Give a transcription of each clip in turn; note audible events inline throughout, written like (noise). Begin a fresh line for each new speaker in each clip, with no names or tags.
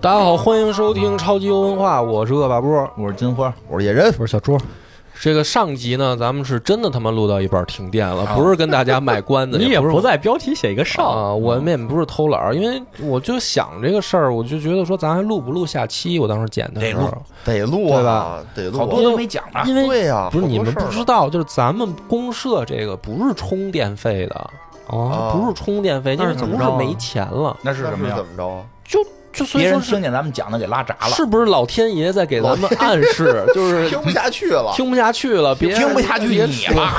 大家好，欢迎收听超级文化，我是恶霸波。
我是金花，
我是野人，
我是小桌，
这个上集呢，咱们是真的他妈录到一半停电了，不是跟大家卖关
(laughs)
子，
你
也
也不在标题写一个上，
啊，我们也不是偷懒儿，因为我就想这个事儿，我就觉得说咱还录不录下期？我当时剪的时候，
得录啊，得录啊，
好多都没讲呢。
因为
对
啊
呀，
不是
好多
你们
事儿
不知道，就是咱们公社这个不是充电费的，
啊
哦，
不是充电费，
那
就是是
怎
不
么
是
着啊
没钱了，
那
那
是
是
什么呀
怎？么着啊？
就就所以
别
说
人
是
听见咱们讲的给拉闸了，
是不是老天爷在给咱们暗
(laughs)
示，就是
听不下去了，
听不下去了，别
听不下去
别
你了。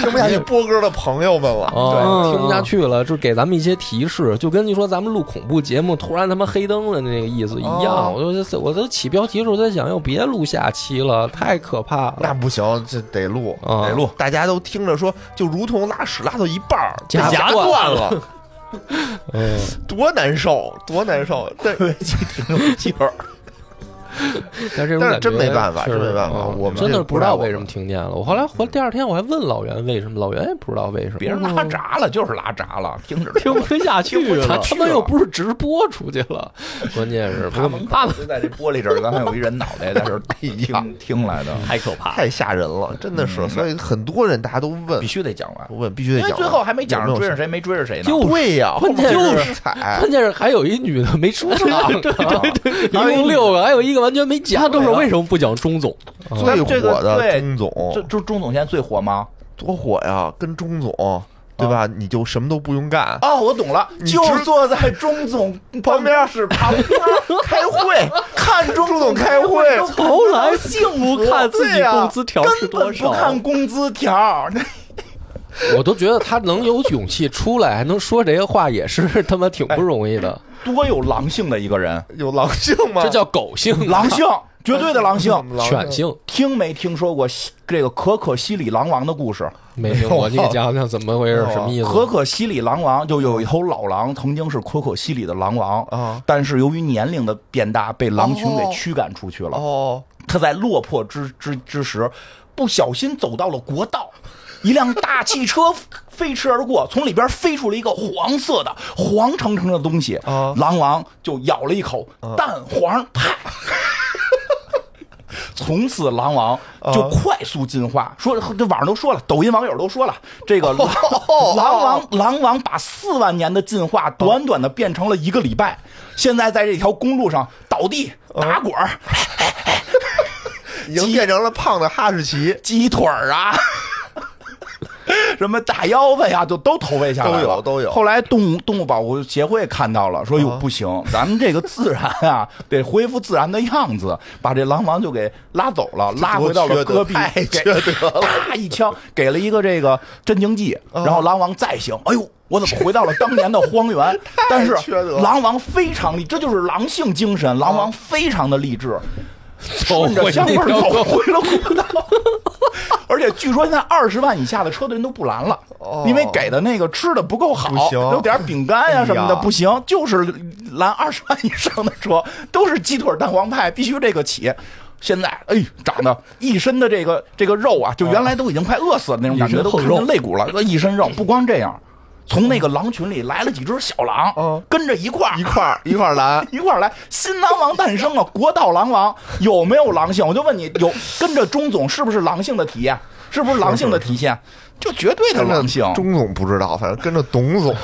听不下去波哥的朋友们了。
哦，
对
听不下去了，就是给咱们一些提示，就跟你说咱们录恐怖节目突然他妈黑灯了那个意思一样。
哦
我就我都起标题的时候在想，要别录下期了，太可怕
那
了。
不行，这得录，
啊
得录。大家都听着说，就如同拉屎拉到一半儿，
夹
被夹
断
断了，
嗯，
(laughs) 多难受，多难受。但
气味儿
但是这种
但
感觉
是真没办法
是
真没办法
嗯
我们
真
这
的
个
不知道
不赖我们
为什么停电了。我后来回第二天我还问老袁为什么，老袁也不知道为什么。
别人
嗯
拉闸了就是拉闸了，听着
听不下去
他
了。
他妈又不是直播出去了，关键是
他们他们就在这玻璃这儿，刚才有一人脑袋在这儿听听来的，
太可怕了！
太吓人了，真的是。所以很多人大家都问
必，须得讲完，
都问必须得
因
讲
为
完。
最后还没讲
有
上
没
追
有
上谁没追上谁呢。
就
对呀，
关键
后面
是
精彩
哎
关。键是还有一女的没出场，啊一
还有一女
共
的
六个，还有一个完全没讲。哎
他都是为什么不讲钟总？
最火
这个
的
对
钟
就
总
就钟总现在最火吗？
多火呀，跟钟总对吧？你就什么都不用干，啊
哦，我懂了，
你
就
知
坐在钟总旁边是旁边开会，看钟总
开会
从来不看自己工资条是
根
多
本不看
少，
工资条，
我都觉得他能有勇气出来，还能说这些话，也是他妈挺不容易的。
多有狼性的一个
(laughs)
人，
有狼性吗？
哎
这叫狗性啊，
狼性，绝对的狼性。
嗯
犬性。
听没听说过西这个可可西里狼王的故事？
没听过，你给讲讲怎么回事，
哦
没有
什么意思？
可可西里狼王就有一头老狼，曾经是可可西里的狼王
啊，
但是由于年龄的变大，被狼群给
哦
驱赶出去了。
哦，
他在落魄之之之时，不小心走到了国道，一辆大汽车飞驰而过，从里边飞出了一个黄色的、黄澄澄的东西。
啊
狼王就咬了一口蛋黄，啪！从此，狼王就快速进化。说这网上都说了，抖音网友都说了，这个狼狼王狼王把四万年的进化，短短的变成了一个礼拜。现在在这条公路上倒地打滚儿，
已经变成了胖的哈士奇，
鸡腿儿啊， (laughs) 什么大腰子呀，就都投喂下来了
都有都有啊
后来动物动物保护协会看到了，说哟不行，咱们这个自然啊， (laughs) 得恢复自然的样子，把这狼王就给拉走
(laughs)
了，拉回到了戈壁，
太缺
给
德了啊
啪一枪给了一个这个镇静剂，然后狼王再醒，哎呦。我怎么回到了当年的
(laughs)
荒原？但是
缺德了啊
狼王非常厉，这就是狼性精神。狼王非常的励志，
走
顺着
回
香味
那
儿
条
走
狗，
回了国道。而且据说现在二十万以下的车队人都不拦了，
哦
因为给的那个吃的不够好，
不行
有点饼干啊呀、什么
哎
的
呀
不行，就是拦二十万以上的车，都是鸡腿蛋黄派，必须这个起。现在，哎，长得一身的这个这个肉啊，就
嗯
原来都已经快饿死了那种感
一
觉，
身
都
横
看
肉
见肋骨了，一身肉。不光这样，从那个狼群里来了几只小狼，
嗯
跟着一块儿
一块儿一块
(laughs)。
儿来
一块儿来，新狼王诞生了，国道狼王有没有狼性？我就问你，有跟着钟总是不是狼性的体验？是不是狼性的体现？就绝对的
跟
狼性
着。钟总不知道，反正跟着董总，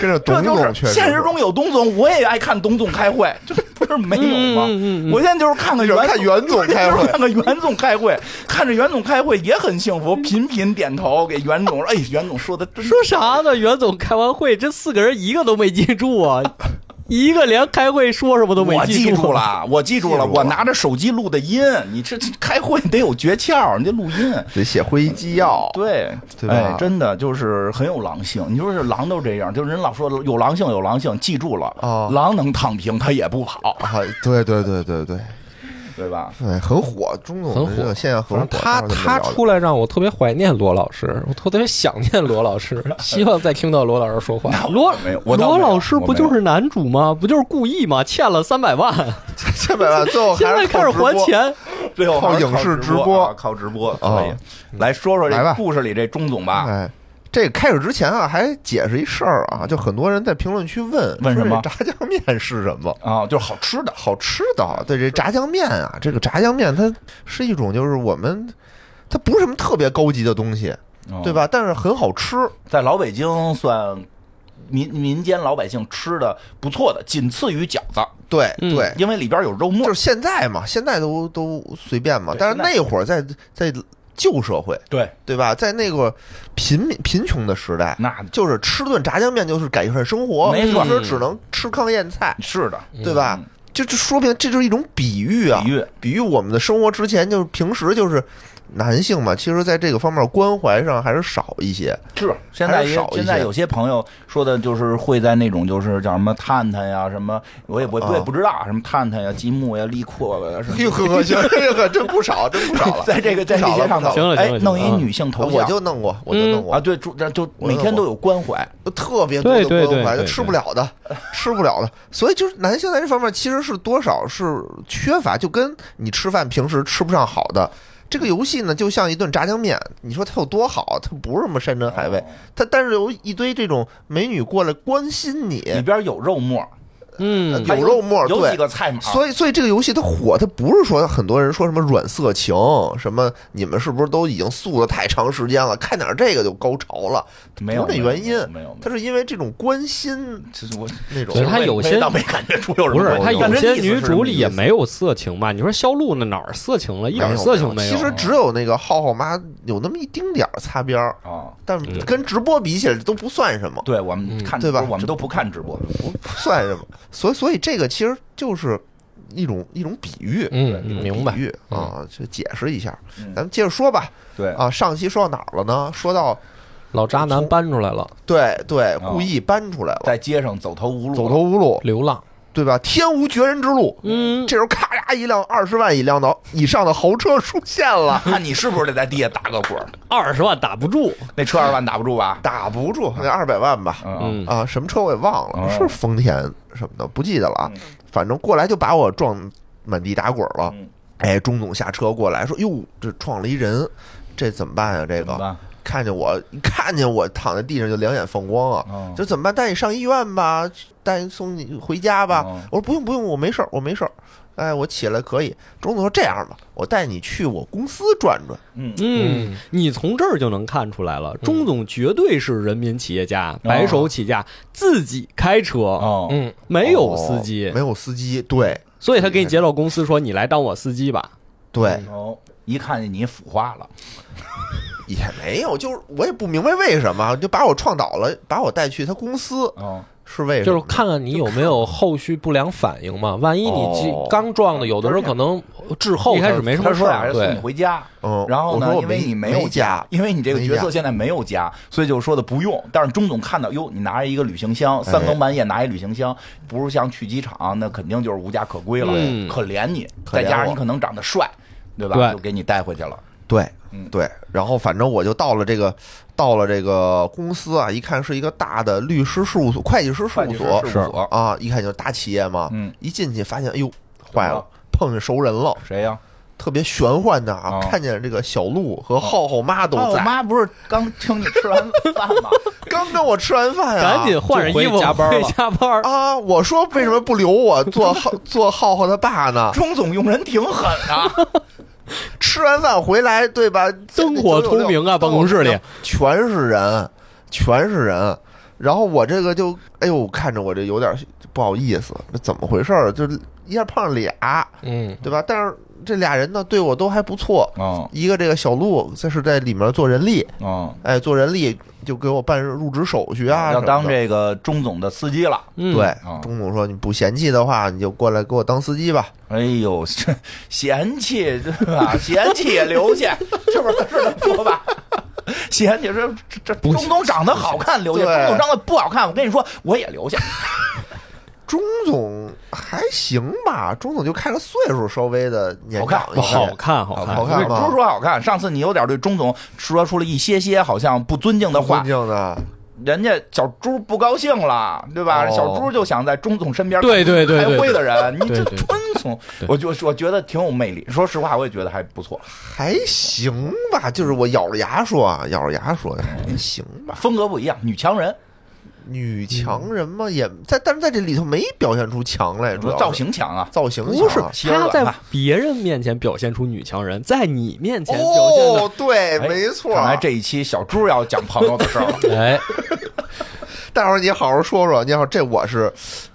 跟着
这
董
就
总
是
确实
现实中有董总，我也爱看董总开会，就不是没有吗？我现在就是看看
有
袁
人看袁总开
(laughs)
会
看看袁总开会，看着袁总开会也很幸福，频频点头给袁总。哎，袁总说的真
说啥呢？袁总开完会，这四个人一个都没记住啊，一个连开会说什么都没
我记
住啊
住。了，我记住了，
记住了
我拿着手机录的音。你这这开会得有诀窍，你得录音。
得写会议纪要，
对，
对吧
哎，真的就是很有狼性。你说是狼都这样，就是人老说有狼性，有狼性，记住了，
哦
狼能躺平，它也不跑，
啊，对对对对对
对吧？
对，很火，钟总
很
这
火
个现在
反
很
正
火。
他
待会儿咱们
他
聊聊
出来让我特别怀念罗老师，我特别想念罗老师，希望再听到罗老师说
(laughs)
话。
罗
没有我倒没
罗
有
老师不就
我没
是男主吗？不就是故意吗？欠了三百万，
这百万最后
现
还
在
是
开始
靠直播
还。钱。
最后还是
靠影视
直
直播
啊靠直播可以
哦。
来说说
来
这
吧
故事里这钟总吧，
哎，这开始之前啊，还解释一事儿啊，就很多人在评论区问
问什么
说这炸酱面是什么？
啊，就是好吃的。
好吃的，对这炸酱面啊，这个炸酱面它是一种就是我们，它不是什么特别高级的东西，
哦
对吧？但是很好吃，
嗯在老北京算民民间老百姓吃的不错的，仅次于饺子，
对
嗯
对，
因为里边有肉末
就。是现在嘛，现在都都随便嘛，
对
但是那会儿在在旧社会，
对，
对吧？在那个贫民贫穷的时代，
那
就是吃顿炸酱面就是改善生活，
没错嗯
那时候只能吃糠咽菜，
是的，
对吧？这这说明这就是一种比喻啊，
比喻
比喻我们的生活之前就是平时就是男性嘛，其实在这个方面关怀上还是少一些。
是现在
还是
也
少一些
现在有些朋友说的就是会在那种就是叫什么探探呀，什么我也不
啊
我也不知道啊什么探探呀、积木呀、力阔呀什
(laughs)
么
(laughs) 哟呵呵，行，这个真不少，真不少了。
在
(laughs)
这个在这
少
些
了嗯
上头，
不少
了
哎
行了，行了
弄一女性头
我
像
就弄过，我就弄过
啊，，对，就就每天都有关怀，
特别多的
对对
关怀，
对对
就吃不了的， (laughs) 吃不了的。所以就是男性在这方面其实是多少是缺乏，就跟你吃饭平时吃不上好的。这个游戏呢，就像一顿炸酱面，你说它有多好？它不是什么山珍海味，它但是有一堆这种美女过来关心你，
里边有肉末，
嗯，
有肉末，
有几
对。
个菜码，
所以，所以这个游戏它火，它不是说很多人说什么软色情，什么你们是不是都已经素了太长时间了，看点这个就高潮了？
没有
不是那原因
没有没有，没
它
有
是因为这种关心
其实我
那种
对。他有些
倒没感觉出有什么
不是
关系
他
但
有
这
些
意思
女
是这
主
么
里
意
也
思
没有色情吧？你说肖路那哪儿色情了？一点色情
没有
有。啊
其实只有那个浩浩妈有那么一丁点儿擦边儿，
啊。
但
嗯
跟直播比起来都不算什么，
对我们看，
嗯对吧
不是我们都不看直播，
不不算什么。所以，所以这个其实就是一种一种比喻，
嗯
一种
明白
比喻啊，就解释一下。
嗯
咱们接着说吧，
对
啊，上期说到哪儿了呢？说到
老渣男搬出来了，
对对，
哦
故意搬出来了，
在街上走投无路，
走投无路，
流浪。
对吧？天无绝人之路，
嗯，
这时候咔嚓一辆二十万以辆的以上的豪车出现
嗯
(laughs)
了。
那你是不是得在地下打个滚儿？
二十万打不住，
那车二万打不住吧？
打不住，那二百万吧，
嗯，
嗯，
啊，什么车我也忘了，
哦
是丰田什么的，不记得了啊
嗯。
反正过来就把我撞满地打滚了
嗯。
哎，钟总下车过来说：“哟，这撞了一人，这怎么办呀、啊这
嗯
怎么
个
办？
看见我，一看见我躺在地上就两眼放光
嗯
啊！
哦
就怎么办？带你上医院吧，带你送你回家吧。
哦
我说：“不用不用，我没事儿，我没事儿。”哎，我起来可以。钟总说：“这样吧，我带你去我公司转转。
嗯，
嗯
嗯，你从这儿就能看出来了，钟总绝对是人民企业家，白手起家，自己开车，
哦，
嗯，
没有司
哦
机
没，有司机，对
所以他给你接到公司说你来当我司机吧。
对，
嗯
哦，一看见你腐化了，
也没有，就是我也不明白为什么就把我撞倒了，把我带去他公司
哦，
是为什
就是
么？
看看你有没有后续不良反应嘛。万一你这
哦
刚撞的，有的时候可能滞后
一开始没什么
他
事
说啊俩
儿，啊
人送你
对，
回家，
嗯
然后
我
呢，
说我
因为
没
你没
没
有
家
因为你这个
没
角
家
色现在没有家，所以就说的不用。但是钟总看到，哟，你拿着一个旅行
哎
箱，三更半夜拿一旅行箱，不是像去机场，那肯定就是无家可归了，
嗯
可怜你，
可
再
怜
加上
我
你可能长得帅，对吧？
对
就给你带回去了。
对
嗯，
对。然后反正我就到了这个，到了这个公司啊，一看是一个大的律师事务所、会计师事
会
务
计师
所
事务所
啊，一看就是大企业
啊
嘛。
嗯，
一进去发现，哎呦，坏
怎么
了
了，
碰见熟人了，
谁呀、
特别玄幻的啊！
哦
看见这个小鹿和浩浩妈都
哦我
在，
妈不是刚请你吃完饭
(laughs)
吗？
刚跟我吃完饭啊，
赶紧换上衣
就
服
回加班
回
了
加班儿。
啊！我说为什么不留我做浩做浩浩他爸呢？
钟总用人挺狠
(laughs)
啊，
吃完饭回来，对吧？
灯火通明啊
996
办公室里
全是人，全是人。然后我这个就，哎呦，看着我这有点不好意思，这怎么回事儿？就一下碰上俩，
嗯，
对吧？但是这俩人呢，对我都还不错。
哦
一个这个小鹿，这是在里面做人力，
哦，
哎，做人力就给我办入职手续啊，
要当
什么的
这个钟总的司机了。
嗯
对
嗯。
钟总说你不嫌弃的话，你就过来给我当司机吧。
哎呦， (laughs) 这嫌弃对
(laughs)
吧？嫌弃也留下，是不是是这么说吧？嫌弃说这这
不
中东长得好看留下，
对
中东长得不好看，我跟你说我也留下。
钟总还行吧，钟总就看着岁数稍微的年长一
不
些，
好看，好
哎好
看，
看吗
不是说好看，上次你有点对钟总说出了一些些好像不尊敬的
不尊
话，
敬的，
人家小猪不高兴了，对吧？
哦
小猪就想在钟总身边
对对对
开
对
会的人，你
对
这
对
纯从，
对
我就我觉得挺有魅力。说实话，我也觉得还不错。
还行吧，就是我咬着牙说啊，咬着牙说还行吧。
风格不一样，女强人，
女强人嘛，也在，但是在这里头没表现出强
嗯
来，主要是
造型强啊，
造型
不是
强啊
希尔
他
瓦
在
吧
别人面前表现出女强人，在你面前表现的
哦，对，
哎
没错。
看来这一期小猪要讲朋友的事
(laughs)
儿了。
哎，
待会儿你好好说说，你好，这我是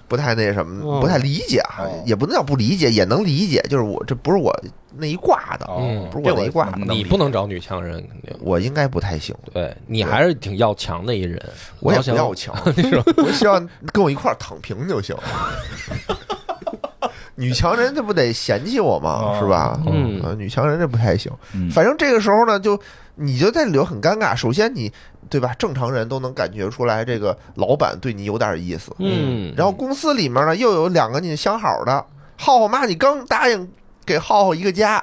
不太那什么，
嗯
不太理解啊，
哦
也不能叫不理解，也能理解，就是我这不是我那一挂的，
哦，
不是
这
我嗯那一挂的
能能
嗯你
理
不
解
能找女强人，肯定。
我应该不太行，
对你还是挺要强的一人，
我也
老
不
想
要强，我希望跟我一块儿躺平就行。 (laughs) 女强人这不得嫌弃我吗？
哦
是吧？
嗯
呃，女强人这不太行。
嗯
反正这个时候呢，就你就在里头很尴尬。首先你对吧？正常人都能感觉出来，这个老板对你有点意思。
嗯，
然后公司里面呢又有两个你相好的，浩浩妈，你刚答应给浩浩一个家，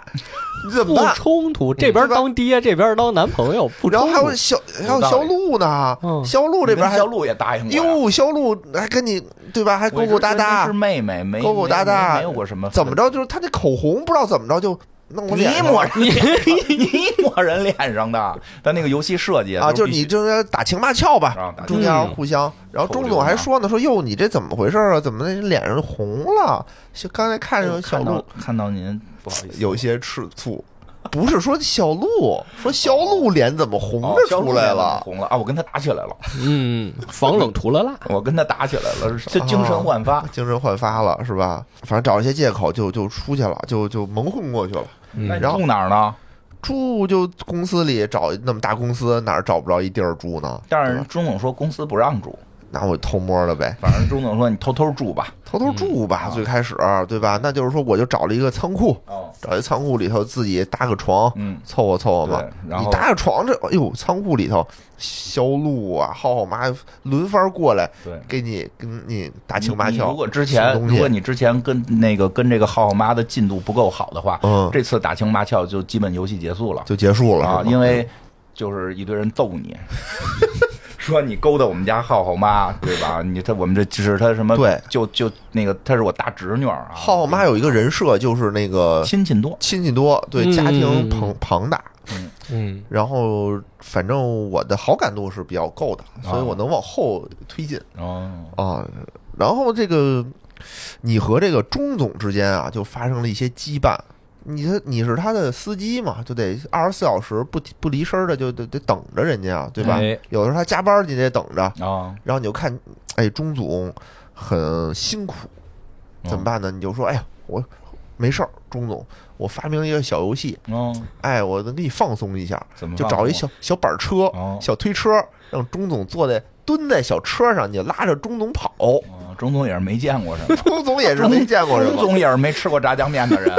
你怎么
不
办？
冲突，这边当爹，这边当男朋友，不
然后
冲
还
突
有。小还有
有道理
小鹿呢，
嗯
小鹿
你
这边
跟
还
小鹿也答应过呀。
哟，小鹿还跟你对吧？还勾勾搭
我一直觉得您是
搭，
妹妹，没
勾勾搭搭
没没没有过什么。
怎么？着？就是他那口红不知道怎么着就弄我
你
脸上
抹人脸上， (laughs) 你抹人脸上的，但那个游戏设计的
啊，就是
必
你
须
这打情骂俏吧，
啊打情
中间互相。然后钟总还说呢，说哟，你这怎么回事啊？怎么那脸上红了？小刚才看着
哦
小
看到
鹿
看到您，不好意思，
有些吃醋，不是说小鹿，说小鹿脸怎么红
哦
着
小鹿
出来
脸
了？
红了啊！我跟他打起来了，
嗯，防冷涂了蜡，
我跟他打起来了，这
啊
精神焕发。
精神焕发了是吧？反正找一些借口就就出去了，就就蒙混过去了。
嗯
那你
然后
住哪儿呢？
住就公司里找那么大公司，哪儿找不着一地儿住呢？
但
对
是
吧
钟总说公司不让住，
那我偷摸的呗，
反正钟总说你偷偷住吧。
偷偷住吧，
嗯
最开始对吧？那就是说，我就找了一个仓库，
哦，
找一仓库里头自己搭个床，
嗯，
凑合凑合嘛
对。然后
你搭个床这，哎呦，仓库里头肖路啊、浩浩妈轮番过来
对。
给你跟你打
打
情骂俏。
如果之前，
送东西
如果你之前跟那个跟这个浩浩妈的进度不够好的话，
嗯
这次打情骂俏就基本游戏结束了
就结束了
啊
是，吗
因为就是一堆人揍
(laughs)
你，说你勾搭我们家浩浩妈，对吧？你他我们这只是他什么？
对，
就就那个她是我大侄女儿啊，
浩浩妈有一个人设，就是那个
亲戚多，
亲戚多，对
嗯
家庭庞庞大，
嗯，
然后反正我的好感度是比较够的，所以我能往后推进
哦，
啊。然后这个你和这个钟总之间啊，就发生了一些羁绊。你他你是他的司机嘛，就得二十四小时不不离身的，就得得等着人家啊，对吧？
哎
有的时候他加班你得等着，
啊，
然后你就看，哎，钟总很辛苦，
哦
怎么办呢？你就说，哎呀，我没事儿，钟总，我发明了一个小游戏，
哦，
哎，我能给你放松一下，
怎么
就
办
找一小小板车、
哦
小推车，让钟总坐在蹲在小车上，你拉着钟总跑。。
哦钟总也是没见过什么
(laughs) 钟总也是没见过什
钟
么，
总也是没吃过炸酱面的人，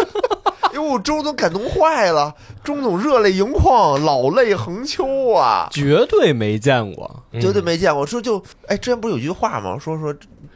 哟，钟总感动坏了，钟总热泪盈眶，老泪横秋啊，
绝对没见过，
绝对没见过。说就哎，之前不是有句话吗？说说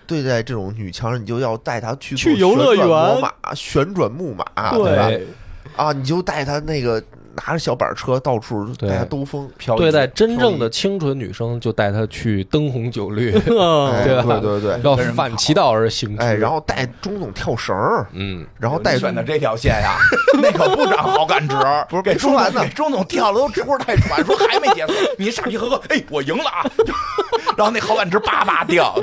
对待这种女强人，你就要带她去
去
做
游乐
旋转
园
摩马旋转木马，对吧？
对，
啊，你就带她那个拿着小板车到处
对
带她兜风，
飘逸
对待真正的嗯清纯女生，就带她去灯红酒绿，
哎
嗯
对吧
对对对，
要反其道而行之。
哎，然后带钟总跳绳儿，
嗯，
然后带
你选的这条线呀，那可不长好
(laughs)
感值。不是给
说
钟
完
总
呢
给钟总跳的都直呼带喘，说还没结束，你上去喝喝，哎，我赢了啊！ (laughs) 然后那好感值叭叭掉，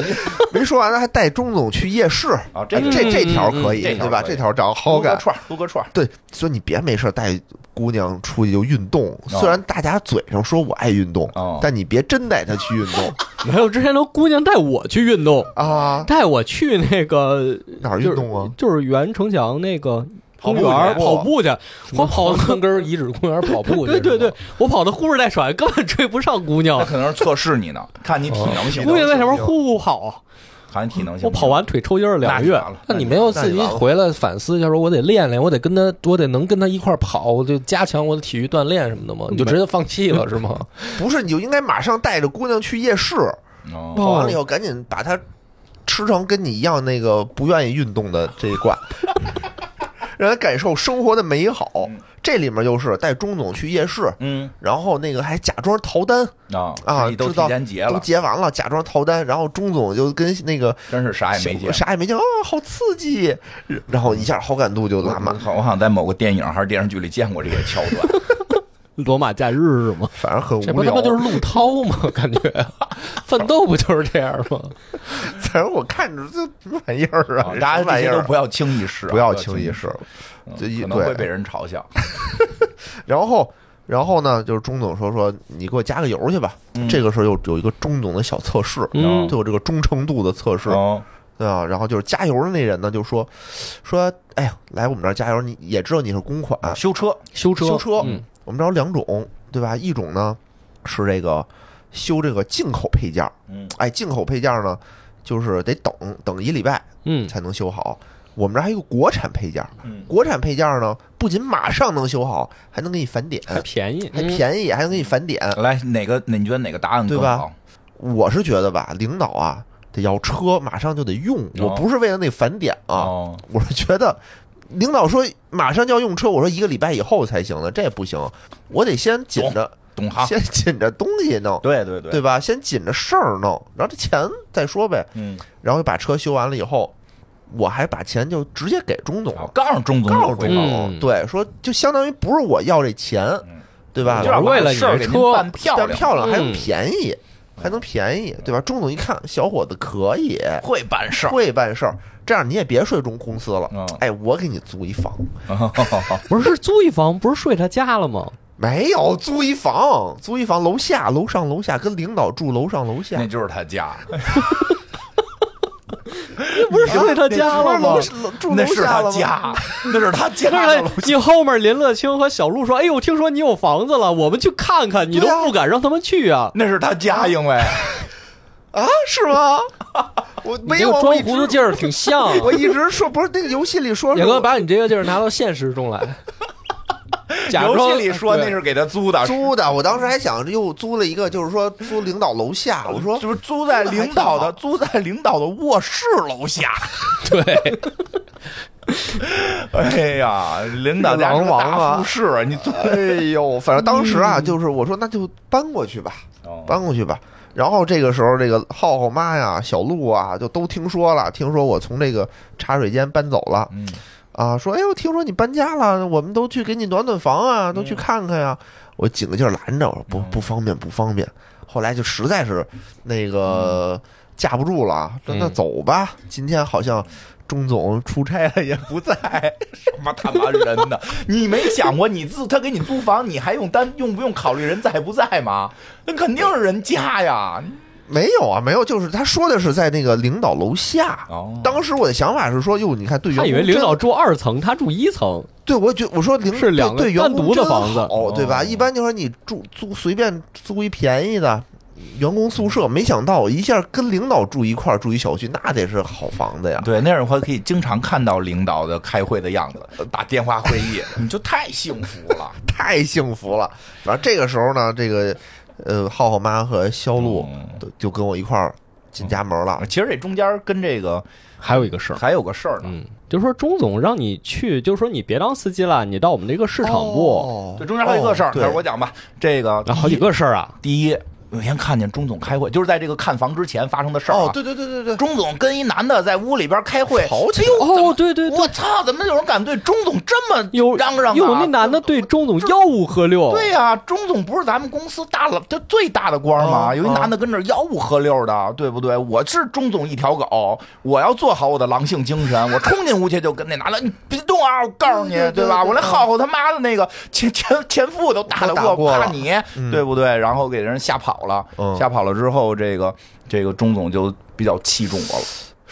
没说完呢，还带钟总去夜市
啊这
哎
个
这这条可以
嗯嗯嗯这条
对吧？
可以
这条长 (laughs) 好
撸
感哦
个。串儿，撸个串
(laughs)
儿，
对，所以你别没事儿带姑娘出去就运动。虽然大家嘴上说我爱运动
哦，
但你别真带她去运
(laughs)
动
还有之前都姑娘带我去运动，
啊！
带我去那个
哪儿运动啊？
就是就是袁城墙那个
跑
公
步
园儿
去
跑步去，我跑
跑
的。
坑根儿遗址公园跑
(laughs)
步去
对
是吧，
对对，我跑的呼哧带喘，根本追不上姑
那
娘。
可能是测试你呢，看你体能行。
姑娘在前面，呼呼跑，啊
看你体能行。
我跑完腿抽筋儿两个月。
那你没有自己回来反思一下，说我得练练，我得跟她，我得能跟她一块儿跑，我就加强我的体育锻炼什么的吗？你就直接放弃了是吗？
不是，你就应该马上带着姑娘去夜市，
哦，
跑完了以后赶紧
(laughs)
把她吃成跟你一样那个不愿意运动的这一挂，让人感受生活的美好。这里面就是带钟总去夜市，
嗯
然后那个还假装逃单
啊
啊，
你都
知
提
道
前结
都
了，
结完了，假装逃单，然后钟总就跟那个
真是啥也没结。
啥也没见，哦，好刺激，然后一下好感度就拉满
我，好，我好像在某个电影还是电视剧里见过这个桥
(laughs)
段。
罗马假日是吗？
反正很
这
无
不他
聊
妈。就是陆涛吗？ (laughs) 感觉奋斗不就是这样吗？
(laughs) 反正我看着这什么玩意儿啊
啊，大家这
什么玩意
些
儿
都
啊
不要轻易试啊，
不要轻易
试，
试。
嗯
这一
可能会
对
被人嘲笑。
然后，然后呢，就是钟总说说你给我加个油去吧。这个时候有有一个钟总的小测试，
嗯
就有这个忠诚度的测试
哦，
啊。然后就是加油的那人呢，就说说，哎呀，来我们这儿加油，你也知道你是公款，
修车
修车，
修车，
嗯
我们这儿有两种，对吧？一种呢是这个修这个进口配件儿，
嗯
哎，进口配件儿呢就是得等等一礼拜
嗯，
才能修好。我们这儿还有一个国产配件儿，
嗯
国产配件儿呢不仅马上能修好，还能给你返点，
还便宜，
(laughs) 还
嗯
便宜，还能给你返点。
来哪个？那你觉得哪个答案更
对吧
好？
我是觉得吧，领导啊得要车，马上就得用，我不是为了那返点啊，
哦，
我是觉得。领导说马上就要用车，我说一个礼拜以后才行呢，这也不行，我得先紧着，
懂行。
先紧着东西弄，
对对对
对，吧？先紧着事儿弄，然后这钱再说呗。
嗯，
然后把车修完了以后，我还把钱就直接给钟总
好
了，
告诉钟总，
告诉钟
嗯
总，对，说就相当于不是我要这钱
嗯，
对吧？
就让
为了你
事
的
儿给您
车
办漂
但
亮，嗯
漂亮还
嗯
能便宜，还能便宜，对吧？钟总一看，小伙子可以，
会办 (laughs) 事儿。
会办事儿，这样你也别睡中公司了
嗯。
哎，我给你租一房，
不是，是租一房，不是睡他家了吗？
没有租一房，租一房，楼下、楼上、楼下，跟领导住楼上楼下
那。就是他家，
不是睡他家
不
了
是
吗
楼？楼住
那
楼
是
下
他
了吗？
家， (laughs) 那是他
(laughs)
家
不
的
是
楼，
你后面林乐清和小鹿说：“哎呦，听说你有房子了，我们去看看。”你都
对啊
不敢让他们去啊！
那是他家，因为
啊，是吗？
(laughs)
我
你
没
这
有，
啊
个
我
装
一
糊涂
直
劲儿挺像
(laughs)
啊。
我一直说不是那个游戏里说是
野哥把你这个劲儿拿到现实
(laughs)
中来， (laughs) 假
游
装
戏里说那
对
是给他租的，
租的，我当时还想着又租了一个，就是说租领导楼下，我说
就是租在领导的
租的还挺
租在领
好
导的卧室楼下。
对，
(laughs) 哎呀，领导啊家是个大复式，你租
哎呦，反正当时
嗯
啊，就是我说那就搬过去吧，
哦
搬过去吧。然后这个时候，这个浩浩妈呀、小鹿啊，就都听说了，听说我从这个茶水间搬走了
嗯
啊，说哎呦，听说你搬家了，我们都去给你暖暖房啊，
嗯
都去看看呀、我紧个劲儿拦着，我说不不方便，不方便。后来就实在是那
嗯
个架不住了，说那
嗯
走吧，今天好像钟总出差了，也
不在，什么他妈人呢？你没想过你自他给你租房，你还用单用不用考虑人在不在吗？那肯定是人家呀。
没有啊，没有，就是他说的是在那个领导楼下。
哦
当时我的想法是说，哟，你看对员
他
工
以
真，
为领导住二层，他住一层。
对我觉我说领
是两个
对对员
单
工
独的
真
房子
好对吧？
哦
一般就说你住租随便租一便宜的员工宿舍，没想到一下跟领导住一块儿住一小区，那得是好房子呀。
对，那样的话可以经常看到领导的开会的样子，打电话会议，你就太幸福了。
太幸福了。然后这个时候呢，这个呃，浩浩妈和肖路
嗯
都就跟我一块儿进家门了。
(laughs) 其实这中间跟这个
还有一个事儿，
还有个事儿呢，
嗯，就是说钟总让你去，就是说你别当司机了，你到我们这个市场部。
哦
这中间还有一个事儿，
哦
待会儿我
对，
讲吧。这个
那好几个事儿啊，
第一，有一天看见钟总开会，就是在这个看房之前发生的事儿、啊。
哦，对对对对对，
钟总跟一男的在屋里边开会，
吵起来
哎呦
哦，对对对，
我操，怎么有人敢对钟总这么
有
嚷嚷啊？
有那男的对钟总吆五喝六，
对呀、钟总不是咱们公司大了这最大的官吗？
嗯
有一男的跟这吆五喝六的，对不对？我是钟总一条狗，我要做好我的狼性精神，我冲进屋去就跟那男的，你别动啊！我告诉你，
对对对
吧？
对
我连
对
浩浩他妈的那个前前前夫都打得
都打过了
怕你，对不对？然后给人吓跑了，
嗯
吓跑了之后，这个这个钟总就比较器重我了。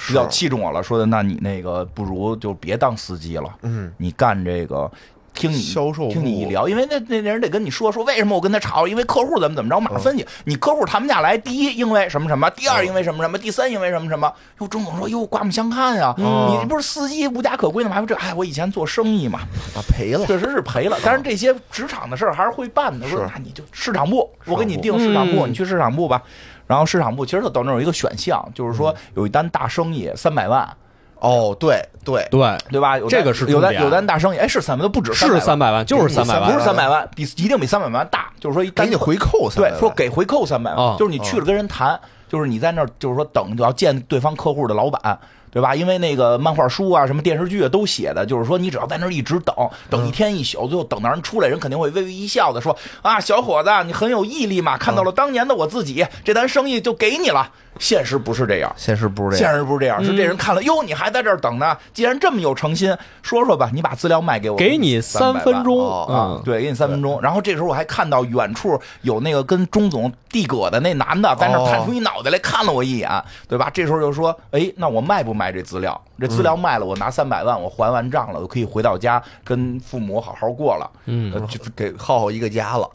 比较
是
器重我了，说的那你那个不如就别当司机了，
嗯，
你干这个，听你
销售部
听你一聊，因为那那人得跟你说说为什么我跟他吵，因为客户怎么怎么着，马分析，你客户谈不下来，第一因为什么什么，第二因为什么什么，第三因为什么什么。哟，钟总说哟，刮目相看呀、
嗯
你不是司机无家可归的吗？还不这，哎，我以前做生意嘛，
啊赔了。
确实是赔了，但是这些职场的事儿还是会办的。
是
说那你就市场部，
场部
我给你定市场部，
嗯
你去市场部吧。然后市场部其实他到那儿有一个选项，就是说有一单大生意三百万，
哦，对对，
对，
对吧？有
这个是重
有丹
点
有丹大生意，哎，是三百的不止
是
三
三百万，就是三百
万
万，
不是三百万，比一定比三百万大，就是说一
给
单
你回扣三
对，
百万哦
说给回扣三百万，
啊
就是你去了跟人谈，就是你在那儿，就是说等就要见对方客户的老板，对吧？因为那个漫画书啊、什么电视剧啊都写的，就是说你只要在那儿一直等，
嗯
等一天一宿，最后等到人出来，人肯定会微微一笑的说啊，小伙子，你很有毅力嘛，看到
嗯
了当年的我自己，这单生意就给你了。现实不是这样。
现实不是这
现
样，嗯
实不是这样，是这人看了，哟，你还在这儿等呢？既然这么有诚心，说说吧，你把资料卖给我，
给你
三
三
百万
分钟
哦
啊
嗯，
对，给你三分钟。然后这时候我还看到远处有那个跟钟总递葛的那男的在那
哦
探出一脑袋来看了我一眼，对吧？这时候就说，哎，那我卖不卖这资料？这资料卖了，我拿三百万，我还完账了，我可以回到家跟父母好好过了。
嗯
呃，就
给浩浩一个家了。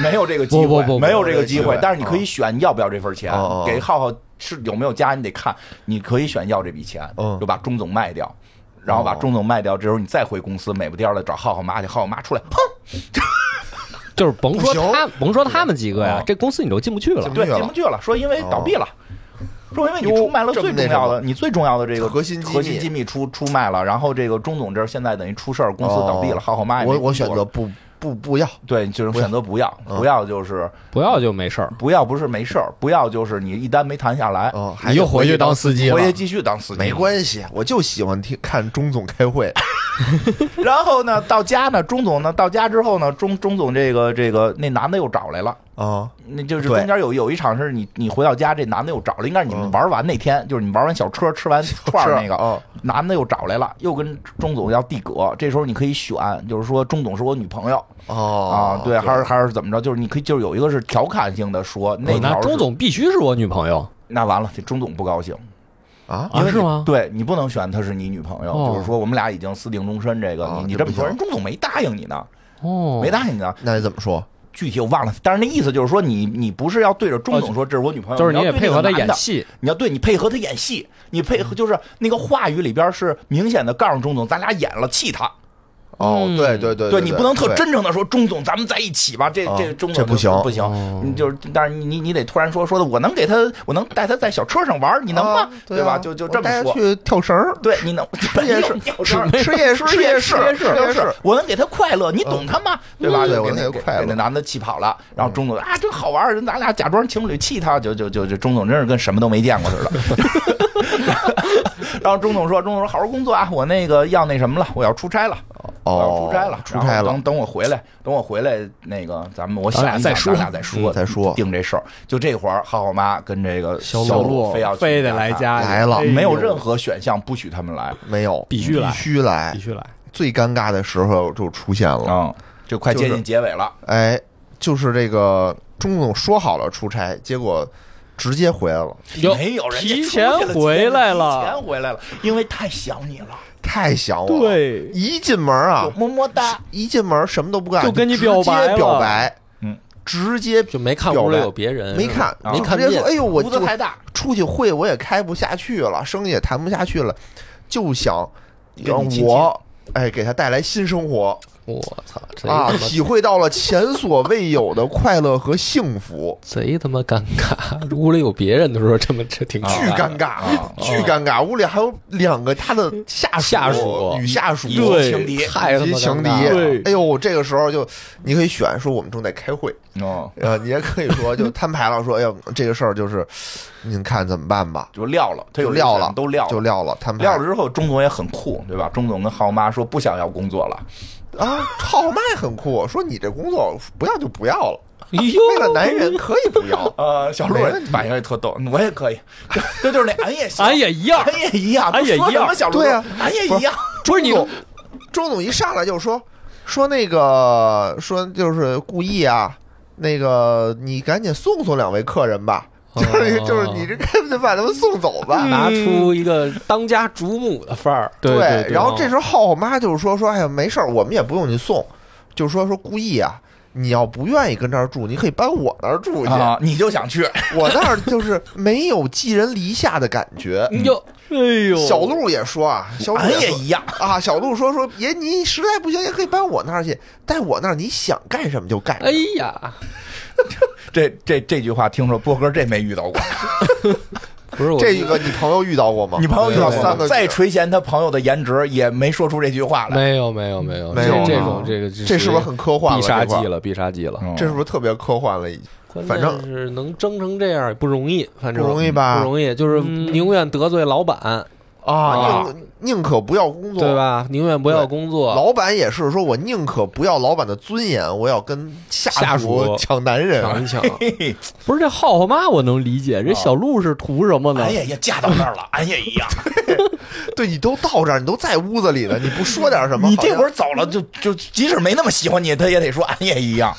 没有这个机会，
不不不不
没有这个机
没有这个机
会
会。
但是你可以选要不要这份钱，
哦哦哦
给浩浩是有没有加，你得看，你可以选要这笔钱，
嗯
就把钟总卖掉。然后把钟总卖掉之后，你再回公司，美不颠儿的找浩浩妈去，浩浩妈出来，哼，
就是甭说
不行
他，甭说他们几个
哦
呀，这公司你都进不去了
进。
对，
去了哦
进不去了，说因为倒闭了。说因为你出卖了
哟这
最
么那
重要
什
的，你最重要的这个
核心机密
核心机密出出卖了，然后这个钟总这儿现在等于出事儿，公司倒闭了，
哦
浩浩妈也没
我我
工作
选择嗯
了
不不不要，
对，就是选择不要，不要就是
不要就没事儿，
不要不是没事儿，不要就是你一单没谈下 (laughs) 来，
哦，还
你又
得
回去当司机了
我。也继续当司机，
没关系，我就喜欢听看钟总开
(laughs)
会，
然后呢，到家呢，钟总呢，到家之后呢，钟钟总这个这个那男的又找来了。
啊
那就是
对
中间有有一场是你你回到家，这男的又找了，应该是你们
嗯
玩完那天，就是你玩完小车吃完串儿那个，
哦
男的又找来了，又跟钟总要递葛。这时候你可以选，就是说钟总是我女朋友
哦
啊，对，还是还是怎么着？就是你可以就是有一个是调侃性的说，那
哦那
条是
钟总必须是我女朋友
那完了，这钟总不高兴，
啊，
啊？是吗？
对你不能选她是你女朋友，
哦
就是说我们俩已经私定终身，这个
哦
你你这
这不
么
行
说，人钟总没答应你呢，
哦，
没答应你呢。
那你怎么说？
具体我忘了，但是那意思就是说你，你不是要对着钟总说这是我女朋友，
哦就是
你
你
要
也
对
配
那
合他
个男
演
的，
戏，
你要对你配合他演戏，你配合就是那个话语里边是明显的告诉钟总，咱俩演了，气他。
哦，
嗯
对对对
对你不能特
对
真诚的说钟总，咱们在一起吧，这
哦
这钟
这
总
不
就
行
不
哦
行，你就是但是你你你得突然说说的，我能给他，我能带他在小车上玩，你能吗
啊？
对
啊
吧？就就这
我
么
带他
说。
去跳
(laughs)
绳儿，
对， (laughs) 你能
吃夜市，
吃
吃吃夜市，
吃夜
市，
市，
夜
吃夜市，我能给他快乐，你懂他吗？对吧？
嗯对
就
我
给
能
那
给他快乐嗯
给那男的气跑了，然后钟总啊，真好玩儿，咱俩假装情侣气他，就就就就钟总真是跟什么都没见过似的。 (laughs) 然后钟总说：“钟总说好好工作啊，我那个要那什么了，我要出差了，我要
哦，
呃出差了，
出差
然后
了
等，等我回来，等我回来，那个咱们我
咱
想
俩
一
再
想
说
咱俩再说，
嗯再说
定这事儿。就这会儿，浩浩妈跟这个
小
哦
小
鹿
非要去
非得来
家
家里
来了
哎呦
没有任何选项不许他们来。
没有，
必须来
必须来
必，须来，
最尴尬的时候就出现
哦
了，
嗯，就快接近结尾了。
哎，就是这个钟总说好了出差，结果直接回来了，
有
没有人家
提前回来了
提前回来了，因为太想你了，
太想我了，
对，
一进门啊，
么么哒。
一进门什么都不干，
就跟你
直接
表白了
表白，
嗯，
直接
就没看屋里有别人，啊
没看，
没
就
看
直接
见
说，，哎呦，我
屋子
就
太大，
出去会我也开不下去了，生意也谈不下去了，就想
跟
让
你亲亲
我哎给他带来新生活
我操，贼他
啊，
妈
体会到了前所未有的快乐和幸福，
贼他妈尴尬， (laughs) 屋里有别人的时候这么这挺
啊
巨尴尬，
啊
巨尴尬，屋里还有两个他的下属
下属
女下属。
对
情敌，
太他
以及
妈
情
尴
敌
尬了
对，
哎呦，这个时候就你可以选说我们正在开会，
嗯
哦，
呃，你也可以
(laughs)
说就摊牌了，说哎呦这个事儿就是，您看怎么办吧，
就撂了，他
就
有
撂了，
都撂
就
了。
撂了，摊牌
撂了之后，钟总也很酷，对吧？钟总跟浩妈说不想要工作了，。
啊，号脉很酷，说你这工作不要就不要了，
哎呦，
为了男人可以不要
呃，小鹿
没问题
反应也特逗，嗯我也可以，这这就是那 (laughs) 俺也行，
俺也一样，
俺也哎一样，
俺也一样
都说什么小鹿
对啊
俺也一样，
不是你
钟总周总一上来就说说那个说就是故意啊，那个你赶紧送送两位客人吧，就是
哦
就是你这根本就把他们送走吧。
(laughs) 拿出一个当家主母的范儿，
嗯对对对
然后这时候浩浩妈就是说说，哎呀，没事儿，我们也不用你送，就是说说故意啊，你要不愿意跟这儿住，你可以搬我那儿住去，
啊，你就想去，
我那儿就是没有寄人篱下的感觉。
哟，
哎呦，
小鹿也说啊，小鹿
俺也
说
一样，
啊，小鹿说说爷，你实在不行也可以搬我那儿去，在我那儿你想干什么就干什么。
哎呀，
(laughs)
这这这句话听说波哥这没遇到过，
不是我
这个你朋友遇到过吗？
你朋友遇到
对
过
三
吗
个
再垂涎他朋友的颜值，也没说出这句话来。
没有没嗯有没
嗯
有
没有
这这
啊
种这个这
这是不是很科幻了？
必杀
这块儿
技了？必杀技了。
嗯
这是不是特别科幻了？已经
关
反正
键是能争成这样也不容易，反
不
正
容易啊吧？
不容易，就是
嗯
宁愿得罪老板，
啊，
啊
宁宁可不要工作，
对？吧？宁愿不要工作，
老板也是说，我宁可不要老板的尊严，我要跟下
下
属
属
抢男人。
抢一抢。
嘿嘿
不是这浩浩妈我能理解，这小鹿是图什么呢
俺？也也嫁到那儿了， (laughs) 俺也一样。
对你都到这儿，你都在屋子里了，你不说点什么，
你这会
好像
儿走了，就就即使没那么喜欢你，他也得说俺也一样，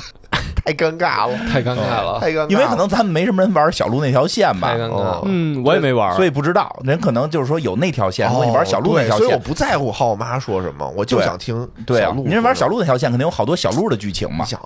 太尴尬了，
太尴尬
(laughs)
了，
太尴尬了。
因为可能咱们没什么人玩小鹿那条线吧
太，尴尬
哦
了。
嗯，我也没玩儿，
所以不知道人可能就是说有那条线，如果你
哦
玩小鹿那
对
条
所以我
线，
不在乎浩我妈说什么，我就
对
想听
对
小
啊，
鹿。
您玩小，鹿那条线肯定有好多小鹿的剧情
你
嘛。
想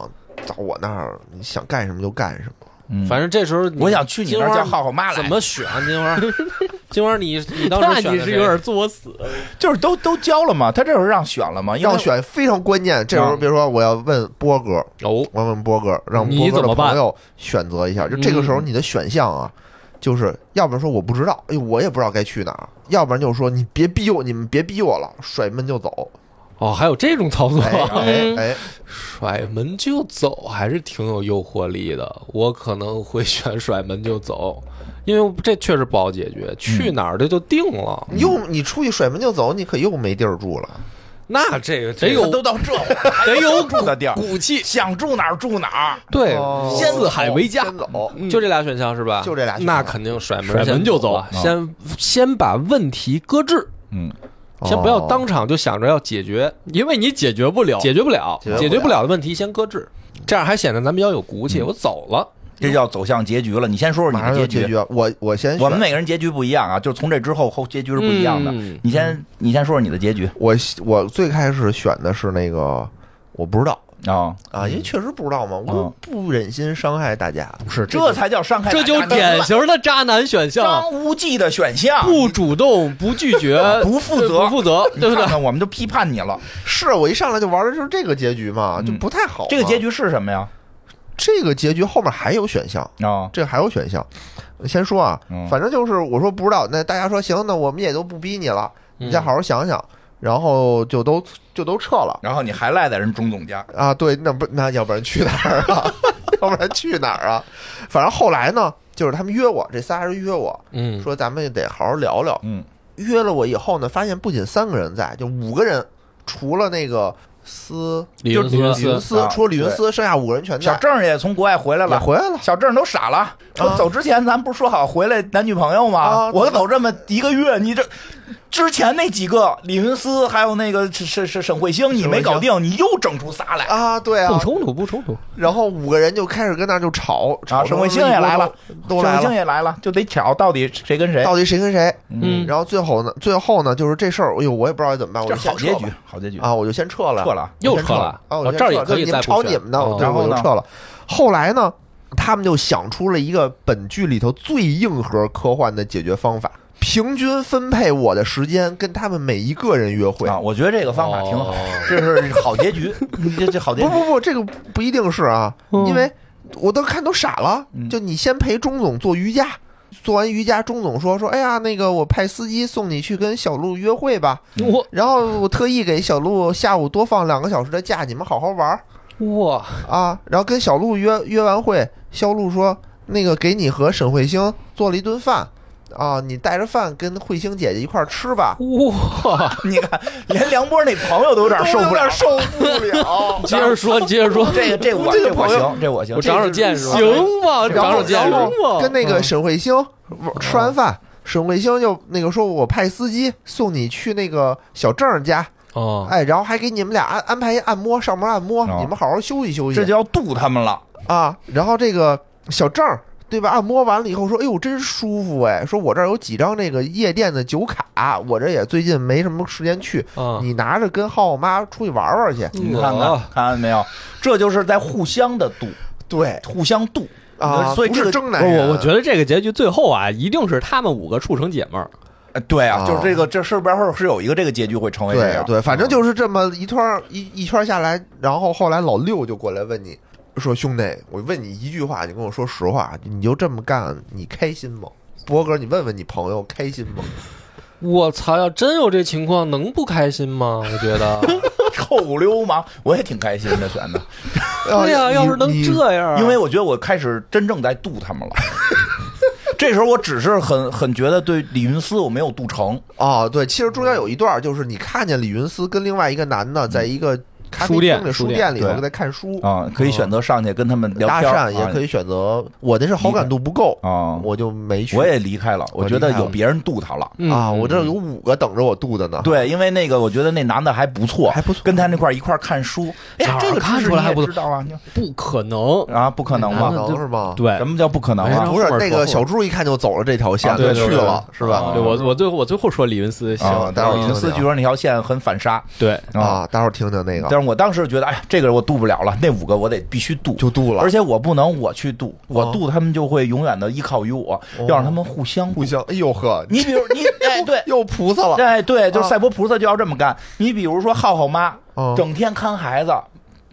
到我那儿，你想干什么就干什么。
嗯
反正这时候
我想去你那儿叫浩浩妈来
怎么选啊金花？ (laughs) 金花，你你当
(laughs) 那
时选
你
的
是
谁
有点作死，
就是都都交了嘛，他这会儿让选了嘛，因为
要选非常关键，这时候
嗯
别说我要问波哥，
哦，
我要问波哥，让波
你
哥
怎
的
么办
朋友选择一下。就这个时候，你的选项啊，就是要不然说我不知道，哎呦，我也不知道该去哪儿；要不然就是说你别逼我，你们别逼我了，甩门就走。
哦，还有这种操作，
(laughs)
哎哎哎，
甩门就走还是挺有诱惑力的。我可能会选甩门就走，因为这确实不好解决，去
嗯
哪儿这就定了。
你又你出去甩门就走，你可又没地儿住了。
那这个这
得有
个
都到这会儿还
得有
哎住的地儿，
骨气，
想住哪儿住哪儿。
对，
哦
先
四海为家。
先走，
就这俩选项是吧？
就这俩选项
那肯定甩门
甩门
先
就
走
走
啊，先先把问题搁置，
嗯，
先不要
哦
当场就想着要解决，
因为你解决不了，
解决不了，
解决不了
解决不了的问题先搁置，这样还显得咱比较有骨气。我走了，
这叫走向结局了。你先说说你
马上
的
就
结
解决。我我先
我们
选，
每个人结局不一样啊，就是从这之后后结局是不一样的。
嗯
你先你先说说你的结局
我我最开始选的是那个我不知道
啊，
啊，因为确实不知道嘛，我
嗯
不忍心伤害大家。
不是这才叫伤害大
这
家的
就
乱，
典型的渣男选项，
张无忌的选项，
不主动、不拒
(laughs)
绝、呃
不负责
不负责，
你
对不对
看？看我们就批判你了。
是啊我一上来就玩的就是这个结局嘛，
嗯
就不太好嘛。
这个结局是什么呀？
这个结局后面还有选项，
啊，
这个还有选项。先说啊
嗯，
反正就是我说不知道，那大家说行，那我们也都不逼你了，你再
嗯
好好想想，然后就都就都撤了
然后你还赖在人钟总家，
啊。对，那不那要不然去哪儿啊？ (laughs) 要不然去哪儿啊？反正后来呢，就是他们约我，这仨人约我
嗯，
说咱们得好好聊聊。
嗯，
约了我以后呢，发现不仅三个人在，就五个人，除了那个斯
李云
就是
李云
斯，
斯
啊，
除了李云斯，剩下五个人全在。
小郑也从国外回来
也
了。
回来了。
小郑都傻了，说
啊
走之前咱不是说好回来男女朋友吗？
啊
我走这么一个月，你这之前那几个李云思还有那个是是是沈慧星，你没搞定，你又整出仨来。
啊，对啊
不，冲突，不冲突。
然后五个人就开始跟那儿就吵，
啊，
吵
沈慧星也来了，
都
沈
来
慧星
了，
也来了，就得挑到底谁跟谁。
到底谁跟谁？
嗯
然后最后呢，最后呢，就是这事儿，哎呦，我也不知道该怎么办，我
这
就
好
先
结
撤
局
吧，
好结局，
啊，我就先撤了，
撤了。
我
又
先
撤
了
了，
啊，我
哦
先
这儿
撤
也
了
可以
就你们
再
吵
不
你
选
们的，
哦
对，
然
我
后
就
呢
撤了。后来呢，他们就想出了一个本剧里头最硬核科幻的解决方法，平均分配我的时间跟他们每一个人约会
啊，。我觉得这个方法挺好
哦，
这是好结局，这这好结
不
局。
不不，这个不一定是啊，因为我都看都傻了
嗯。
就你先陪钟总做瑜伽，做完瑜伽，钟总说说，哎呀，那个我派司机送你去跟小鹿约会吧。
我
然后我特意给小鹿下午多放两个小时的假，你们好好玩儿
哇，
啊。然后跟小鹿约约完会，小鹿说那个给你和沈慧星做了一顿饭啊，你带着饭跟慧星姐姐一块儿吃吧。
哇！。
你看，连梁波那朋友都有点受
都有
不
点
了。
受不了
接
(laughs)
着说，接着说，
这个这我
这
这
个
我
朋友
行，这我行
我。长长见识吧。
行吧，
哎然
长长
后
长
见
见
识
识
然后
吧。
跟那
嗯
个沈慧星吃完饭，沈慧星就那个说，我派司机送你去那个小郑家，
哦，
哎，然后还给你们俩安安排一按摩，上门按摩，
哦
你们好好休息休息。
这就要渡他们了。
啊，然后这个小郑儿对吧？按摩完了以后说：“哎呦，真舒服哎！”说我这儿有几张那个夜店的酒卡，我这也最近没什么时间去，
啊，
你拿着跟浩浩妈出去玩玩去。
你看看，
哦
看见没有？这就是在互相的渡，
(laughs) 对
互相渡
啊，
所以
不
这
是
个
争
不
男
是
人，
我，我觉得这个结局最后啊，一定是他们五个处成姐妹儿。
呃对啊，
啊
就是这个，这是不是是有一个这个结局会成为这
对
样？嗯
对，反
(laughs)
正就是这么一圈儿一一圈儿下来，然后后来老六就过来问你说：“兄弟，我问你一句话，你跟我说实话，你就这么干，你开心吗？”博哥，你问问你朋友开心吗？
我操！要真有这情况，能不开心吗？我觉
(laughs)
得，
臭流氓，我也挺开心的，
(laughs)
选的，
对呀、
啊
要是能
你
这样，
因为我觉得我开始真正在渡他们了。 (laughs) 这时候我只是很很觉得对李云思我没有渡
(laughs)
成，
哦，对，其实中间有一段就是你看见李云思跟另外一个男的
嗯
在一个咖啡
书店
厅里
书
书
店
店里头
对
在看书，
啊，可以选择上去跟他们聊
搭
天儿，
讪也可
以
以选择。我那是好感度不够，
啊。
我就没去。
我也离开了，我觉得
我离开
有
了
别人渡他了。
嗯
啊，我这有五个等着我度的呢。
对，因为那个我觉得那男的还不错，
还不错啊
跟他那块儿一块儿看书。哎呀，
早上
这个知识
看出来
你也
还不错
知道啊？
不可能
你，啊，不可能
可
吧？
嗯
能是吗？
对
什。么叫不可能
哎然
啊
后？
不是
后面
那
说后
个
面
小猪一看就走了这条线，
啊对
就去
对对
了是吧
对？我，我最后我最后说李云思行，
啊，
待会儿
李云思
听听
据说那条线很反杀
(laughs) 对，
啊。
啊，待会儿听听那个
但是我当时觉得，哎呀，这个我渡不了了，那五个我得必须渡，
就度了，
而
且
且我不能我去渡，我
哦
渡他们就会永远的依靠于我，要让他们互相
互
渡。
相，哎呦呵，
你比如你哎 (laughs) 对。
又菩萨了，
哎，对，就是
啊
赛博菩萨就要这么干。你比如说浩浩妈
哦，
整天看孩子，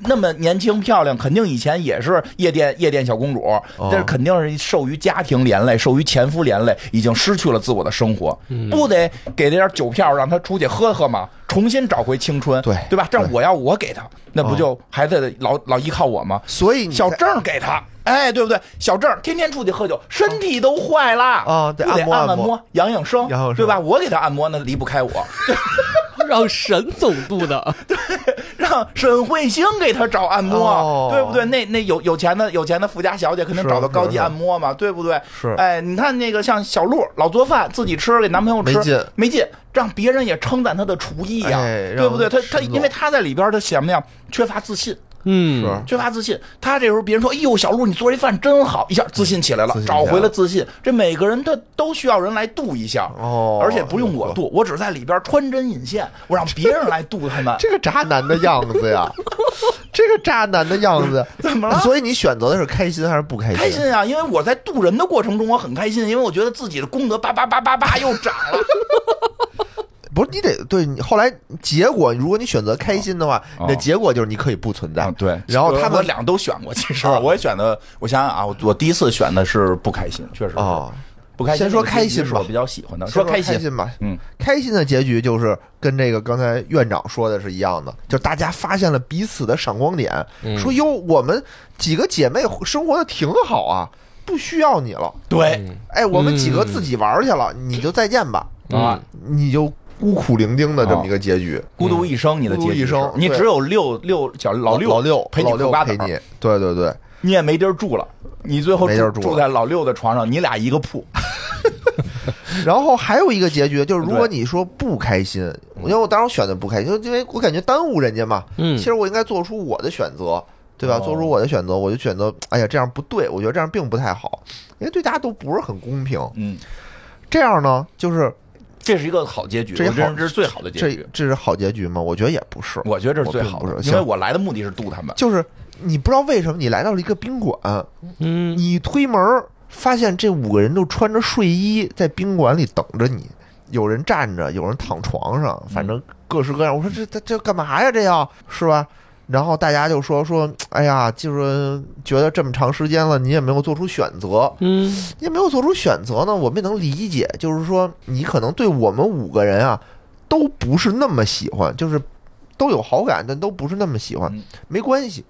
那么年轻漂亮，肯定以前也是夜店夜店小公主，
哦
但是肯定是受于家庭连累，受于前夫连累，已经失去了自我的生活，
嗯
不得给他点酒票，让他出去喝喝吗？重新找回青春，
对
对吧？这样
对哦
我要我给他，那不就还得老老依靠我吗？
所以你
小
才
郑给他，哎，对不对？小郑天天出去喝酒，身体都坏啦
啊
就
得
得
按摩
按
按摩
摩，养养生，
养养生
对吧？我给他按摩，那离不开我，
让沈总度的，
让沈慧星给他找按摩，
哦
对不对？那那有有钱的有钱的富家小姐肯定
是
找到高级
是
按摩嘛，对不对？
是
哎，你看那个像小鹿老做饭，自己吃给男朋友吃，
没劲
没劲，让别人也称赞他的厨艺呀、
哎让
对不对？他他
沈总
因为他在里边他什么呀？缺乏自信，
嗯，
是
缺乏自信。他这时候别人说：“哎呦，小鹿，你做这饭真好！”一下自信起来了
嗯自，信起来
找
了
回了自信。这每个人他都需要人来度一下，
哦
而且不用我度，我只是在里边穿针引线，我让别人来度他们。
(laughs) 这个渣男的样
(laughs)
子呀，这个渣男的样子，
怎么了
所以你选择的是开心还是不开心？
开心啊，因为我在度人的过程中，我很开心，因为我觉得自己的功德叭叭叭叭叭又涨了。
(laughs) 不是你得对你后来结果，如果你选择开心的话，
哦
你的结果就是你可以不存在。
啊 (laughs) 对，
然后他
我
们
俩都选过，其实
啊
我也选的，我想想啊，我我第一次选的是不开心，确实是
哦，
不开心。
先说开心吧
是我比较喜欢的，
先说
开
心，吧，
嗯，
开心的结局就是跟这个刚才院长说的是一样的，就大家发现了彼此的闪光点，说哟，我们几个姐妹生活的挺好啊，不需要你了，
对，
哎，我们几个自己玩儿去了，你就再见吧，
啊
你就孤苦伶仃的这么一个结局。
孤独一生，你的
孤独
结局
一生
是你
对
只有六六小老六
老六
陪你
老
嗑
六
瓜
陪
子儿
你，对对对，
你也没地儿住了，你最后
没地儿住了
住在老六的床上，你俩一个铺，
然后还有一个结局，就是如果你说不开心，因为我当时选的不开心，因为我感觉耽误人家嘛。
嗯
其实我应该做出我的选择，对吧？
哦
做出我的选择，我就选择，哎呀，这样不对，我觉得这样并不太好，因为对大家都不是很公平。
嗯，
这样呢，就是
这是一个好结局，
这一
我认
好
为这是最好的结
这
局。
这是好结局吗？我觉得也不是，
我觉得这是最好
我并
的，
不是
因为
行
我来的目的是渡他们。
就是你不知道为什么你来到了一个宾馆，
嗯，
你推门儿发现这五个人都穿着睡衣在宾馆里等着你，有人站着，有人躺床上，反正各式各样。我说这这这干嘛呀？这要是吧？然后大家就说说，哎呀，就是觉得这么长时间了，你也没有做出选择，
嗯，
你也没有做出选择呢，我们也能理解。就是说，你可能对我们五个人啊，都不是那么喜欢，就是都有好感，但都不是那么喜欢
嗯。
没关系，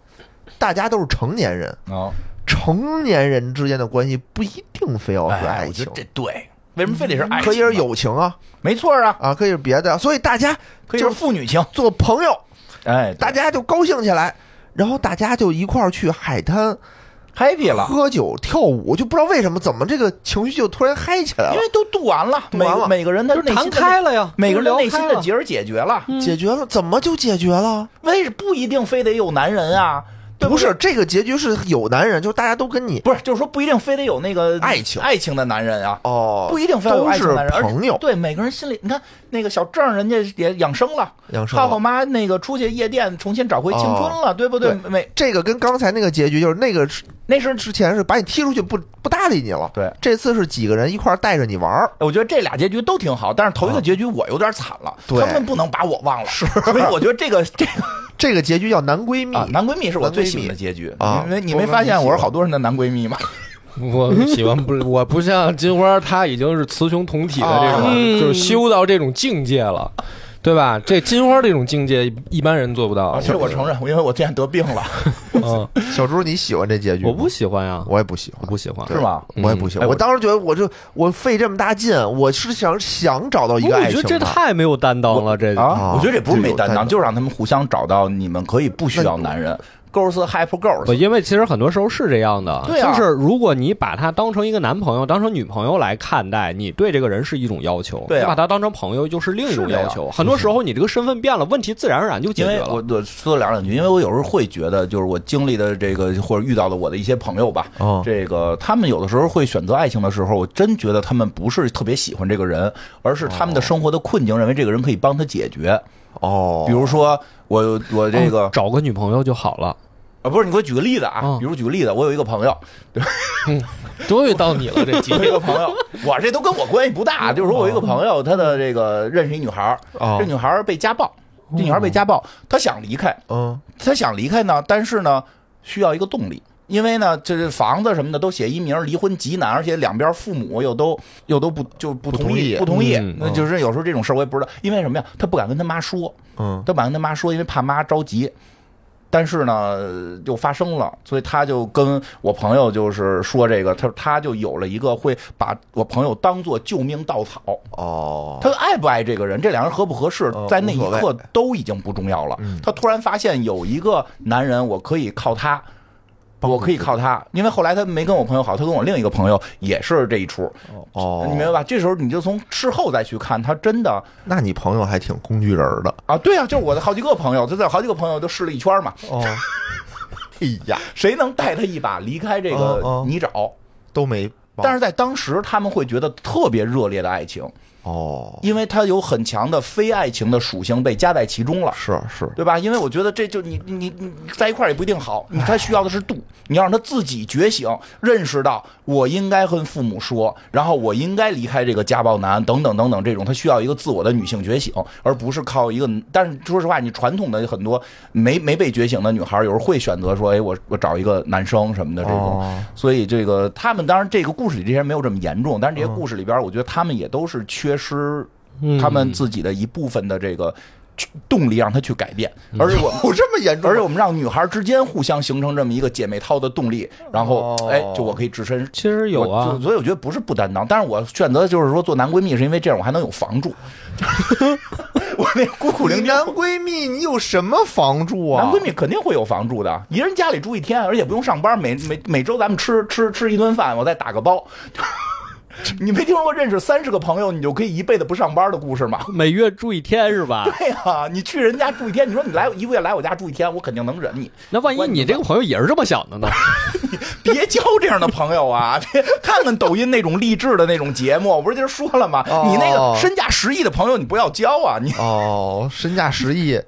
大家都是成年人，
哦，
成年人之间的关系不一定非要哦是
哎，
爱
我觉
情嗯
得，这对，为什么非得是爱情呢？
可以是友情啊
没错啊，
啊，可以是别的啊，所以大家
可以是
就是
父女情。
做朋友，
哎，
大家就高兴起来，然后大家就一块儿去海滩
happy 了，
喝酒跳舞，就不知道为什么怎么这个情绪就突然嗨起来
因
了，
为都渡完了，
渡
每
完了
每个人他
就是
内
谈
心的
开了呀，
每个人
都
内
聊
心
开
的
了，
结儿解决了，
解决了，怎么就解决了？
为什么不一定非得有男人啊？对
不
对
是这个结局是有男人，就是大家都跟你
不是，就是说不一定非得有那个
爱情
爱情的男人啊，
哦，
不一定非要有爱情的男人，
都
而
是
且
朋友
对每个人心里，你看那个小郑，人家也养生了，
养生了哦
浩浩妈那个出去夜店，重新找回青春了，对不对？
对
每
这个跟刚才那个结局就是那个是
那是
之前是把你踢出去不不搭理你了，
对
这次是几个人一块儿带着你玩儿。
我觉得这俩结局都挺好，但是头一个结局我有点惨了，
对
他们不能把我忘了，是，所以我觉得这个这
(laughs)
个
这个结局叫男闺蜜
啊，男闺蜜是我
男闺蜜
最喜欢的结结局
啊
因为你没发现我是好多人的男闺蜜吗？
我喜欢不，我不像金花，她已经是雌雄同体的这种，
嗯
就是修到这种境界了，对吧？这金花这种境界，一般人做不
啊
到。
哦其实我承认，因为我之前得病了，
嗯，
(laughs) 小猪，你喜欢这结局吗？
我不喜欢呀，
我也不喜
我
欢，
不喜欢。
是吗？
嗯
我也不喜欢。
哎
我
我
当时觉得，我就我费这么大劲，我是想想找到一个
我
爱
觉
情
得
的。
这太没有担当了，这
啊，我觉得这不是没担
这有
当，就是让他们互相找到，你们可以不需要男人，girls help
不，
girls，
因为其实很多时候是这样的，
对啊
就是如果你把他当成一个男朋友、当成女朋友来看待，你对这个人是一种要求；
对啊
你把他当成朋友又是另一种
是这样
要求。很多时候你这个身份变了，问题自然而然就解
因
决
为
了。哦
我我说两两句，因为我有时候会觉得，就是我经历的这个或者遇到的我的一些朋友吧，
哦
这个他们有的时候会选择爱情的时候，我真觉得他们不是特别喜欢这个人，而是他们的生活的困境，认为这个人可以帮他解决。
哦，
比如说我我这个
哦找个女朋友就
(laughs)
好了，
啊，不是你给我举个例子啊
嗯，
比如举个例子，我有一个朋友，
终于到你了，这集
我有一个朋友，我这都跟我关系不大，就是说我有一个朋友，他的这个认识一女孩儿，
哦
这女孩儿被家暴，这女孩儿被家暴，她想离开，
嗯
她想离开呢，但是呢，需要一个动力。因为呢，这是房子什么的都写一名，离婚极难，而且两边父母又都又都不就不同意，
不
不
同
同
意
意。
嗯
那就是有时候这种事儿我也不知道，因为什么呀？她不敢跟她妈说，
嗯，
他晚上跟他妈说，因为怕妈着急。但是呢，又发生了，所以他就跟我朋友就是说这个，他他就有了一个会把我朋友当做救命稻草。
哦，
他爱不爱这个人，这两个人合不合适
嗯，
在那一
无所
刻
谓
都已经不重要了。他突然发现有一个男人，我可以靠他，我可以靠他，因为后来他没跟我朋友好，他跟我另一个朋友也是这一出，
哦，
你明白吧？这时候你就从事后再去看，他真的
那你朋友还挺工具人儿的
啊，对啊，就是我的好几个朋友，就在好几个朋友都试了一圈嘛，
哦。 (laughs) 哎呀，
谁能带他一把离开这
嗯
个
嗯
泥沼？
都没帮，
但是在当时，他们会觉得特别热烈的爱情，
哦，
因为它有很强的非爱情的属性被加在其中了，
是啊是，
对吧？因为我觉得这就你你你你在一块儿也不一定好，你他需要的是度，你要让他自己觉醒，认识到我应该跟父母说，然后我应该离开这个家暴男等等等等这种，他需要一个自我的女性觉醒，而不是靠一个。但是说实话，你传统的很多没没被觉醒的女孩儿，有时候会选择说，哎，我我找一个男生什么的这种。
哦
所以这个他们当然这个故事里这些人没有这么严重，但是这
嗯
些故事里边，我觉得他们也都是缺失他们自己的一部分的这个去动力，让他去改变。而且我，
嗯 (laughs) 有这么严重
而且
吗？
我们让女孩之间互相形成这么一个姐妹掏的动力，然后
哦
哎，就我可以置身。
其实有
我
啊
就，所以我觉得不是不担当，但是我选择就是说做男闺蜜，是因为这样我还能有防
(laughs)
住。 (laughs) 我那孤苦
你
伶
男
仃，
闺蜜，你有什么防住啊？
男闺蜜肯定会有房住的，一人家里住一天，而且不用上班，每每每周咱们吃吃吃一顿饭，我再打个包。 (laughs) 你没听说过认识三十个朋友，你就可以一辈子不上班的故事吗？ (laughs)
每月住一天是吧？
对呀、你去人家住一天，你说你来一个月来我家住一天，我肯定能忍你。
那万一你这个朋友也是这么想的呢？
别交这样的朋友啊！ (laughs) 别看看抖音那种励志的那种节目，我不是今儿说了吗？
哦
你那个身价十亿的朋友，你不要交啊！你
哦，身价十亿，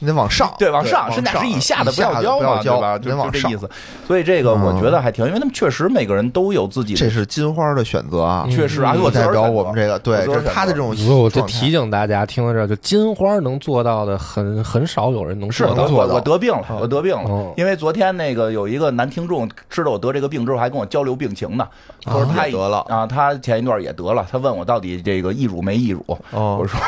你得往上，
(laughs) 对，往上，
往
身价十以下的
的
不要交
不
嘛，
要
对吧？
交，你
就
得
就
往
这
上嗯
意。思。所以这个我觉得还挺，因为他们确实每个人都有自己
这
的，
是金花的选择啊，
确实啊，
不
我
代表我们这
个
个，对，
我昨
这
儿
是他的这种
我说，我就
状态
提醒大家，听到这儿就金花能做到的很，很少有人能
是
做
我
到。
我我得病了，我得病
哦
了，因为昨天那个有一个男听众知道我得这个病之后，还跟我交流病情呢，他说他
也得了
啊，他前一段也得了，他问我到底这个易乳没易乳，
哦
我，说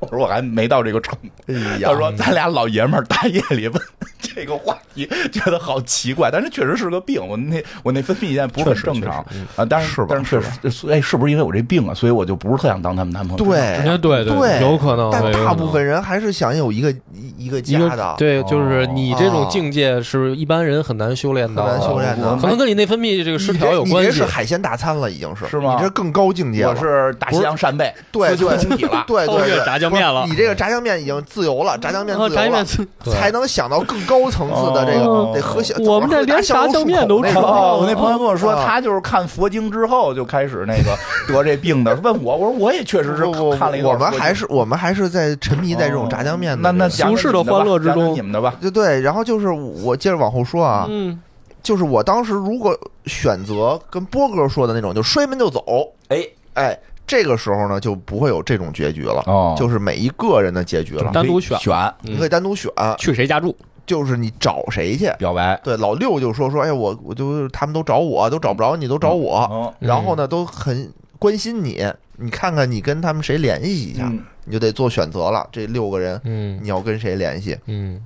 我说我还没到这个程度。
哎呀
他，说：“咱俩老爷们儿大夜里问 (laughs) 这个话题，觉得好奇怪，但是确实是个病。我那我那分泌现在不是很正常啊，但是
是吧
但是确实，所以哎，是不是因为我这病啊？所以我就不是特想当他们男朋友。
对。
哎 (laughs) 对
对
有可能。
但
对
大部分人还是想有一个一一个
嗯一
家
个
啊
的，
对，就是你这种
哦
境界是一般人很难修炼到
很
的，
难修炼
哦
的
嗯可能跟你内分泌这个失
你
调
这
有
你
关
这
系
是。海鲜大餐了，已经是
是吗
你这更高境界了，
我是大西洋扇贝，
对
雌
对
雄同体了。
对对
超越
对
炸酱面
不是
了
你这个炸酱面已经自由了，炸酱面
啊
自
炸
由
酱面
了
自，
才能想到更高层次的这
哦
个得喝小。
我们这连炸酱面都
那
吃不
种
到
哦，我那朋友跟我说，
啊
他就是看佛经之后就开始那个 (laughs) 得这病的。问我，我说我也确实是
不不不
看了一段
我们
佛经哦
还是我们还是在沉迷在这种炸酱面
那
的
那
这
讲讲
俗世的
你吧
欢乐之
讲讲
中
你们的吧
个。对对，然后就是我接着往后说啊，
嗯，
就是我当时如果选择跟波哥说的那种，就摔门就走，
哎，
哎，这个时候呢就不会有这种结局了，
哦
就是每一个人的结局了，
单独选
选
你可以单独选，
去谁家住？
就是你找谁去？
表白，
对，老六就说说，哎，我我就他们都找我，都找不着你，都找我，
嗯
然后呢，都很关心你，你看看你跟他们谁联系一下，
嗯
你就得做选择了。这六个人，
嗯
你要跟谁联系？
嗯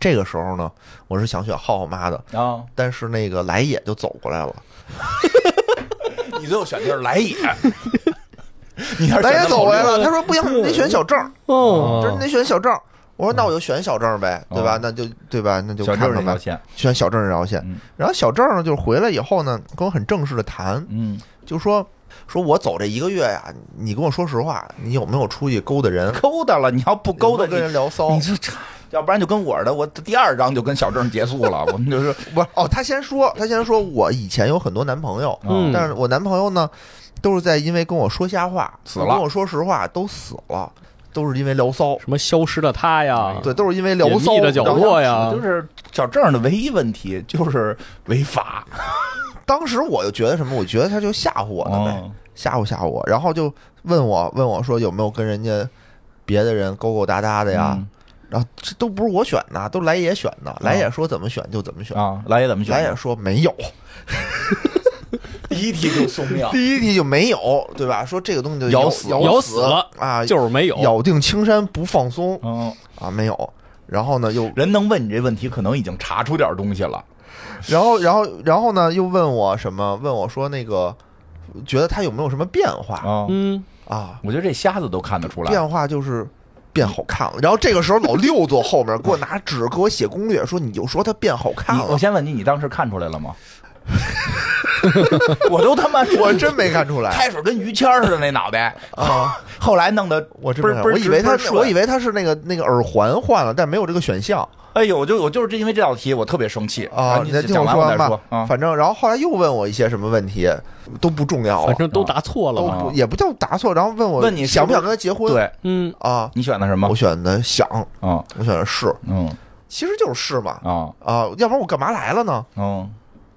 这个时候呢，我是想选浩浩妈的，
啊，
但是那个来也就走过来了，
你最后选的是来也， (laughs) 你要是
来
选择
也走过来
老
了，他说不行，你得选小郑儿，
哦，
就是你得选小郑儿。我说那我就选小郑儿呗，
嗯
对吧？那就对吧？那
六
就
小郑
看
儿这
看吧
条，线，
选小郑这条线。
嗯
然后小郑呢，就是回来以后呢，跟我很正式的谈，
嗯，
就说说我走这一个月呀、你跟我说实话，你有没有出去勾搭人？
勾搭了，你要不 (laughs) 勾搭
有没有跟人聊骚
你，你就差，要不然就跟我似的，我第二章就跟小郑结束了，我们就是
(laughs) 不是哦，他先说，他先说我以前有很多男朋友，
嗯
但是我男朋友呢，都是在因为跟我说瞎话，
死了
跟我说实话都死了，都是因为聊骚，
什么消失的他
啊
呀，
对，都是因为聊
隐
骚
秘的角
然后
落呀
就，是小郑的唯一问题就是违法，
当时我就觉得什么，我觉得他就吓唬我呢呗，
哦
吓唬吓唬我，然后就问我问我说有没有跟人家别的人勾勾搭搭的呀？
嗯
然后这都不是我选的，都来也选的，来也说怎么选就怎么选，
啊，来也怎么选？
来也说没有，
第一题就送
(laughs)
命，
第一题就没有，对吧？说这个东西就
啊咬
咬
死
咬
咬
死了
啊，
就是没有，
咬定青山不放松
嗯，
啊，没有。然后呢，又
人能问你这问题，可能已经查出点东西了。
然后然后然后呢，又问我什么？问我说那个，觉得他有没有什么变化
啊，
嗯，
啊？
我觉得这瞎子都看得出来。
变化就是变好看了。然后这个时候老六坐后面，给我拿纸给我写攻略，说你就说他变好看
你
了
我。先问你，你当时看出来了吗？ (laughs) 我都他妈
我真没看出来
(laughs) 开始跟于谦儿似的那脑袋，
啊！
后来弄得
我真
不
没
是
看
不是，
我以为他
是，
我以为他是那个那个耳环换了，但没有这个选项。
哎呦，我就我就是这因为这道题我特别生气
啊，
哎你
再听
讲
我
完我
完
再
吧
说。啊。
反正，然后后来又问我一些什么问题，都不重要
反
了，
正都答错了
都
嘛，
不也不叫答错。然后问我
问你是
想
不
不
是
想跟他结婚？
对
嗯，
啊，
你选的什么
我？选的想，
嗯
我选的是，
嗯
其实就是是嘛
嗯
啊，要不然我干嘛来了呢？
嗯，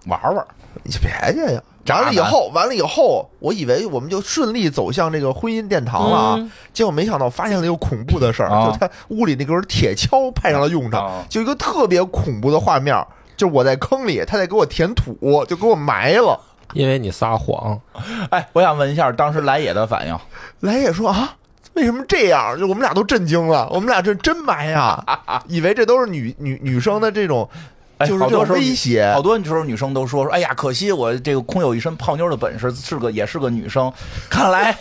玩玩。
你别介呀。
渣
完
男
了以后，完了以后，我以为我们就顺利走向这个婚姻殿堂了啊
嗯，
结果没想到发现了一个恐怖的事儿，
啊
就他屋里那根铁锹派上了用场，
啊
就一个特别恐怖的画面，就是我在坑里，他在给我填土，就给我埋了。
因为你撒谎，
哎，我想问一下，当时来也的反应，
来也说啊，为什么这样？就我们俩都震惊了，我们俩这真埋呀、以为这都是女女女生的这种，
哎
就是
好
这
多
种
时候
威
你
胁。
好多时候女生都说说，哎呀，可惜我这个空有一身泡妞的本事，是个也是个女生，看
(laughs)
来。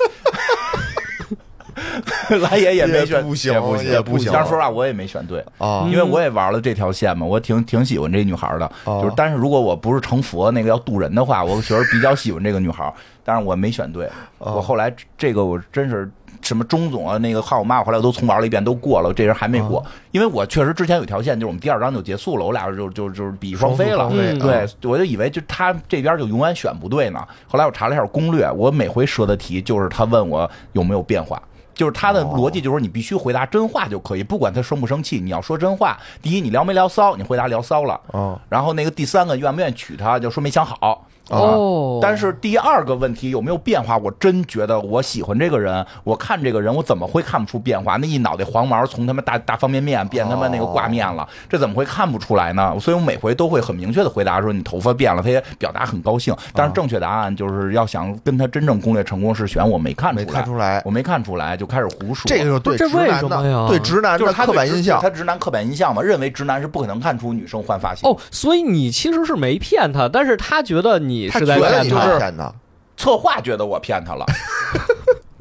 来也也没选，
也不行
也不
也不
不
行
但是说实话，我也没选对
啊
因为我也玩了这条线嘛，我挺挺喜欢这女孩的。
哦
就是，但是如果我不是成佛那个要渡人的话，我觉得比较喜欢这个女孩，但是我没选对。
哦
我后来这个我真是什么钟总啊，那个浩我妈，我后来我都重玩了一遍，都过了，这人还没
哦
过，因为我确实之前有条线，就是我们第二章就结束了，我俩就就就是比翼双飞了
双。飞
嗯
啊
对，我就以为就他这边就永远选不对呢。后来我查了一下攻略，我每回设的题就是他问我有没有变化。就是他的逻辑，就是你必须回答真话就可以，不管他生不生气，你要说真话。第一，你聊没聊骚，你回答聊骚了。
哦
然后那个第三个愿不愿意娶她，就说没想好。啊
哦
但是第二个问题有没有变化？我真觉得我喜欢这个人，我看这个人，我怎么会看不出变化？那一脑袋黄毛从他妈大大方便面变他妈那个挂面
哦
了，这怎么会看不出来呢？所以我每回都会很明确的回答说你头发变了，他也表达很高兴。
哦
但是正确答案就是要想跟他真正攻略成功，是选我没看出
没
来，
看出来，
我没看出来就开始胡说。
这个时候对
这
直男
为什么
的
呀
对直男
就是
的
他
刻
对
板
直
印象
他，直男刻板印象嘛，认为直男是不可能看出女生换发型。
哦，所以你其实是没骗他，但是他觉得你
他
是
觉
在
得
骗
你
他，
是骗他。
策划觉得我骗他了， (laughs)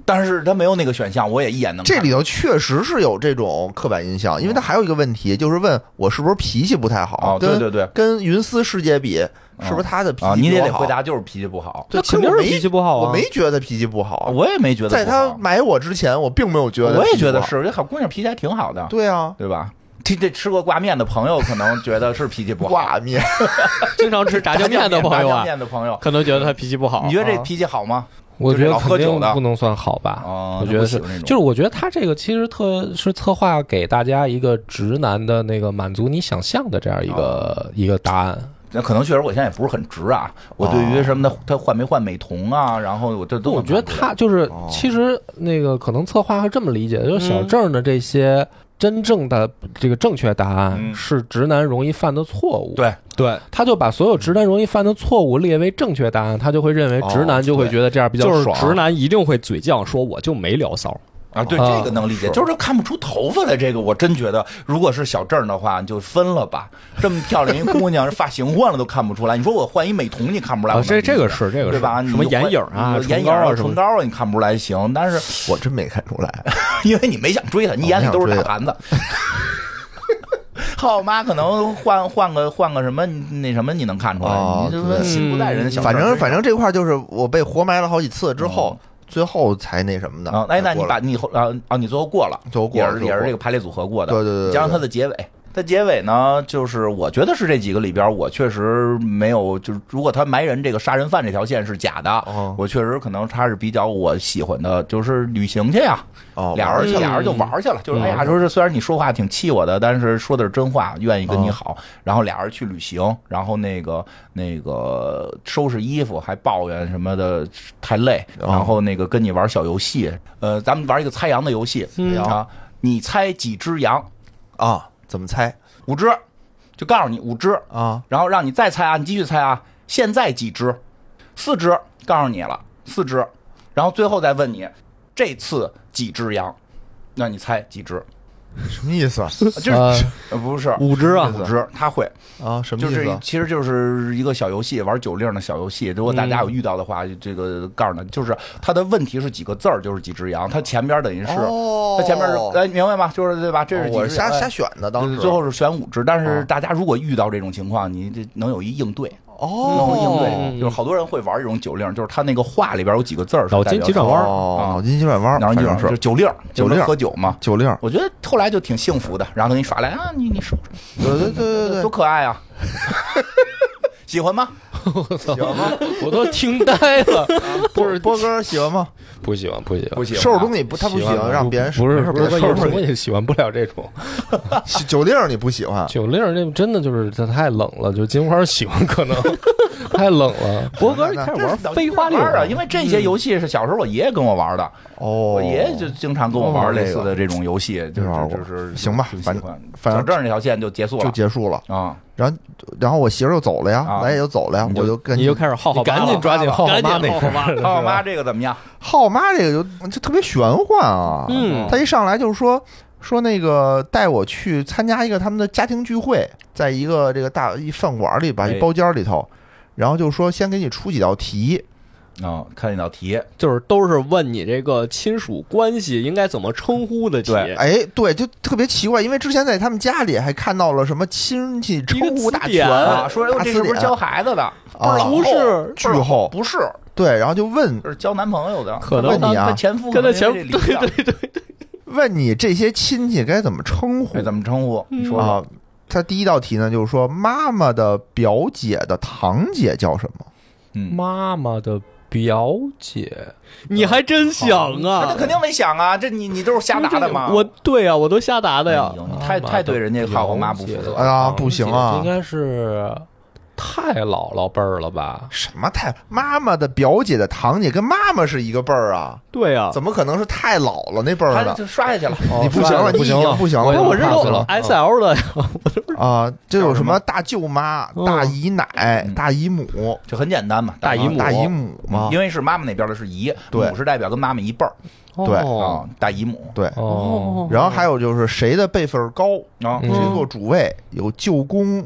但是他没有那个选项，我也一眼能看
这里头确实是有这种刻板印象，因为他还有一个问题，就是问我是不是脾气不太好
哦，，
跟
对对对，
跟云思师姐比，是不是他的脾气
啊，你也
比
得
我好
回，答，就是脾气不好，
对
那肯定是脾气不好啊
我没觉得脾气不好，
我也没觉得不好，啊
在他买我之前，我并没有觉得，
我也觉得，是，这好姑娘脾气还挺好的，
对啊，
对吧？这这吃过挂面的朋友可能觉得是脾气不好，
挂
(laughs)
(laughs) 面，
(laughs) 经常吃炸酱面的朋
炸
友
酱
啊，
面的朋友，
可能觉得他脾气不好
啊
啊
你。觉得这脾气好吗？
我觉
就这
得
老
肯
喝酒
定
的
不能算好吧。啊
哦
我觉得是
那不喜欢那，种
就是我觉得他这个其实特是策划给大家一个直男的那个满足你想象的这样一个一个答案。
那可能确实我现在也不是很直啊，我对于什么他他换没换美瞳啊，然后我这都
我哦嗯觉得他就是，其实那个可能策划会这么理解，就是小郑的这些真正的这个正确答案
嗯
是直男容易犯的错误。
对，
对，
他就把所有直男容易犯的错误列为正确答案，他就会认为直男就会觉得这样比较
就是
爽。
直男一定会嘴犟说我就没聊骚，
啊，对，
啊
这个能理解，就是看不出头发来，这个我真觉得，如果是小郑的话，你就分了吧。这么漂亮一姑娘， (laughs) 发型换了都看不出来。你说我换一美瞳，你看不出来？
啊
我能
这
理解
这个是这个是
对吧？
什
你
么
换
眼影啊
眼
唇
影
膏啊
啊、
什么
唇膏啊，你看不出来行。但是
我真没看出来。
因为你没想追她，你眼里都是
我没想追
大盘
她
子。 (laughs) 浩妈可能换换个换个什么那什么，你能看出来？
哦
你就说
对
心不在人，小郑
反正反正这块儿就是我被活埋了好几次之后，最后才那什么的。
嗯啊，哎，那你
过了
把你后啊啊，你最后过了，
最后过了
也是
最后
也
过
是
了
这个排列组合过的，
对对对对对
加上它的结尾。它结尾呢，就是我觉得是这几个里边，我确实没有，就是如果他埋人这个杀人犯这条线是假的，
哦
我确实可能他是比较我喜欢的，就是旅行去呀，
哦，
俩人去，
嗯
俩人就玩去了，就是哎呀，说是虽然你说话挺气我的，但是说的是真话，愿意跟你好。然后俩人去旅行，然后那个那个收拾衣服，还抱怨什么的太累，
哦
然后那个跟你玩小游戏，呃，咱们玩一个猜羊的游戏啊，你猜几只羊？
啊，怎么猜
五只，就告诉你五只，
啊？
然后让你再猜啊，你继续猜啊，现在几只？四只，告诉你了，四只，然后最后再问你，这次几只羊？那你猜几只？
什么意思啊？
就是、
呃
呃不是
(laughs) 五
(laughs)
只啊，
五只，他会，
啊，什么
就
意
是
思啊？
其实就是一个小游戏，玩酒令的小游戏。如果大家有遇到的话，这个告诉他，就是他的问题是几个字儿，就是几只羊，他前边等于是，
哦
他前边是，哎，明白吗？就是对吧？这是
哦
几
我
只
是
羊
瞎
哎
瞎选的，当时
最后是选五只，但是
哦
大家如果遇到这种情况，你这能有一应对，能有一应
哦，
对，就是好多人会玩这种酒令，就是他那个话里边有几个字儿是
脑
代
筋
表
急转弯儿，
啊
哦，脑筋急转弯儿，
然后
反
就
正
是就是酒令儿，
酒令儿
就是喝酒嘛。(laughs)
九令儿。
我觉得后来就挺幸福的，然后他给你耍赖啊，你你收
对对对对
多可爱啊！喜欢吗？
我都听呆了，不
对，
是
波哥喜欢吗？
(laughs) 不喜欢，不喜欢， (laughs)
喜
收拾东西不，他不喜欢让别人
不是不
别
是不
人收
是，有
拾
时候
东
我
西。
也喜欢不了这种。
九令儿你不喜欢，
九令儿那真的就是它太冷了，就金花喜欢可能太冷了。
博哥开始玩飞花令
玩啊，
了，
因为这些游戏是小时候我爷爷跟我玩的，
哦，
我爷爷就经常跟我玩类似的这种游戏，就是
玩过
就是
行吧
挺喜
反
欢
反
小
正
郑这条线就结束
就
了
结束了。
啊，
然后然后我媳妇儿就走了呀，
啊
咱也就走了呀，我就跟
你就开始浩浩
你
八
赶
了
紧抓紧浩浩妈那块儿，
浩哦妈这个怎么样？
浩妈这个就就特别玄幻啊，
嗯
他一上来就是说说那个带我去参加一个他们的家庭聚会，在一个这个大一饭馆里吧，
哎
一包间里头，然后就说先给你出几道题，
啊，看一道题，
就是都是问你这个亲属关系应该怎么称呼的题，
对
哎，对，就特别奇怪，因为之前在他们家里还看到了什么亲戚称呼大全
啊，说哎呦
大
这
词
是不
典
是，教孩子的？
啊
倍儿老
不是
巨厚，
不是，
对，然后就问
这是交男朋友的。
可能
他当
问你啊
他前夫
跟他
可能
前
因为哎这
对
理想
对对，
问你这些亲戚该怎么称呼
哎，怎么称呼？你说吧
啊？他第一道题呢，就是说妈妈的表姐的堂姐叫什么？
嗯，
妈妈的表姐，
你还真想
那
啊
他，肯定没想啊，这你你都是瞎答的嘛。
我对啊，我都瞎答的呀啊
哎，呦你太太对人家浩浩妈不负责了。
哎呀，不行啊
应！该是太姥姥辈儿了吧？
什么太妈妈的表姐的堂姐跟妈妈是一个辈儿啊？
对啊，
怎么可能是太老了那辈儿
他
呢？
就刷下去了。
哦
你不行了，你已经不行
我
了。
那我这
怕死
嗯
有
了
S L 的呀，
啊，这有什么大舅妈、
嗯
大姨奶、大姨母、
就很简单嘛，
大姨母啊嗯
大姨母吗
因？为是妈妈那边的是姨，
对
母是代表跟妈妈一辈儿
对
哦
啊，大姨母
对。
哦，
然后还有就是谁的辈分高，
啊
嗯
谁做主位，有舅公，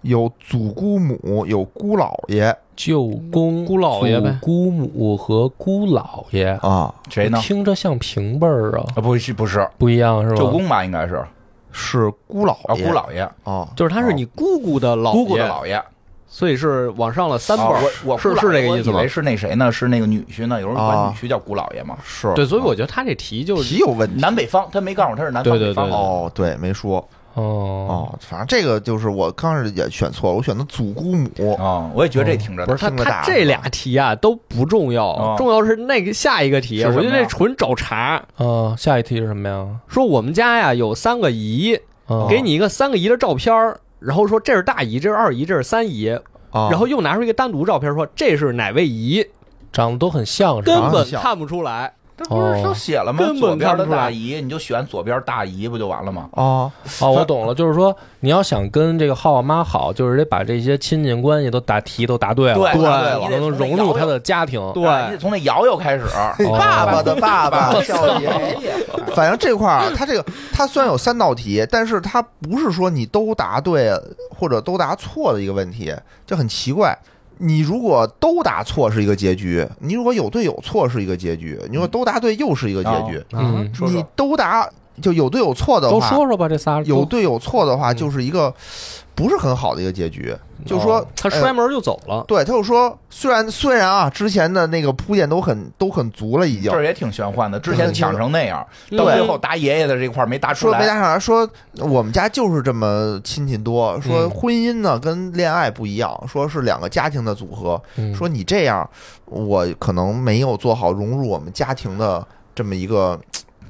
有祖姑母，有姑姥爷
舅公、嗯姑
姥爷呗
祖姑母和姑姥爷，
啊，
谁呢？
听着像平辈儿啊，
啊，不是不是
不一样是吧？
舅公吧，应该是啊，
是姑姥
姑
爷。
姥爷，
啊，
就是他是你姑姑的姥爷，
姑姑的姥爷。
所以是往上了三辈
啊
儿、
我我
是
姑姥
是这个意思
我
吗
以为？是那谁呢？是那个女婿呢？有人管
啊
女婿叫姑姥爷嘛？
是
对，所以我觉得他这题就
题
是
有问题。
南北方，他没告诉我他是南方
对对
北方
对。
哦，对，没说
哦，
哦，反正这个就是我刚开始也选错了，我选的祖姑母。
啊，我也觉得这听着
哦不是他
听着大
他这俩题啊都不重要，
哦
重要是那个下一个题，啊
是什么
我
呀
觉得这纯找茬。
啊，下一题是什么呀？
说我们家呀有三个姨，
啊
给你一个三个姨的照片儿。然后说这是大姨，这是二姨，这是三姨，
啊，
然后又拿出一个单独照片说这是哪位姨，
长得都很像是吧？
根本
像
看不出来。
这不是都写了吗？
哦根本
左边
看
的
不出来
大姨，你就选左边大姨不就完了吗？
哦，
哦，我懂了，就是说你要想跟这个浩妈好，就是得把这些亲近关系都答题都答对了，
对
然后
对
能融入他的家庭。嗯
哎你得从那瑶瑶开始，
爸爸的爸爸，少爷
爷，
反正这块儿啊，它这个它虽然有三道题，但是它不是说你都答对或者都答错的一个问题，就很奇怪。你如果都答错是一个结局，你如果有对有错是一个结局，你如果都答对又是一个结局。
嗯，
说
你
说
都答就有对有错的
都
话，
说说吧，这仨都
有对有错的话，
嗯
就是一个不是很好的一个结局。就说、
哦他
哎
摔门就走了，
对，他就说虽然虽然啊，之前的那个铺垫都很都很足了，已经
这儿也挺玄幻的。之前抢成那样，
嗯
到最后答爷爷的这块儿没答出
说没
来，
搭上来，说我们家就是这么亲戚多。说
嗯
婚姻呢跟恋爱不一样，说是两个家庭的组合。
嗯
说你这样，我可能没有做好融入我们家庭的这么一个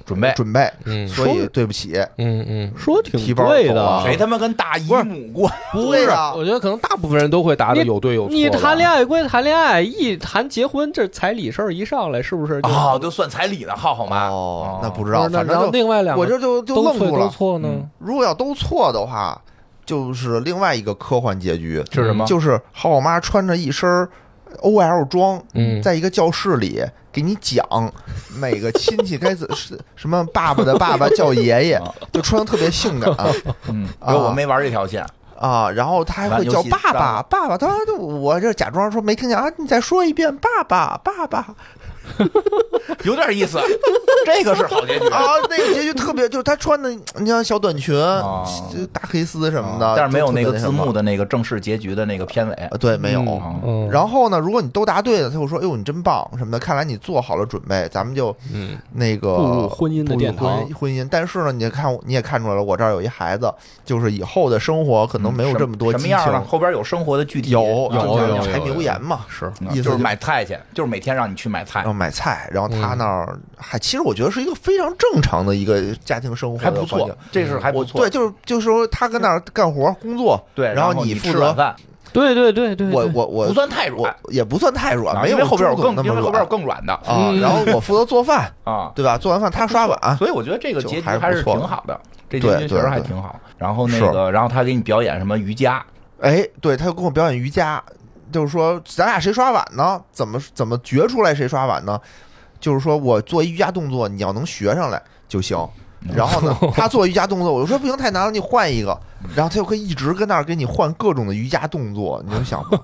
准备
准备，
嗯
所以对不起。
嗯嗯，
说
提
挺
包
对
走啊
的，
谁他妈跟大姨母过？
不
对
是啊
呀，
我觉得可能大部分人都会答的
你
有对有错。
你谈恋，爱归谈恋爱，一谈结婚这彩礼事儿一上来，是不是就？
啊，就算彩礼呢，浩浩妈。
哦，那不
不
知
是
道，
那
反
然后
正就
另外两
我
个
这就就
都
愣
错
住
都
了。
错呢
嗯，
如果要都错的话，就是另外一个科幻结局，
是什么？
就是好我妈穿着一身儿 OL 装，
嗯
在一个教室里给你讲 (laughs) 每个亲戚该怎是什么爸爸的爸爸叫爷爷
(laughs) 啊，
就穿的特别性感
(laughs) 嗯，
啊
我没玩这条线，
啊，然后他还会叫爸爸爸爸，当然就我这假装说没听见啊，你再说一遍爸爸爸爸
(laughs) 有点意思。这个是好结局
啊，那个结局特别就是他穿的你像小短裙
啊、
大黑丝什么的，
但是没有那
就
个
特别
字
什么
幕的那个正式结局的那个片尾。
啊，对，没有。
嗯，
然后呢，如果你都答对了，他就说：“哎呦，你真棒什么的，看来你做好了准备，咱们就
嗯
那个
步入婚姻的
步入
殿
婚
堂
姻婚姻。但是呢，你也看你也看出来了，我这儿有一孩子，就是以后的生活可能没有这么多
什
激
么
情。
样啊了？后边有生活的具体
有
啊
有有有
柴米油盐嘛，
是
意
就
思
是
就嗯
买菜去，就是每天让你去买菜
然，后买菜，然后
嗯
他那儿还其实我觉得是一个非常正常的一个家庭生活的
还
环
不
境，
错，这是还不
我
错。
对，就是就是说他跟那儿干活工作，
对，
然
然
你负
吃软
责，
饭，
对对对对，
我
对
我我
不算太
我
软，啊
也不算太软，没
因
有
为后边有
朱总
更，
那
因
么
为后边有
软
更软的
啊。
嗯
然后我负责做饭，
啊。
对吧？做完饭他刷碗，
所以我觉得这个
就
结局
还是
还
不
是
错
挺
的
好的，这
对
结局确
对
实还
对
挺好。然后
是
那个，然后他给你表演什么瑜伽，
哎，对，他就跟我表演瑜伽，就是说咱俩谁刷碗呢？怎么怎么觉出来谁刷碗呢？就是说我做一瑜伽动作，你要能学上来就行。
嗯
然后
(laughs)
呢，他做瑜伽动作，我就说不行，太难了，你换一个。然后他就可以一直跟那儿给你换各种的瑜伽动作，你
(laughs)
就想吧，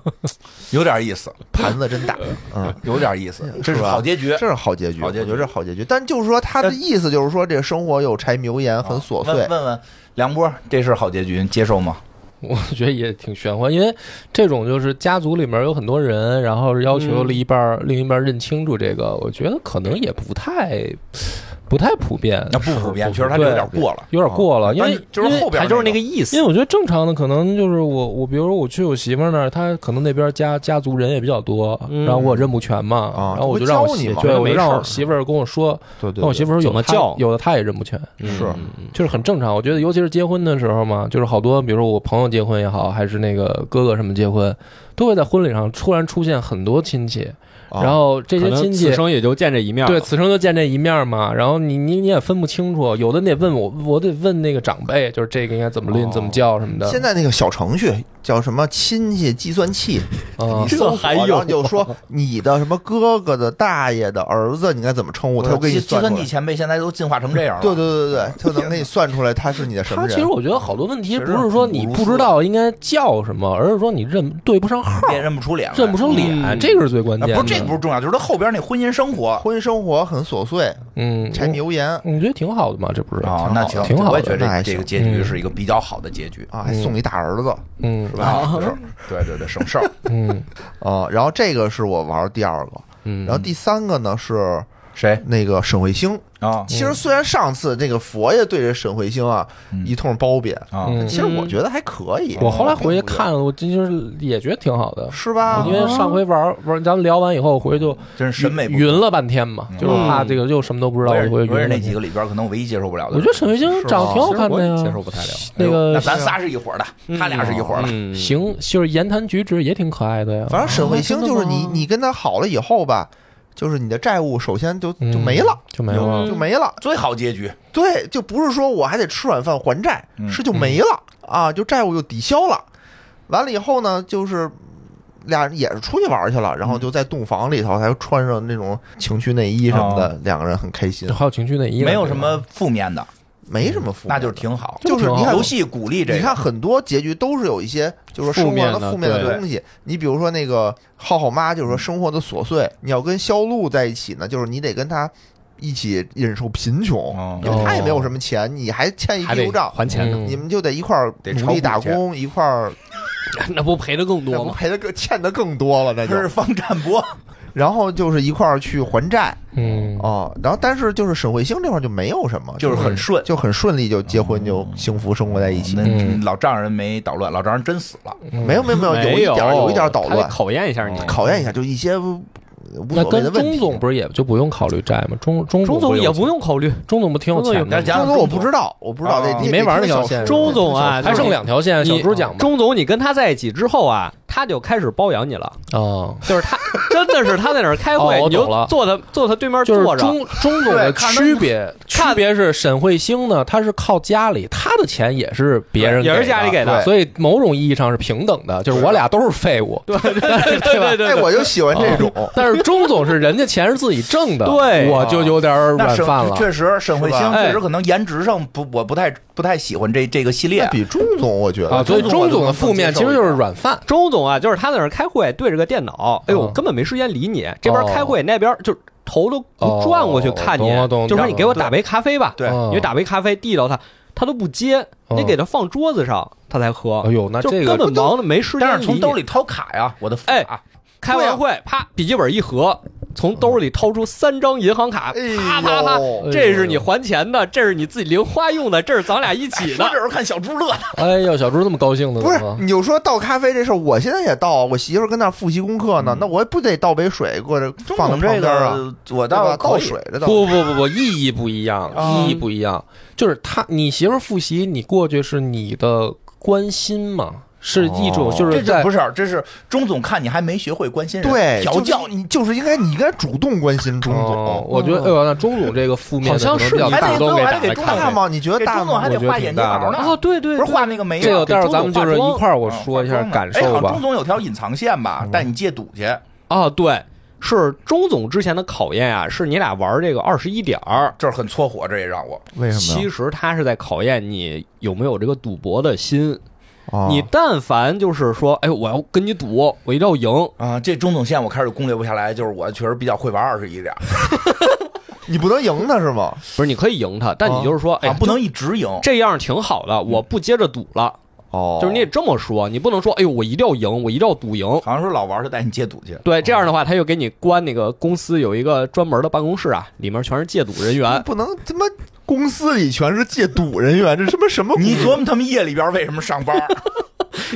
有点意思，
盘子真大，
(laughs)
嗯，
有点意思，这是
吧
好结局。
这是好结局，
好结局
我觉得这是好结局。但就是说他的意思就是说，这个生活有柴米油盐，很琐碎
问，啊问问梁波，这是好结局，你接受吗？
我觉得也挺玄幻，因为这种就是家族里面有很多人，然后要求
嗯
另一半儿、另一半儿认清楚这个，我觉得可能也不太不太普遍，
那不普遍，确实他
对
有点过了。
有点过了，因
但
为
是就是后边
他就是那
那
个意
因为
思，
我觉得正常的可能就是我我比如说我去我媳妇儿那儿，她可能那边家家族人也比较多，
嗯
然后我认不全嘛，
啊
然后我
她会
就让
教
我
你
媳
嘛
对，
她
我
没
就让
事
我
儿
媳妇儿跟我说，
对对
那我媳妇儿说有的她
怎么叫
有的她也认不全，
嗯
是
就是很正常。我觉得尤其是结婚的时候嘛，就是好多比如说我朋友结婚也好，还是那个哥哥什么结婚，都会在婚礼上突然出现很多亲戚，
啊
然后这
可
些
能
亲戚
此生也就见这一面儿。
对，此生就见这一面嘛。然后你你你也分不清楚，有的你得问我，我得问那个长辈，就是这个应该怎么拎、
哦
怎么叫什么的。
现在那个小程序叫什么亲戚计算器，
啊
你搜
这
索，
还
然
有
后你就说你的什么哥哥的大爷的儿子，你该怎么称呼，他就给你
计计
算
算
出
机
来。
前辈现在都进化成这样了。
对对对对对，他就能给你算出来他是你的什
嗯
么
他其实
人。
我觉得好多问题
确实
不是说你不知道应该叫什么，而是说你认对不上号，
也认不出脸来，
认不出脸，
嗯
这个是最关
啊
键的。
不是这个不是重要，就是他后边那婚姻生活
婚姻生活很琐碎，
嗯，
柴米油盐
我我觉得挺好的嘛，这不是
啊，那
挺好的
我也觉得
那还
这
行
这个结局是一个比较好的结局，
啊，还送你大儿子
嗯
是吧？是对对对，省事儿。
嗯
啊。然后这个是我玩的第二个，
嗯，
然后第三个呢是
谁
那个沈慧星。
嗯
啊
其实虽然上次这个佛爷对这沈慧星啊
嗯
一通褒贬，
啊？
嗯
其实我觉得还可以。
我后来回去
并不
看了，我真就是也觉得挺好的。
是吧？
因为上回玩玩，咱们聊完以后回去就
真是审美不
匀了半天嘛，就是怕这个又什么都不知道，
我也
回
是
去匀
我也
了
是那
半
几
天。
个里边可能唯一接受不了的。
我觉得沈慧星长得挺好
其实
看
我
的
也接
呀
受，不太了。
哎
那
呦
个
那咱仨是一伙儿的，他俩是一伙儿的。
嗯，
哦行，就是言谈举止也挺可爱的呀。
反正沈慧星就是你，你跟他好了以后吧，就是你的债务首先就
嗯
就没了，
就没了。
嗯
就没了。
最好结局，
对，就不是说我还得吃软饭还债，
嗯
是就没了啊，就债务就抵消了。完了以后呢，就是俩人也是出去玩去了，然后
嗯
就在洞房里头还穿上那种情趣内衣什么
哦
的，两个人很开
嗯
心，
还有情趣内衣呢，
没有什么负面的，
没什么负面
那
的，
就是挺好。
就是你看
游戏鼓励这个，
你看很多结局都是有一些，就是说生活上的
负
负
面
面
的
的东西。你比如说那个浩浩妈，就是说
嗯
生活的琐碎，你要跟肖路在一起呢，就是你得跟他一起忍受贫穷，
哦
因为他也没有什么钱，你还欠一
还
屁
得
股账，
还钱呢，
嗯
你们就得一块儿
得炒
努
股
力打
去
工，一块儿
嗯 (laughs) 那不赔的更
那
多
不
吗？
赔的更欠的更多了，那
这
就是
方占波，
然后就是一块儿去还债
嗯，
哦。然后但是就是沈慧星这块儿就没有什么，
就是很顺。
就很顺利就结婚就幸福生活在一起。
那
嗯
老丈人没捣乱，老丈人真死了。
没有没有没有，有一点儿有一点儿捣
他得
乱，
考验一下
哦嗯
你。
考验一下，就一些无
那
所谓的
跟
问题。
钟
啊
总不是也就不用考虑债吗？钟钟
钟总也不
用，
用考虑，
钟总不挺有钱
但
的
是
吗？
讲
钟
讲
总我不知道，我不知道
啊
这
你没玩那条
线。
周总啊
哎
还剩两条线，小
你
猪讲吧。
钟总，你跟他在一起之后啊，他就开始包养你了，
啊，
就是他真的是他在那儿开会，
(laughs) 哦我
你就
懂了
坐他坐他对面
就是
坐着，
钟 (laughs) 钟总的
对看他
区别，区
看
别是沈慧星呢，她是靠家里，她的钱也是别人
也是
给的
家里给的
所以某种意义上是平等的，就是我俩都是废物。
对对对对对
哎，
对，
我就喜欢这种。
但是钟总是人家钱是自己挣的，
对
我就有点儿
那
软
沈
饭了。
确实，沈慧
是
星
哎
吧
确实可能颜值上不，我不太不太喜欢这这个系列
那。比钟总我觉
啊，
得
所以钟总的负面其实就是软饭。
周总啊，就是他在那儿开会，对着个电脑，哎呦，
嗯
根本没时间理你，这边开会，那边就头都不转过去看你
哦懂了懂了，
就说你给我打杯咖啡吧，
对
嗯
你就打杯咖啡递到他，他都不接，
嗯
你给他放桌子上，他才喝
哎，呦，那
就
这
根
个
本忙的没时间理你。
但是从兜里掏卡呀，我的啊卡
哎开完会，啪，笔记本一合，从兜里掏出三张银行卡，啪啪
哎
啪
呦，
这是你还钱的，这是你自己零花用的，这是咱俩一起
说这
的。
时候看小猪乐的，
哎呦，小猪这么高兴的
不是
怎么，
你就说倒咖啡这事儿，我现在也倒，我媳妇儿跟那儿复习功课
嗯
呢，那我也不得倒杯水过来放在
总
旁边
这
啊，
个我
对吧
倒
倒水的倒。
不不不不，意义不一样，
啊
意义不一样。就是他，你媳妇儿复习，你过去是你的关心嘛，是一种
哦
就是
这
在
就不是，这是钟总看你还没学会关心人，
对，
调教
就是你就是应该你应该主动关心钟
哦
总。
我觉得，哎呦，那钟总这个负面的
好像
可能
是
比较
你
大，
主
都
动
给
给
打
打
开
的看
大
看。
吗？你觉得
给
大
钟总
吗
还？
我
得
觉得
画
挺
眼睫
大
毛
的
呢，
哦，对对，
不是
对
画那个眉
这个
毛，
待会儿咱们就是一块儿我
嗯
说一下
化妆
感
哎好
受
像
吧嗯
钟。总有条隐藏线吧，带你戒赌去，
哦，对，是钟总之前的考验啊，是你俩玩这个二十一点儿。
这儿很搓火，这也让我
为什么
其
呀？
实他是在考验你有没有这个赌博的心。
哦
你但凡就是说，哎，我要跟你赌，我一定要赢，
啊，这钟总线我开始攻略不下来，就是我确实比较会玩二十一点儿，
你不能赢他是吗？
不是你可以赢他，
哦
但你就是说，哎
啊
呀，
不能一直赢，
这样挺好的，我不接着赌了。
哦，
就是你得这么说，你不能说，哎呦，我一定要赢，我一定要赌赢。
好像说老玩儿就带你戒赌去，
对，这样的话，他就给你关那个公司有一个专门的办公室啊，里面全是戒赌人员。
不能他妈公司里全是戒赌人员，这他妈什
(laughs)
么？
(laughs) 你琢磨他们夜里边为什么上班儿？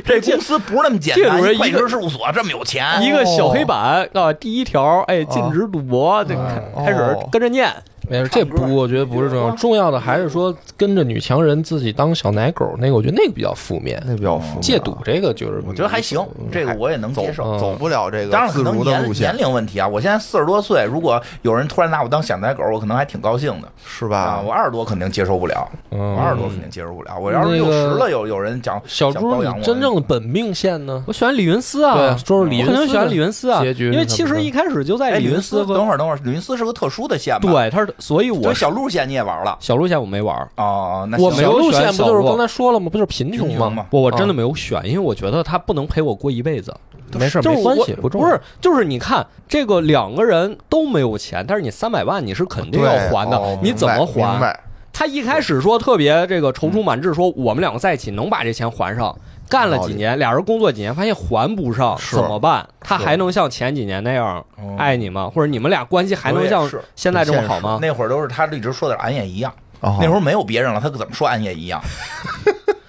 这公司不是那么简
这
单，
种人
一会
一个
计师事务所这么有钱，
一个小黑板啊，第一条，哎，禁止赌博，这开
哦
开始跟着念，
没事，这不，我觉得不是重要，重要的还是说跟着女强人自己当小奶狗那个，我觉得那个比较负面。
那比较负面啊
戒赌这个就是
我觉得还行，这个我也能接受。
嗯
嗯走不了这
当
个
然，可
自
能
如的
年
路线
年龄问题啊。我现在四十多岁，如果有人突然拿我当小奶狗，我可能还挺高兴的
是
啊。
吧？
我二十多肯定接受不了，我
嗯
二十多肯定接受不了。我要是六十了，有有人讲
小
想
猪，
包养
你
我
真正的本命线呢？
我选李云思啊，
对啊就是李云
我肯定
思
选李云思啊，
结局是
因为
什么
其实
呢
一开始就在
哎，
李
李云
思
思，
和
等会儿等会儿，李云思是个特殊的线吧？，
对，他是，所以我
对，小鹿线你也玩了
小鹿线我没玩儿，
哦，那
我
行
没有
小鹿
选，
选
不
小
就是
鹿
刚才说了吗？不就是贫穷
贫
吗
穷？嘛
我我真的没有选，因为我觉得他不能陪我过一辈子。
没事，
哦就是
没关
我
系，
不
重要。
是，就是你看这个两个人都没有钱，但是你三百万你是肯
对
定要还的，
哦
你怎么
明白明
还？
白
他一开始说特别这个踌躇满志，说我们两个在一起能把这钱还上。干了几年，俩人工作几年，发现还不上，
是
怎么办？他还能像前几年那样
哦
爱你吗？或者你们俩关系还能
我
像
也是
现在这么好吗？
那会儿都是他一直说的俺也一样，
哦
那会儿没有别人了，他怎么说俺也一样？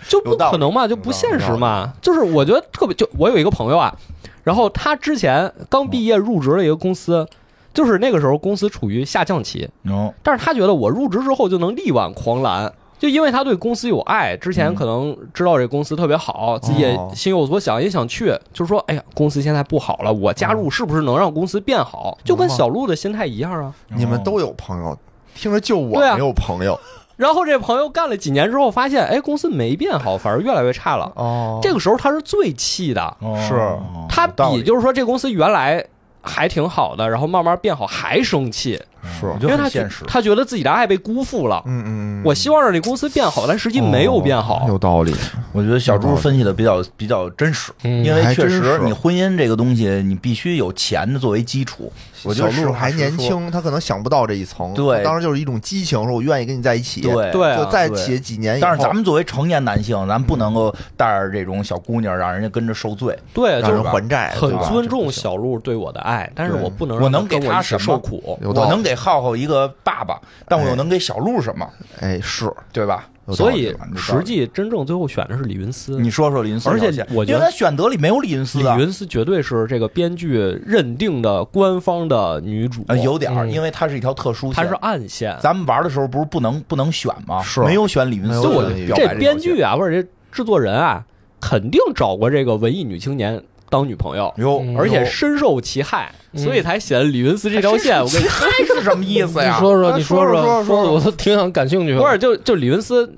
就不可能嘛，就不现实嘛。就是我觉得特别，就我有一个朋友啊，然后他之前刚毕业入职了一个公司，就是那个时候公司处于下降期，
哦，
但是他觉得我入职之后就能力挽狂澜。就因为他对公司有爱，之前
嗯
可能知道这公司特别好，自己也
哦
心有所想，也想去，就是说，哎呀，公司现在不好了，我加入是不是能让公司变
哦
好？就跟小鹿的心态一样啊。
你们都有朋友，听着就我
对啊
没有朋友
然后这朋友干了几年之后，发现哎，公司没变好，反而越来越差了。
哦
这个时候他是最气的，
哦
是
哦
他
有道理
比就是说这公司原来还挺好的，然后慢慢变好还生气，
是，
我
嗯
觉得
因为
很
他
现实。
他觉得自己的爱被辜负了。
嗯嗯，哦
我希望让这公司变好，但实际没有变好。
有道理，
我觉得小猪分析的比较比较真实，
嗯
因为确
还真
实
是
你婚姻这个东西，你必须有钱的作为基础。我觉
小
得实
鹿
话
还
实
年
说，
轻，他可能想不到这一层，
对
他当时就是一种激情，说我愿意跟你在一起，
对
对啊
就在一
对
起几年以后，
但是咱们作为成年男性，咱不能够带着这种小姑娘，让人家跟着受罪。
对，就
让
是
人还债，
很
对吧
尊重小鹿对我的爱，但是我不能
我
让
能给
跟我
他
一起
什么
受苦。
有
我
道理
能给浩浩一个爸爸，但我又能给小鹿什么？
哎是，
对吧？
有道
所
理
以实际真正最后选的是李云思，
你说说李云思
而
这
且
条线，
我觉
因为他
得
选择里没有李云思啊
李，云思绝对是这个编剧认定的官方的女主，
哎
啊有点儿，
嗯
因为它是一条特殊
她
线。
是暗线。
咱们玩的时候不是不能不能选吗？
是
没有选李云思，
没有
就我
选李云
表
思
白
这
条线
编剧啊，或者这制作人啊，肯定找过这个文艺女青年当女朋友，
哟，
嗯
而且深受其害，
嗯
所以才写了李云思这条线。我跟你
嗨是什么意思
你
(laughs) 呀？
说说，
哎
你
说说
说
说说
的我都挺想感兴趣的。
不是，就就李云思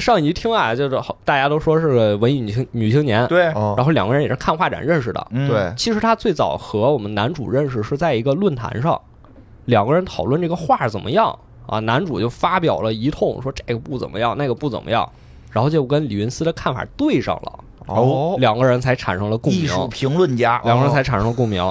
上一集听啊，就是好大家都说是个文艺女青女青年，
对，
哦
然后两个人也是看画展认识的。
嗯，
对，
其实她最早和我们男主认识是在一个论坛上，两个人讨论这个画怎么样啊，男主就发表了一通说这个不怎么样，那个不怎么样，然后结果跟李云思的看法对上了。
哦
两个人才产生了共
艺
鸣，哦
术哦评论家
两个人才产生了共鸣。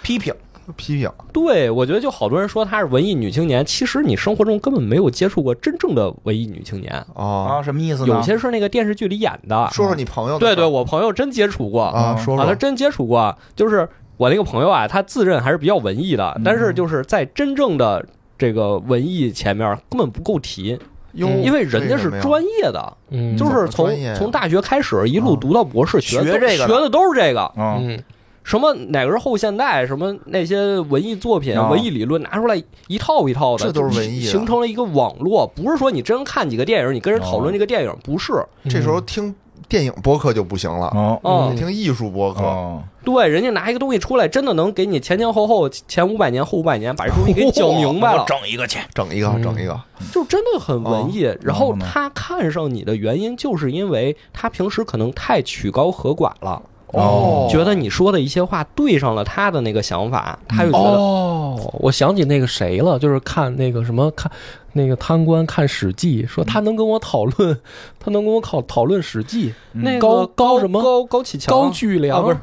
批评，
批评
对，我觉得就好多人说她是文艺女青年，其实你生活中根本没有接触过真正的文艺女青年，
哦，
啊，什么意思呢？
有些是那个电视剧里演
啊
的。
说说你朋友的
对
事儿，
对，我朋友真接触过
啊，说
啊，他
说
真接触过，就是我那个朋友啊，他自认还是比较文艺
嗯
的，但是就是在真正的这个文艺前面根本不够提，
哟
因为人家是
这个没有
专业的，
嗯，
就
怎
是
么
从
专业啊
从大学开始一路
啊
读到博士，学
学这
的都
个的
学的都是这个，
啊，
嗯，
什么哪个是后现代，什么那些文艺作品、
啊
文艺理论拿出来一套一套的，
这都是文艺啊
就形成了一个网络。不是说你真看几个电影，你跟人
哦
讨论这个电影，不是
这时候听电影播客就不行了，
哦
哦
得，听艺术播客，
哦，
对，人家拿一个东西出来，真的能给你前前后后、前五百年、后五百年把这东西给你讲明白了
我，整一个去，
整一个
嗯
整一个，
就真的很文艺。然后
然后呢
他看上你的原因，就是因为他平时可能太曲高和寡了，
哦
觉得你说的一些话对上了他的那个想法，
嗯
他就觉得
哦，我想起那个谁了，就是看那个什么看那个贪官看《史记》，说
嗯
他能跟我讨论，他能跟我考讨论《史记
那个
高
高
高什么
高高启》强
高巨良，
啊不是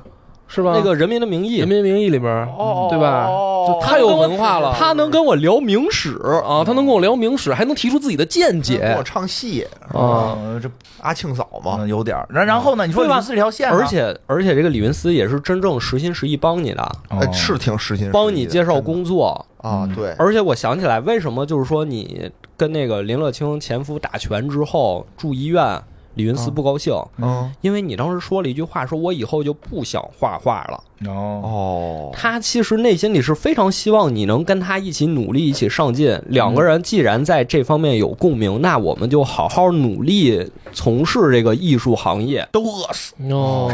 是吧？
那个《人哦民的名义
《人》民名义》里边，对吧？就太有文化了，
哦他能跟我聊明史，
啊，他能跟我聊明史，还能提出自己的见
嗯
跟
解
我唱戏，
啊。
嗯，这
阿庆嫂嘛，
嗯有点儿。然然后呢？你说
对吧
李四这条线呢，
而且而且这个李云思也是真正实心实意帮你的，
哦
哎是挺实心实意的，
帮你介绍
真的
工作。
啊，
嗯
对，
而且我想起来，为什么就是说你跟那个林乐清前夫打拳之后住医院，李云思不高兴，
嗯
因为你当时说了一句话，说我以后就不想画画了。
哦，
哦，
他其实内心里是非常希望你能跟他一起努力，一起上进。两个人既然在这方面有共鸣，那我们就好好努力从事这个艺术行业。
都饿死。
哦，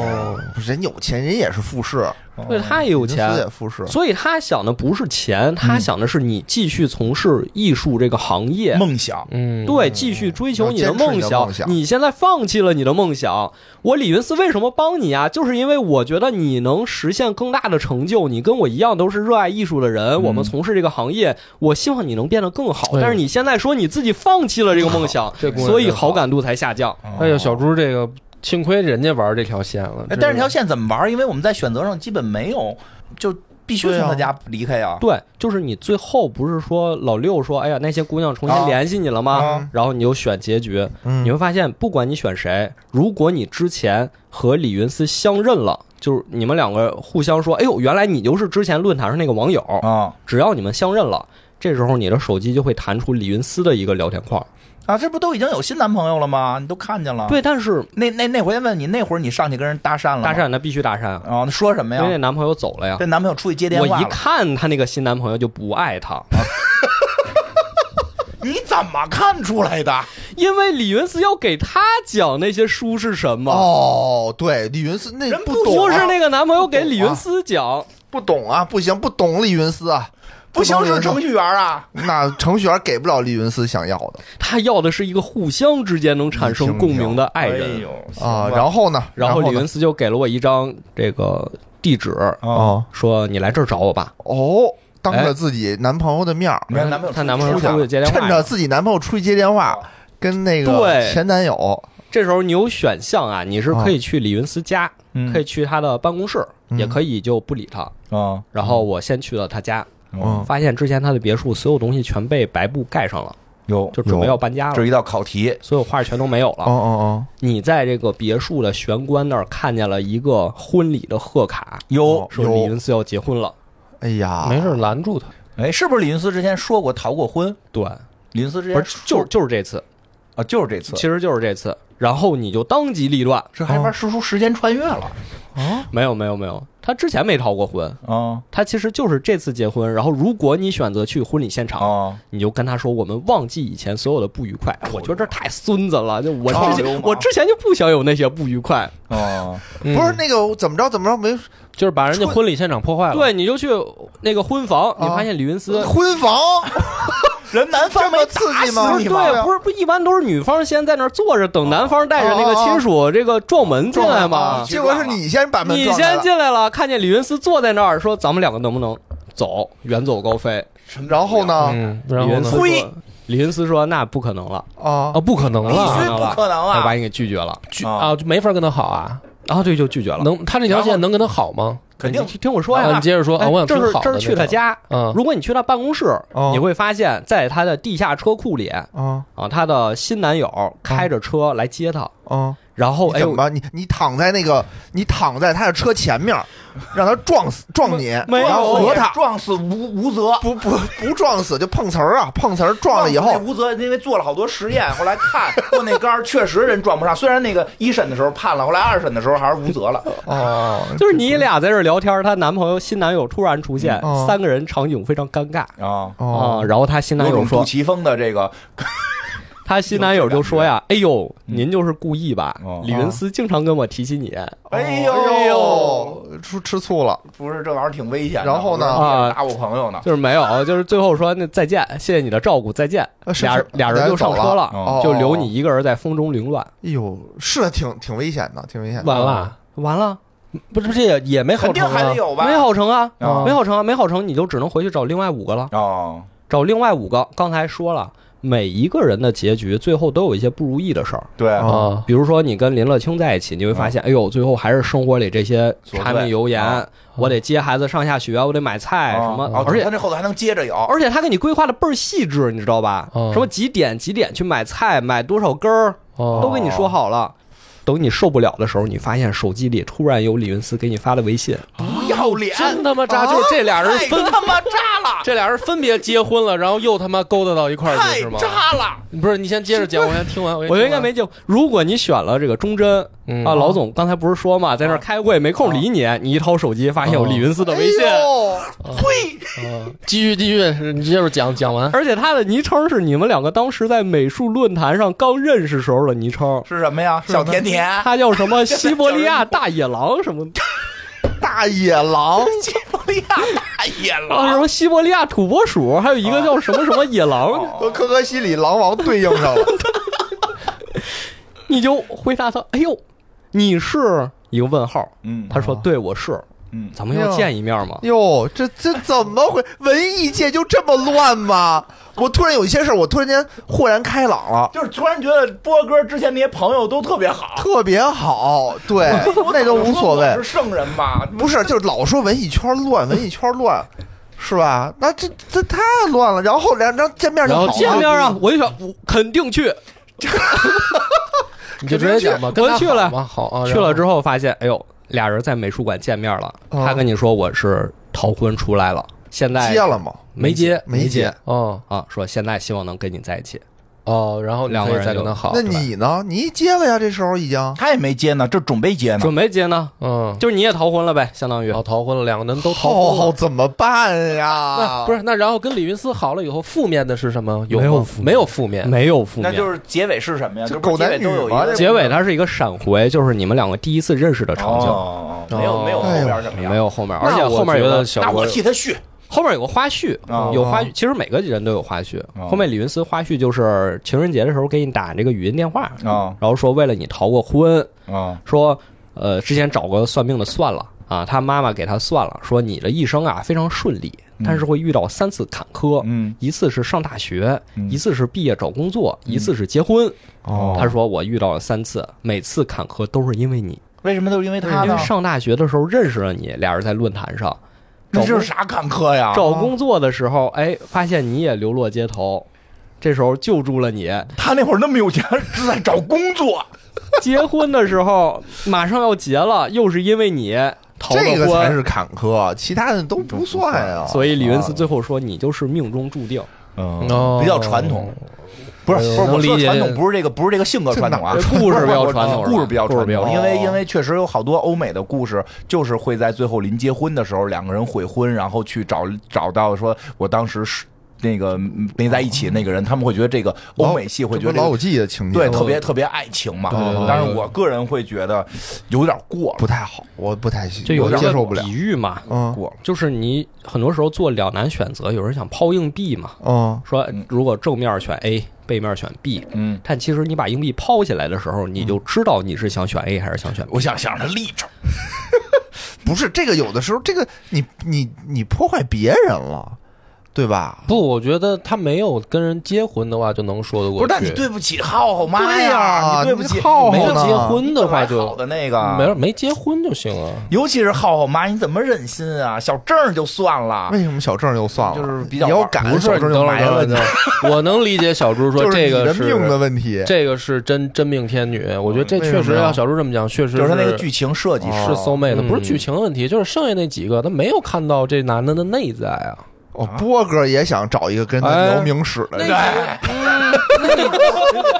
人有钱人也是富士，
哦
对他也有
公司
钱
也，嗯富士，
所以他想的不是钱，他想的是你继续从事艺术这个行业。
梦想，
嗯，
对，继续追求你的
要坚
梦
持你的
想
梦。想
你现在放弃了你的梦想，我李云思为什么帮你啊？就是因为我觉得你能实现更大的成就。你跟我一样都是热爱艺术的人，我们从事这个行业，我希望你能变得更好。
嗯对
但是你现在说你自己放弃了这个梦想，
这 (laughs) 姑娘
所以
真好
好感度才下降。
哎
哦
呦，小猪这个幸亏人家玩这条线了，
哎，但是这条线怎么玩？因为我们在选择上基本没有，就必须从他家离开呀。
对，就是你最后不是说老六说，哎呀，那些姑娘重新
啊
联系你了吗？
啊
然后你就选结局，你
嗯
会发现，不管你选谁，如果你之前和李云思相认了，就是你们两个互相说，哎呦，原来你就是之前论坛上那个网友，
啊
只要你们相认了，这时候你的手机就会弹出李云思的一个聊天框。
啊，这不都已经有新男朋友了吗？你都看见
啊
了。，
对，但是
那那那回问你，那会儿你上去跟人搭
嗯
讪了吗？
搭讪那必须搭讪啊，
啊？那说什么
因为那
呀？
男朋友走了呀
这。男朋友出去接电
我
话
一
了。
看她那个新男朋友就不爱她，
你怎么看出来的？
因为李云斯要给他讲那些书是什么，
哦，对，李云斯那
人
不懂
书是
啊，
那个男朋友给李云斯讲，
不懂啊，不行，不懂李云斯啊，
不行
懂李
是
云斯
程序员啊！
那程序员给不了李云斯想要的
他要的是一个互相之间能产生共鸣的 (laughs) 爱
哎
人。
呦
啊。
后
然后呢？
然后
呢
李云斯就给了我一张这个地址，
哦，
哦
说你来这儿找我吧。
哦，当着自己男朋友的面儿，
你看男朋友
她男朋友
出去
出去啊
了，
哎接电
趁
话
着
呀，
自己男朋友出去接电话，跟那个
对
前男友
这时候你有选项啊，你是可以去李云斯家，
嗯
可以去他的办公室，
嗯
也可以就不理他。
啊，
然后我先去了他家，
嗯
哦
发现之前他的别墅所有东西全被白布盖上了，
有
就准备要搬家
这
了，
一道考题，
所有画全都没有
哦
了。
哦
你在这个别墅的玄关那儿看见了一个婚礼的贺卡，
有
哦说李云斯要结婚了。
哦，哎呀，
没事拦住他。
哎，是不是李云斯之前说过逃过婚？
对，
李云斯之前
不是就是就是这次，
啊，就是这次哦
其，实就是这次。然后你就当机立断，
这还玩实出时间穿越了
啊，
没有没有没有，他之前没逃过婚，
啊
他其实就是这次结婚，然后如果你选择去婚礼现
哦
场，
啊！
你就跟他说我们忘记以前所有的不愉快。我觉得这太孙子了，就我
臭
之
流氓
前我之前就不想有那些不愉快。
哦，
嗯
不是那个怎么着怎么着没
就是把人家婚礼现场破坏了。，
对，你就去那个婚房，你发现李云斯。
啊
婚房，
(laughs) 人男
这
方没
么刺激吗？
不是
啊
对，不是不，一般都是女方先在那儿坐着，等男方带着那个亲
啊
属这个撞门进来嘛。
结果是你先把门
啊你
撞开
先
了，
进来了，看见李云斯坐在那儿，说咱们两个能不能走，远走高飞？
然后呢？
嗯，
李
然后
云斯
呢？
说
推，
李云斯说那不可能了，
啊
啊，，不可能
啊
了，
不可能
他把
啊！
你给拒绝了。
拒
啊
啊，就没法跟他好啊。
啊，对，就拒绝了。
能，他这条
然后
线能跟他好吗？
肯定
你听听我说
啊
呀
你。接着说啊，
哎
我想
这
听
是
好的
这是去他
那种，
家。
嗯
如果你去他办公室，
哦
你会发现在他的地下车库里啊，
啊
他的新男友开着车来接他，
啊！
然后
你
哎
怎
呦
么，办？你你躺在那个，你躺在他的车前面，让他撞死撞你，
没有
然后
我
讹
也
他，
撞死吴吴泽，
不不不撞死就碰瓷儿啊，碰瓷儿撞了以
撞
后
死那，吴泽因为做了好多实验，后来看 (laughs) 过那杆儿确实人撞不上，虽然那个一审的时候判了，后来二审的时候还是吴 (laughs) 泽了。
哦，
就是你俩在这儿聊天，她男朋友新男友突然出现
嗯哦，
三个人场景非常尴尬
啊，
啊。
哦
然后她新男
有
友
种杜
说，
琪峰的这个
她新男友就说呀：“哎呦，您就是故意吧
哦？
李云斯经常跟我提起你
(laughs) 哎呦
哎呦，吃吃醋了，
不是这玩意儿挺危险的。
然后呢
啊
我打我朋友呢。
(laughs) 就是没有，就是最后说那再见，谢谢你的照顾，再见。
呃”是
俩
是
俩人就上车了，
哦
就留你一个人在风中凌乱。
哎呦，是挺挺危险的，挺危险的。
完了，
完了，
不是这也也没好
肯定
成
还
啊
得。有吧？
没好成啊，
啊
没好成啊，没好成，你就只能回去找另外五个了。
哦，
找另外五个，刚才说了，每一个人的结局最后都有一些不如意的事儿。
对，
啊
啊，
比如说你跟林乐清在一起，你会发现，哎呦，最后还是生活里这些柴米油盐
啊，
我得接孩子上下学，我得买菜
啊
哎什么
哦，
而且
他这后头还能接着有，
而且他给你规划的倍儿细致，你知道吧？
嗯
什么几点几点去买菜，买多少根儿，都
哦，
给你说好了。等你受不了的时候，你发现手机里突然有李云斯给你发的微信，
不要脸，
真他妈渣！就是这俩人
太
分，
他妈渣了，
这俩人分别结婚了，然后又他妈勾搭到一块儿
太
去是吗？
渣了。
不是，你先接着讲，我先听完。
我
先
应该没见过。如果你选了这个忠贞
嗯
啊，老总刚才不是说嘛，在那儿开会没空理你，你一掏手机发现
哦
有李云斯的微信，
哎呦
呸！
听完。啊继续继续，你接着讲，讲完。
而且他的昵称是你们两个当时在美术论坛上刚认识时候的昵称，
是什么呀？小甜甜，
他叫什么西伯利亚大野狼什么，
大野狼，
(laughs) 西伯利亚哎大野
啊什
狼，
么西伯利亚土拨鼠，还有一个叫什么什么野
哦
狼，
和可可西里狼王对应上了。
你就回答他，哎呦，你是一个问号，
嗯
他说对我是，
嗯
咱们要见一面吗？
哟，这这怎么回？文艺界就这么乱吗？我突然有一些事儿，我突然间豁然开朗了，
就是突然觉得波哥之前那些朋友都特别好，
特别好。对，那都无所
我
谓
是。圣人吧？
不是，就是老说文艺圈乱，文艺圈乱，是吧？那这这太乱了。然后两张见面就好
然
了。
后
见面啊，我就想我肯定去，
你就直接讲吧，
我
跟他
去
好
了
吗？好啊，
去了
之
之后发现，哎呦，俩人在美术馆见面了。
嗯
他跟你说我是逃婚出来了，现在
接了吗？
没接
没接
接
哦
啊，说现在希望能跟你在一起。
哦，然后你
两个
可以
人
再
就
跟他好。
那
对吧
你呢？你接了呀，这时候已经
他也没接呢，这准备接呢。
准没结呢，
嗯，
就是你也逃婚了呗，相当于
然后逃婚了，两个人都逃婚了。
哦，怎么办呀？
那不是那，然后跟李云思好了以后，负面的是什么？有
啊没有
吗
负面
没有负面，
没有负
那
面，
就是结尾是什么呀？
就
不是
狗男
结尾都
女
有一
嘛
个
这
啊结尾它是一个闪回，就是你们两个第一次认识的场景，
哦，没有没有后边怎么样？
没有后面，而且
那我
后面有
觉
个
得小郭
他续。
后面有个花絮，
哦
有花絮。其实每个人都有花絮。
哦
后面李云思花絮就是情人节的时候给你打这个语音电话，
哦
然后说为了你逃过婚，
哦
说呃之前找个算命的算了啊，他妈妈给他算了，说你的一生啊非常顺利，但是会遇到三次坎坷。
嗯
一次是上大学，
嗯
一次是毕业找工作，一次是结婚。
哦
他说我遇到了三次，每次坎坷都是因为你，
为什么都是因为他
因
呢
为？上大学的时候认识了你，俩人在论坛上，
那这是啥坎坷呀？
找工作的时候，哎，发现你也流落街头，这时候救助了你。
他那会儿那么有钱，是在找工作。
结婚的时候马上要结了，又是因为你逃了
这个才
婚，
是坎坷，其他的都不算呀。
所以李云斯最后说你就是命中注定。
嗯
哦
比较传统，不
哎
是不是，
能
我说
理解
传统不是这个，不是这个性格传统啊
这，故事比较传统
不是故事比较
故事
传
比较
统，
传
因
统
为因为确实有好多欧美的故事，就是会在最后临结婚的时候，两个人悔婚，然后去找找到说我当时是那个没在一起那个人，他们会觉得这个欧美系会觉得
这不老
这
友
个
记的情节，
对特别特别爱情嘛，但是我个人会觉得有点过
不太好，我不太
就
我
一
接受不
个
了。
比喻嘛，
了，
嗯
过了，
就是你很多时候做两难选择，有人想抛硬币嘛，
嗯，
说如果正面选 A，背面选 B。
嗯，
但其实你把硬币抛起来的时候，你就知道你是想选 A 还是想选 B。
我想想让他立正，
不是这个，有的时候这个你你你破坏别人了，对吧？
不，我觉得他没有跟人结婚的话就能说得
不
过
是
去。，
但你对不起浩浩妈
对呀
呀，你对不
你
起
浩浩
没有
呢
结婚的话就
好的那个
没没结婚就行啊。
尤其是浩浩妈，你怎么忍心啊？小郑儿就算了，
为什么小郑又算了？
啊就是比较
你要
玩
赶
不是，
小
你
郑
等会
就埋
儿
了
等会
你，
儿我能理解小猪说
就是
这个
你的命的问题。
这个是真真命天女。我觉得这
为
确
什
实
么呀
要小猪这么讲，确实
就是他那个剧情哦设计
是
师，
soul mate，
嗯
不是剧情问题，就是剩下那几个他没有看到这男的的内在啊。
哦，波哥也想找一个跟他
哎
聊明史的人，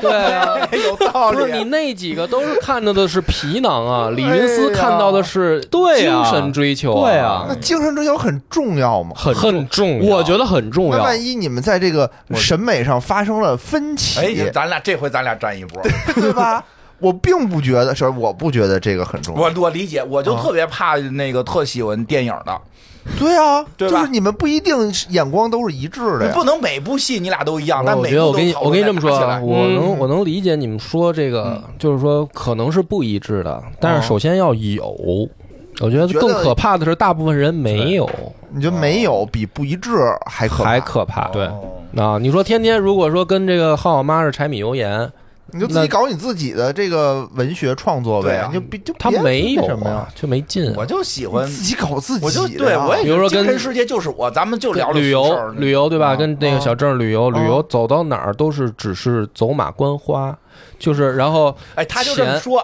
对啊。
有道
不是你
理。
那几个都是看到的是皮囊啊，李云思
哎呀
看到的是
对
精
啊
神追求
对啊
那精神追求很重要吗？
很很重要，
我觉得很重
那
要。
万一你们在这个审美上发生了分歧，
哎，咱俩这回咱俩站一波。
对吧？ (laughs) 我并不觉得，是我不觉得这个很重要。
我我理解，我就特别怕那个特喜欢电影
嗯
的，
对啊，
对
就
吧
是你们不一定是眼光都是一致的
你
呀。
不能每部戏你俩都一样，但
哦我
每
觉得
部
我
都
跟你
讨
我
论
跟你这么说
再
啊，
打起来
我
嗯
能我能理解你们说这个，就是说可能是不一致的，但
嗯
是首先要有。我觉得
觉得
更可怕的是，大部分人没有，
你就没有比不一致还可怕
还可怕。对
哦
啊，你说天天如果说跟这个浩浩妈是柴米油盐，
你就自己搞你自己的这个文学创作
对
呗，
啊
你就别就别
他没有
那什么
啊
呀，，
就没劲啊。
我就喜欢
你，自己搞自己的
我
呀，
就对我也
比如说跟
精神世界就是我，咱们就聊
旅游，旅
游
游对吧？
啊
跟那个小郑旅游，
啊
旅游走到哪儿都是只是走马观花，就是然后
哎，他就这么
钱
说，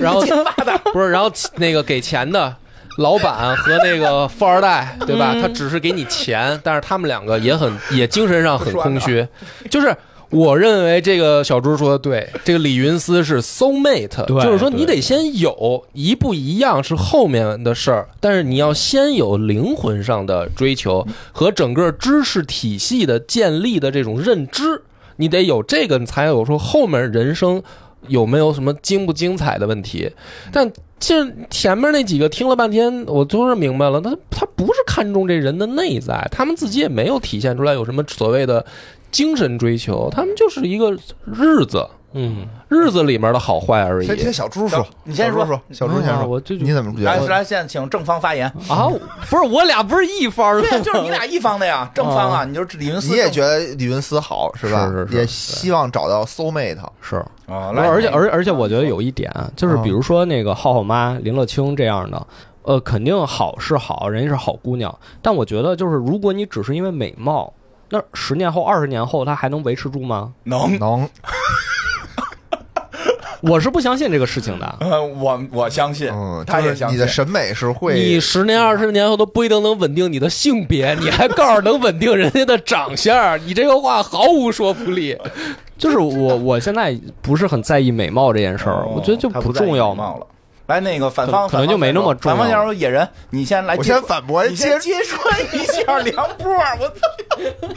然后
金发的
不是，然后那个给钱
(laughs)
的老板和那
嗯
个富二代，对吧？他只是给你钱，但是他们两个也很也精神上很空虚，就是。我认为这个小猪说的对，这个李云思是 soul mate，
对
就是说你
对
得先有一不一样是后面的事儿，但是你要先有灵魂上的追求和整个知识体系的建立的这种认知，你得有这个，你才有说后面人生有没有什么精不精彩的问题。但这前面那几个听了半天，我就是明白了，他他不是看重这人的内在，他们自己也没有体现出来有什么所谓的精神追求，他们就是一个日子，
嗯，
日子里面的好坏而已
先。听小猪说
小，你先
说
说哎
说，小猪先
啊
说，
我就
你怎么觉
来
得？
来，现在请正方发言。
啊，不是我俩不是一方的
(laughs) 对，就是你俩一方的呀，正方啊，你就是李云思正，
你也觉得李云思好是吧？
是是是
也希望找到 soul mate。
是。
啊，
不
来嗯
是而且而而且我觉得有一点啊，就是比如说那个浩浩妈、林乐清这样的，呃，肯定好是好，人家是好姑娘，但我觉得就是如果你只是因为美貌，那十年后、二十年后她还能维持住吗？
能，
能，
我是不相信这个事情的。
呃， (laughs) 我我相信
嗯，，
他也
就是
相
你
信
的。审美是
你
会，
十年二十年后都不一定能稳定你的性
(laughs)
(laughs) 别，你还告诉能稳定人家的长相，你这个话毫无说服力。
就是我我现在不是很在意美貌这件事儿，
哦
我觉得就
他不
重要
嘛
嘛。
了。来，那个反方
可可能
反方
就没那么重要
反方先生，野人，你先来
我
揭，
先反驳
你
接
先揭穿一下梁波儿，我操！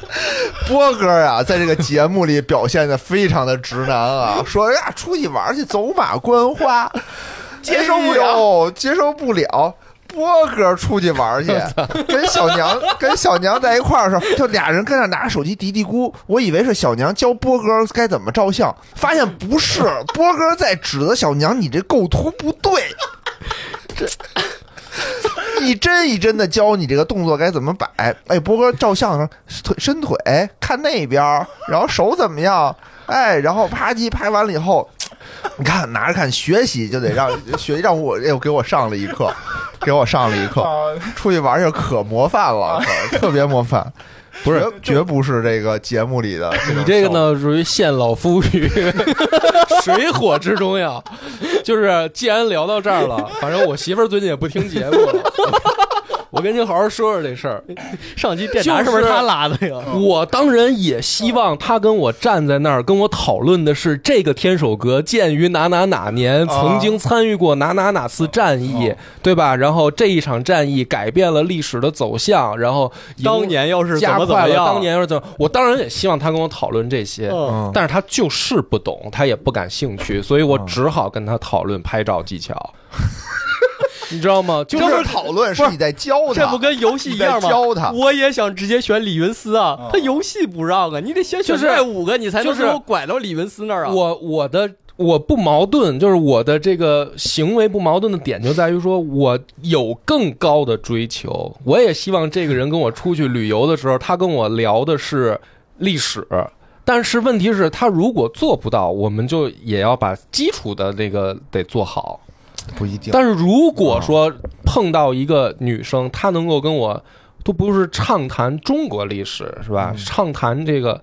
波哥啊，在这个节目里表现的非常的直男
(laughs)
啊，说呀、出去玩去，走马观花，
接受不了
哎呦，接受不了。波哥出去
(laughs)
玩去，跟小娘跟小娘在一块儿的时候，就俩人跟那拿着手机嘀嘀咕。我以为是小娘教波哥该怎么照相，发现
(laughs)
不是，波哥在指责小娘，你这构图不对。 (laughs) 一帧一帧的教你这个动作该怎么摆。哎，波哥照相的时候腿伸腿看那边儿，然后手怎么样？哎，然后啪叽拍完了以后，你看拿着看，学习就得让 (laughs) 学习让我又给我上了一课，给我上了一课。出去玩去可模范了，可特别模 (laughs) 范。不
是，
啊绝不是这个节目里 (laughs) 的种
你这个呢，属于陷老夫于水火之中呀。就是既然聊到这儿了，反正我媳妇儿最近也不听节目了， (laughs) 我跟您好好说说这事儿。
上期电台是不是
就是
他拉的
(laughs)
呀？
我当然也希望他跟我站在那儿跟我讨论的是这个天守阁建于哪哪哪年，曾经参与过哪哪哪次战役，对吧？然后这一场战役改变了历史的走向，然后赢
当年要是怎
加
么怎么
快了
样，
当年要是怎么，我当然也希望他跟我讨论这些。
嗯
嗯
但是他就是不懂，他也不感兴趣，所以我
嗯
只好跟他讨论拍照技巧， (laughs) 你知道吗？就
不
是
是讨论，是你在教他，
这不跟游戏一样
你在
吗？
教他
我也想直接选李云思啊
嗯，
他游戏不让啊，你得先选
就是
另外五个，你才能
就是
最后拐到李云思那儿啊。
我我的我不矛盾，就是我的这个行为不矛盾的点就在于说，我有更高的追求，我也希望这个人跟我出去旅游的时候，他跟我聊的是历史。但是问题是，他如果做不到，我们就也要把基础的这个得做好。
不一定。
但是如
啊
果说碰到一个女生，她能够跟我都不是畅谈中国历史是
嗯
吧？畅谈这个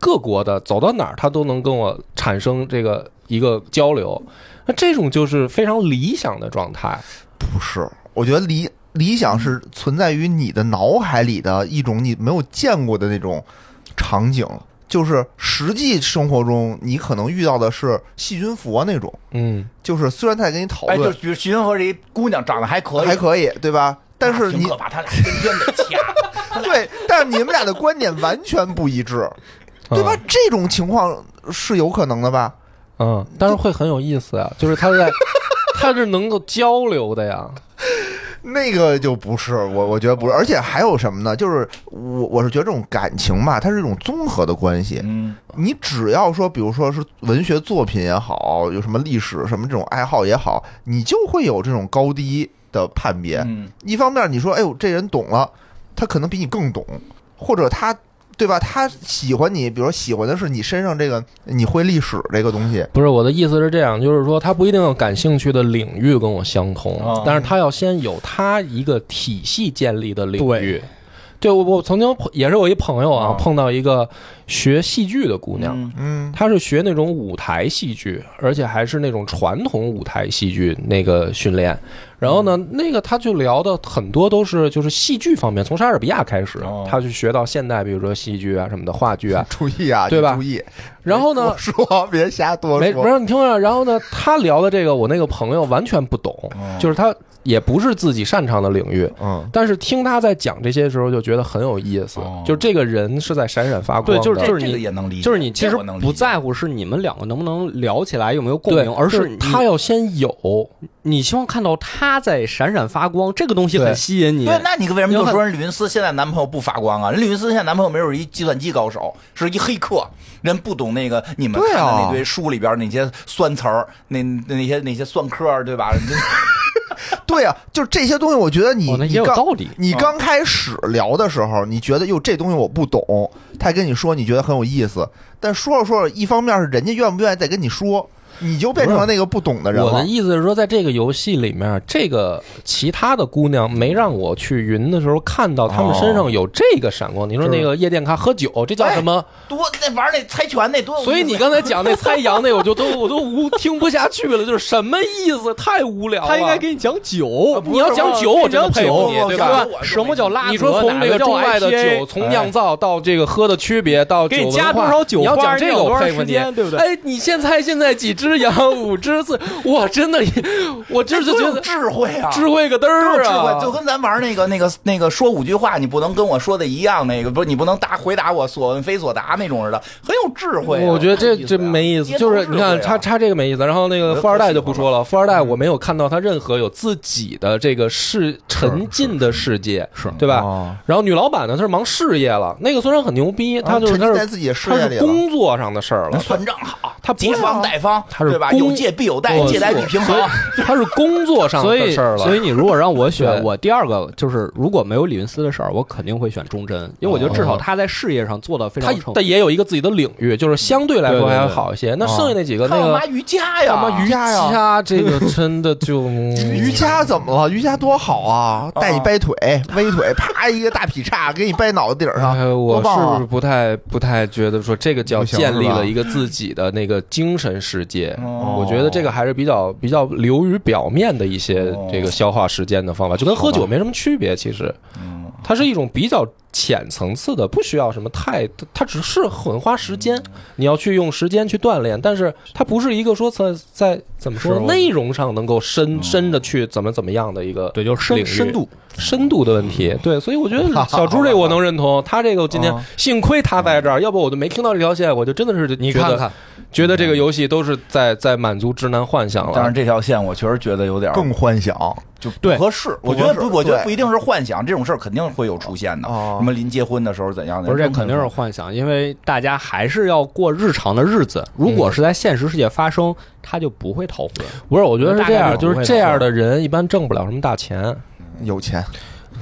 各国的，走到哪儿她都能跟我产生这个一个交流，那这种就是非常理想的状态。
不是，我觉得理理想是存在于你的脑海里的一种你没有见过的那种场景，就是实际生活中你可能遇到的是细菌佛那种，
嗯，
就是虽然他在跟你讨
哎，就
论、
比如徐云和这一姑娘长得还可以，
还可以，对吧？但是
挺
你
可怕，他俩天天得掐。
对，但是你们俩的观点完全不一致，对吧？这种情况是有可能的吧？
嗯？嗯，但是会很有意思啊，就是他 (laughs) 在。他是能够交流的呀，
那个就不是我，我觉得不是，而且还有什么呢？就是我我是觉得这种感情吧，它是一种综合的关系，
嗯，
你只要说，比如说是文学作品也好，有什么历史什么这种爱好也好，你就会有这种高低的判别。
嗯
一方面，你说，哎呦，这人懂了，他可能比你更懂，或者他，对吧？他喜欢你，比如说喜欢的是你身上这个，你会历史这个东西。
不是我的意思是这样，就是说他不一定要感兴趣的领域跟我相啊同，
哦
嗯
但是他要先有他一个体系建立的领域
对。
对，我我曾经碰也是我一朋友啊，
哦
碰到一个学戏剧的姑娘，
嗯
嗯，
她是学那种舞台戏剧，而且还是那种传统舞台戏剧那个训练。然后
嗯
呢，那个她就聊的很多都是就是戏剧方面，从莎士比亚开始
哦，
她就学到现代，比如说戏剧啊什么的，话剧啊。
注意啊，
对吧
你注意。
然后呢
(laughs) 我，说别瞎多
没，不
说。
是你听着。然后呢，他聊的这个，我那个朋友完全不懂，
哦
就是他也不是自己擅长的领域。
嗯，
但是听他在讲这些时候，就觉得很有意思
哦。
就这个人是在闪闪发光
对
的，
就是
这
就是
这
你
个也能理解，
就是你其
这
实
我能理
不
解
在乎是你们两个能不能聊起来有没有共
对
鸣，而
就是是
你
他要先有。
你希望看到他在闪闪发光，这个东西
对
很吸引你。
对，那你为什么
你要
就
看
说人李云思现在男朋友不发光啊？人李云思现在男朋友没准是一计算机高手，是一黑客，人不懂那个你们
对
看
啊
的那堆书里边那些酸词儿，那那些那些算科儿，对吧？ (laughs)
对啊，就是这些东西，我觉得你、
哦，那
你
也有
刚
道理。
你刚开始聊的时候，你觉得哟这东西我不懂，他还跟你说你觉得很有意思，但说着说着，一方面是人家愿不愿意再跟你说，你就变成了那个不懂的人
我的
了。
意思是说，在这个游戏里面，这个其他的姑娘没让我去云的时候看到她们身上有这个闪光。你说那个夜店咖喝酒，这叫什么？
多那玩那猜拳那
哎
多有意思，
所以你刚才讲那猜羊那，我就都我都无听不下去了，就是什么意思？太无聊了。
他应该给你讲酒，
你要讲酒，我真的佩服你，
我
对
我
吧
我？
什么叫拉格？
你说从
哪
这个
叫
中外的
IPA
酒，从酿造到这个喝的区别，到酒
哎给你
文
加
化
多少酒
你要
花
讲这
酿
个，
多
我
长
佩服
时
你
间，对不对
哎，你现在现在几只羊，五只四，我真的，我真是
多
觉
有
得
智慧啊，
智慧个嘚
真有
儿
智慧，就
啊！
跟咱玩那个那个那个说五句话，你不能跟我说的一样，那个不是你不能答回答我所问非所答那种似的，很有智慧啊、
我觉得这这没意
意
思，就是你看他
他
他这个没意思，然后那
我
个
就
富二代就
可喜
不说了，富二代我没有看到他任何有自己的这个世沉浸的世界，
是
对吧？
哦
然后女老板呢，她是忙事业了，那个虽然很牛逼，她就是
沉
她
浸在
是
自己的事
她
业
是
里了。
工作上的事儿了，
算账好，
他不
借
是啊
方贷方，
他是
对吧？
公
有借必有贷，
我
借贷必平
所以
衡。
(laughs) 他是工作上
所
的
以，
事儿了。
所以你如果让我选，
对
我第二个就是如果没有李云思的事儿，我肯定会选忠贞，因为我觉得至少他在事业上做的
哦
非
他
常成功
但。也有一个自己的领域，就是相对来说还好一
哦
些。那剩下那几个那
看我
个
妈瑜伽呀，
干嘛瑜
伽呀
伽这个真的
(laughs)
就
瑜伽怎么了？瑜伽多好啊！带你掰腿、微腿，啪一个大劈叉给你掰脑袋顶上，
哎，我
多棒啊
是不太不太觉得说这个叫
不行
建立
是吧
了一个自己的那个精神世界。
哦
我觉得这个还是比较比较流于表面的一些
哦
这个消化时间的方法，就跟喝酒没什么区别。其实，它是一种比较浅层次的，不需要什么太，它只是很花时间，你要去用时间去锻炼，但是它不是一个说在在怎么说
是我哦
内容上能够深深的去怎么怎么样的一个
对，就是嗯
领
深
域
深度，
深度的问题，对，所以我觉得小猪这个我能认同，他这个我今天
哦
幸亏他在这儿，要不我就没听到这条线，我就真的是
嗯你
觉得嗯
看看，
觉得这个游戏都是在在满足直男幻想
但
了
是。这条线我确实觉得有点儿
更幻想。
就不
对
合适。
不
我觉得
合适
不，我觉得
对
不一定是幻想，这种事儿肯定会有出现的。
哦
什么临结婚的时候怎样的？
不是这
嗯
肯定是幻想，因为大家还是要过日常的日子。如果是在现实世界发生，他就不会逃婚。
不是，我觉得是这
大概
样，
率
就是这样的人一般挣不了什么大钱，
有钱，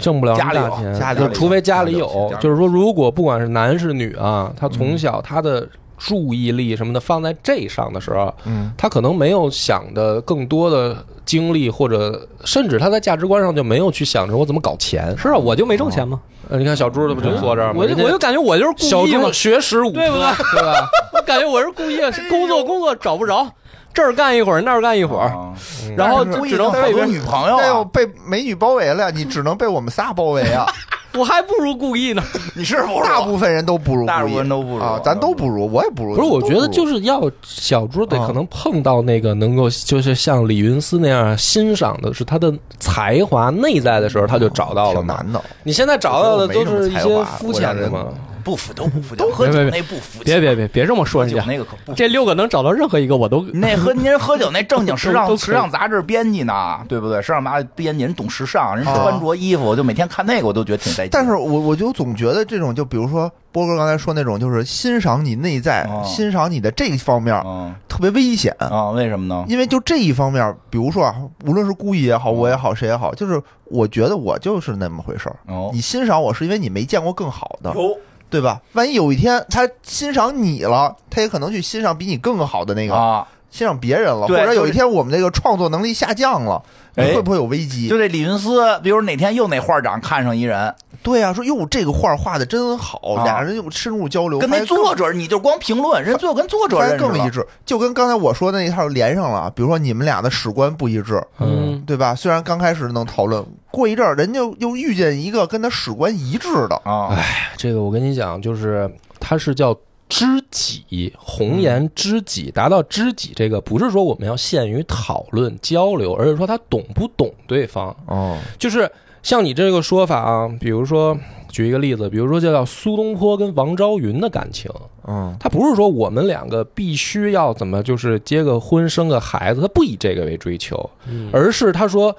挣不了什么
家
大
里有
钱，
家里
就
有
是除非家里
家里有
有
家里有。
就是说，如果不管是男是女啊，他从小他的注意力什么的放在这上的时候，
嗯，
他可能没有想的更多的精力，或者甚至他在价值观上就没有去想着我怎么搞钱。
是啊，我就没挣钱吗？
呃，你看小猪这不就坐这儿吗？
我就
哦人家
我就感觉我就是
小
故意嘛
猪，学识五
对不
科，
(laughs) 对？对吧？我感觉我是故意的，是
哎
工作工作找不着，这儿干一会儿，那儿干一会儿，
啊
嗯
然后
但是
只能
但是
被
有
别人，
女朋友
那要
啊，
被美女包围了，你只能被我们仨包围啊！
我还不如故意呢。
(laughs) 你是不是
大部分人都不如故意，
大部分都不如
啊，咱都不如，我也不如。
不是，我觉得就是是要小猪得
啊
可能碰到那个能够就是像李云思那样欣赏的是他的才华内在的时候，他就找到了
挺
嘛。
难的，
你现在找到的都是一
我觉得我没什么
些
才华
肤浅的
我
嘛
认。
不服都不服，嗯都喝酒
别别
那不服，
(laughs) 别别别别这么说
喝
人
酒
家，
那个可不服。
这六个能找到任何一个我都
那喝您喝酒那正经时
都
尚
都可以
时尚杂志编辑呢，对不对？时尚杂志编辑人懂时尚，人穿着衣服，我就每天看那个，我都觉得挺带劲。
哦但是我我就总觉得这种，就比如说波哥刚才说那种，就是欣赏你内在
哦，
欣赏你的这一方面
嗯
特别危险，
啊，为什么呢？
因为就这一方面，比如说啊，无论是故意也好，我也好，谁也好，就是我觉得我就是那么回事儿。
哦
你欣赏我是因为你没见过更好的，
有
对吧？万一有一天他欣赏你了，他也可能去欣赏比你更好的那个，
啊，
欣赏别人了，或
对
者有
就是
一天我们这个创作能力下降了，你
哎
会不会有危机？
就这李云思，比如哪天又哪画长看上一人，
对呀、说哟，这个画画的真好，
啊
俩人就深入交流，
跟
发
那
现更
作者，你就光评论，人最后跟作者
发现
认识
更一
了。
致，就跟刚才我说的那一套连上了。比如说你们俩的史观不一致，
嗯，
对吧？虽然刚开始能讨论，过一阵儿人家又又遇见一个跟他史观一致的，
啊，
这个我跟你讲，就是它是叫知己，红颜知己，达到知己这个，不是说我们要限于讨论交流，而是说他懂不懂对方。
哦，
就是像你这个说法啊，比如说举一个例子，比如说叫苏东坡跟王昭云的感情，
嗯，
他不是说我们两个必须要怎么就是结个婚生个孩子，他不以这个为追求，
嗯
而是他说，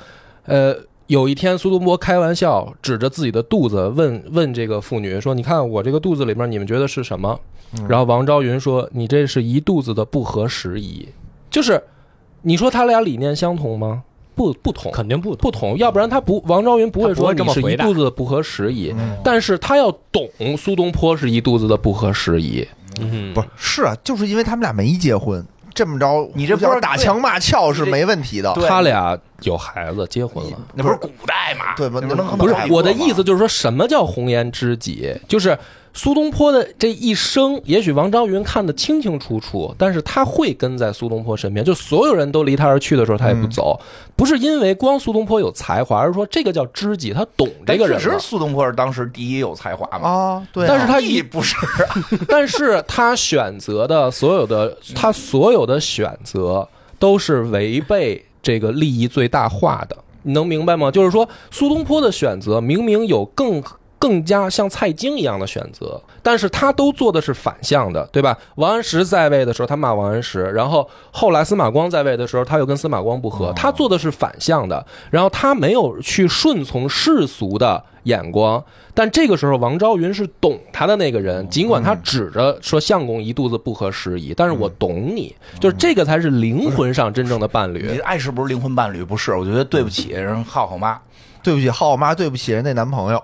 呃，有一天苏东坡开玩笑指着自己的肚子问问这个妇女说：“你看我这个肚子里面，你们觉得是什么？”
嗯
然后王昭云说：“你这是一肚子的不合时宜。”就是你说他俩理念相同吗？不不同，
肯定不
不同，要不然他不王昭云不会
他不
说
会这
你
么嗯
是
回
一
答
肚子的不合时宜，但是他要懂苏东坡是一肚子的不合时宜。
嗯
不是，是啊，就是因为他们俩没结婚，这么着，
你这不是
互相打情骂俏是
对
没问题的。
对
啊他俩有孩子，结婚了。
那不是古代吗？
对吧
那能
不
不
是
是
能
我的意思，就是说什么叫红颜知己？就是苏东坡的这一生，也许王朝云看得清清楚楚，但是他会跟在苏东坡身边。就所有人都离他而去的时候，他也
嗯
不走，不是因为光苏东坡有才华，而是说这个叫知己，他懂这个人
但哎确
了
实，。苏东坡是当时第一有才华嘛，
啊，对啊，
但是他
亦
一，(laughs)
不是
但是他选择的所有的他所有的选择都是违背这个利益最大化的，你能明白吗？就是说，苏东坡的选择明明有更更加像蔡京一样的选择，但是他都做的是反向的，对吧？王安石在位的时候，他骂王安石；然后后来司马光在位的时候，他又跟司马光不和，他做的是反向的，然后他没有去顺从世俗的眼光。但这个时候，王朝云是懂他的那个人，尽管他指着说相公一肚子不合时宜，但是我懂你，就是这个才是灵魂上真正的伴
你
侣。
爱是不是灵魂伴侣？不是，我觉得对不起人浩浩妈
对不起浩浩妈，对不起人那男朋友，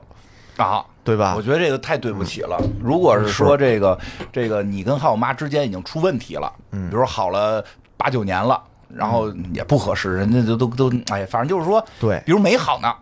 啊。
对吧
我？觉得这个太对不起了。如嗯果是说这个这个你跟浩妈之间已经出问题了，比如说好了八九年了，然后也不合适，人家都都都哎，反正就是说，
对，
比如没好呢，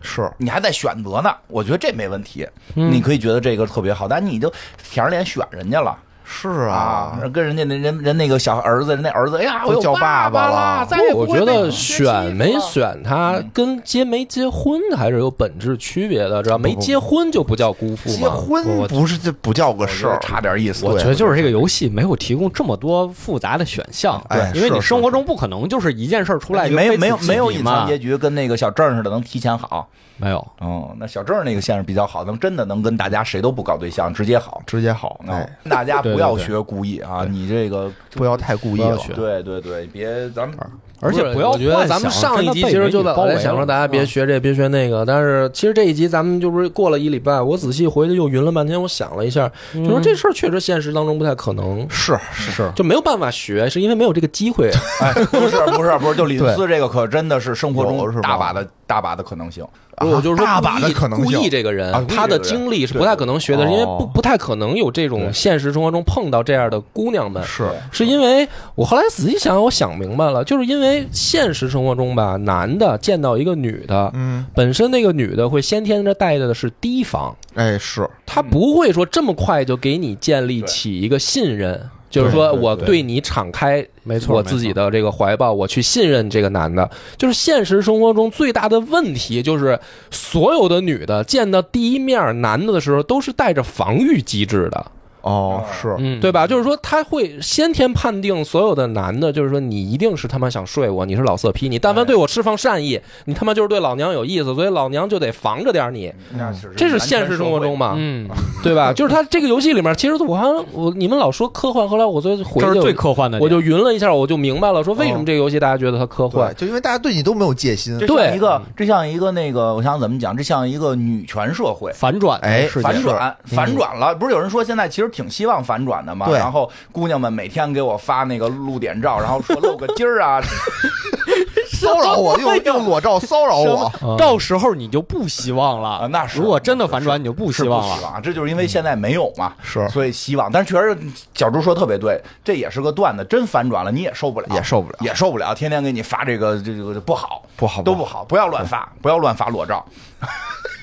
是
你还在选择呢，我觉得这没问题，
嗯
你可以觉得这个特别好，但你就舔着脸选人家了。
是
啊
啊，，
跟人家那人人那个小儿子，人那儿子，哎呀，我有
叫
爸
爸爸
啦
了，
再也不
我
会
觉
被
得
欺负了
选没选他跟结没结婚还是有本质区别的，知道没结婚就不叫辜负
结
嘛。
婚不是这不叫个
我
事
觉得
儿，
差点意思。
我
对
觉得就是这个游戏没有提供这么多复杂的选项，
哎
因为
是
你
是
生活中不可能就是一件事儿出
哎
来就
没有
非此
没有
即
没有
彼
隐
嘛
藏结局，跟那个小郑似的能提前好。
没有，
哦，那小郑那个线是比较好，能真的能跟大家谁都不搞对象，直接好。
直接好，
哦
哎，，
大家
对
不
对
要
对
学故意啊，你这个
不要太故意
不要
了，
学
对对对，别咱们
而且
不是
不要
我觉得
幻
咱们
想
上一
真的
集
被
其实
美
就
女
在
包
我在
围
想
了
说大家别
嗯
学这别学那个，但是其实这一集咱们就不是过了一礼拜，我仔细回去又匀了半天，我想了一下，就说这事儿确实现实当中不太可能，
是是，
就没有办法学，是因为没有这个机会。
哎，不是不是不是，就李
对
云斯这个可真的是生活
有是
中
吧
大把的大把的可能性。
啊
我就是说
大把的可能性
故意这个人
啊，故意
他的
这个人
经历是不太可能学的，
对
因为
哦
不不太可能有这种现实生活中碰到这样的姑娘们。
是
是因为我后来仔细想，我想明白了，就是因为现实生活中吧，男的见到一个女的，
嗯，
本身那个女的会先天的带着的是提防，
哎是，
她
嗯
不会说这么快就给你建立起一个信任，就是说
对对
我
对
对你敞开
没错
我
没
自己
错
的这个怀抱，我去信任这个男的。就是现实生活中最大的问题，就是所有的女的见到第一面男的的时候，都是带着防御机制的。
哦
啊
是，
嗯，
对吧？就是说，他会先天判定所有的男的，就是说，你一定是他妈想睡我，你是老色批，你
哎
但凡对我释放善意，你他妈就是对老娘有意思，所以老娘就得防着点儿你，
那是
这是现实生活中嘛，
嗯，
(laughs) 对吧？就是他这个游戏里面，其实我好像我你们老说科幻，后来我最近回
这是最
去
科幻的点，嗯
我就匀了一下，我就明白了，说为什么这个游戏大家觉得它科幻
对，，就因为大家对你都没有戒心
这，
对
像一个这像一个那个，我想怎么讲？这像一个女权社会。
反转的
哎
事件，
反转，反转了！不是有人说现在其实挺希望反转的吗？
对
然后姑娘们每天给我发那个露点照，然后说露个筋儿
(laughs)
啊，
骚扰我用用裸照骚扰我，
什么到时候你就不希望了。
啊那是
如果真的反转，你就不
是
希
不
望
希
了。
望，这就是因为现在没有嘛，
是
所以希望。但是确实，小朱说得特别对，这也是个段子，真反转了你也受不了，
也受不了
也受不了，天天给你发这个这个不好，
不好
都不好，不要乱发，不要乱发裸照。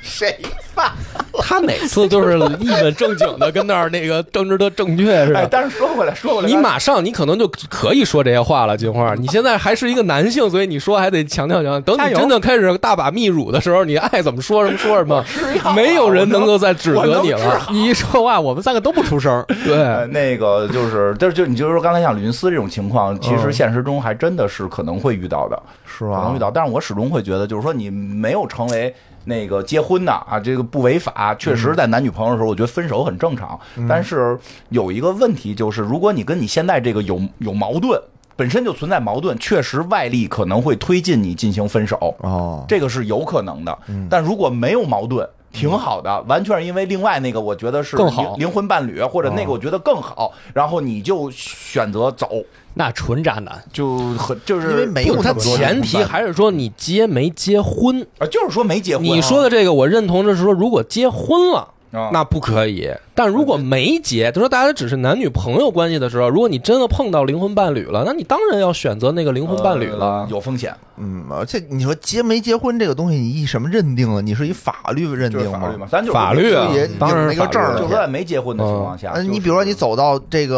谁发？
他每次
(laughs)
都是一本正经的跟那儿那个政治的正确似
哎，
的。
但是说回来，说回来，
你
刚才
马上，你可能就可以说这些话了，金花。你现在还是一个男性，所以你说还得强调强调。等
加
你
油
真的开始大把泌乳的时候，你爱怎么说什么说什么
药啊，
没有人能够再指
我
责
能
你
治
了。
你一说话，我们三个都不出 (laughs) 声。
对
呃，，那个就是，就是就你就是说，刚才像吕云斯这种情况，其实现实中还真的是可能会遇到的，
是
可能
吧
遇？到。但是我始终会觉得，就是说你没有成为那个结婚的啊，这个不违法。确实，在男女朋友的时候，我觉得分手很正常。但是有一个问题就是，如果你跟你现在这个有有矛盾，本身就存在矛盾，确实外力可能会推进你进行分手。
哦，
这个是有可能的。但如果没有矛盾，挺好的，完全是因为另外那个我觉得是
更好
灵灵魂伴侣，或者那个我觉得更好，然后你就选择走，
那纯渣男，
就很就是
因为没有
不，他
那么多
前
人
提还是说你结没结婚。
啊，就是说没结婚啊，
你说的这个我认同，就是说如果结婚了，
啊
那不可以。但如果没结，就说大家只是男女朋友关系的时候，如果你真的碰到灵魂伴侣了，那你当然要选择那个灵魂伴侣了。
呃有风险，
嗯，而且你说结没结婚这个东西，你以什么认定啊？你是以法律认
就是
定
法律
吗
嘛，？咱就是
法律啊
就也，
当然是
有那个证
法律
儿
了
就说在没结婚的情况下，
嗯，
就
你
是
比如说你走到这个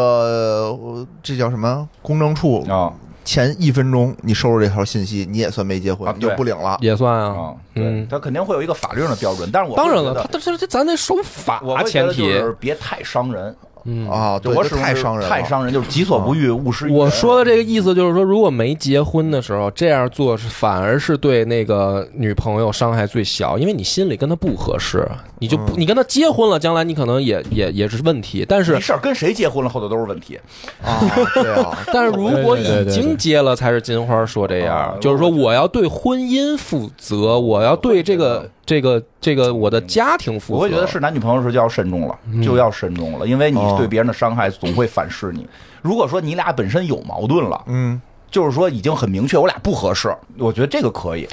呃这叫什么公证处
啊
前一分钟，你收着这条信息，你也算没结婚
啊，
你就
对
不领了。
也算啊
啊，，对
嗯，，
他肯定会有一个法律上的标准，但是我
当然了，
会觉
他
得
他这这咱得守
我
法
会觉
前
得就
提。
是别太伤人，
嗯
啊，
就
对，
我
这
始终
太
是
伤人了，啊
太伤人，就是己所不欲，勿施于人。
我说的这个意思就是说，如果没结婚的时候这样做，是反而是对那个女朋友伤害最小，因为你心里跟她不合适，你就
嗯
不你跟她结婚了，将来你可能也也也是问题。但
没
是
事儿，跟谁结婚了后头都是问题。
啊，对啊，
但是如果
对对对
已
对
经结了，才是金花说这样
啊，
就是说我要对婚姻负责，我要对这个这个这个我的嗯家庭负责。
我会觉得是男女朋友的时候就要慎重了，就要慎重了，因为你
哦
对别人的伤害总会反噬你。如果说你俩本身有矛盾了，
嗯，
就是说已经很明确我俩不合适，我觉得这个可以。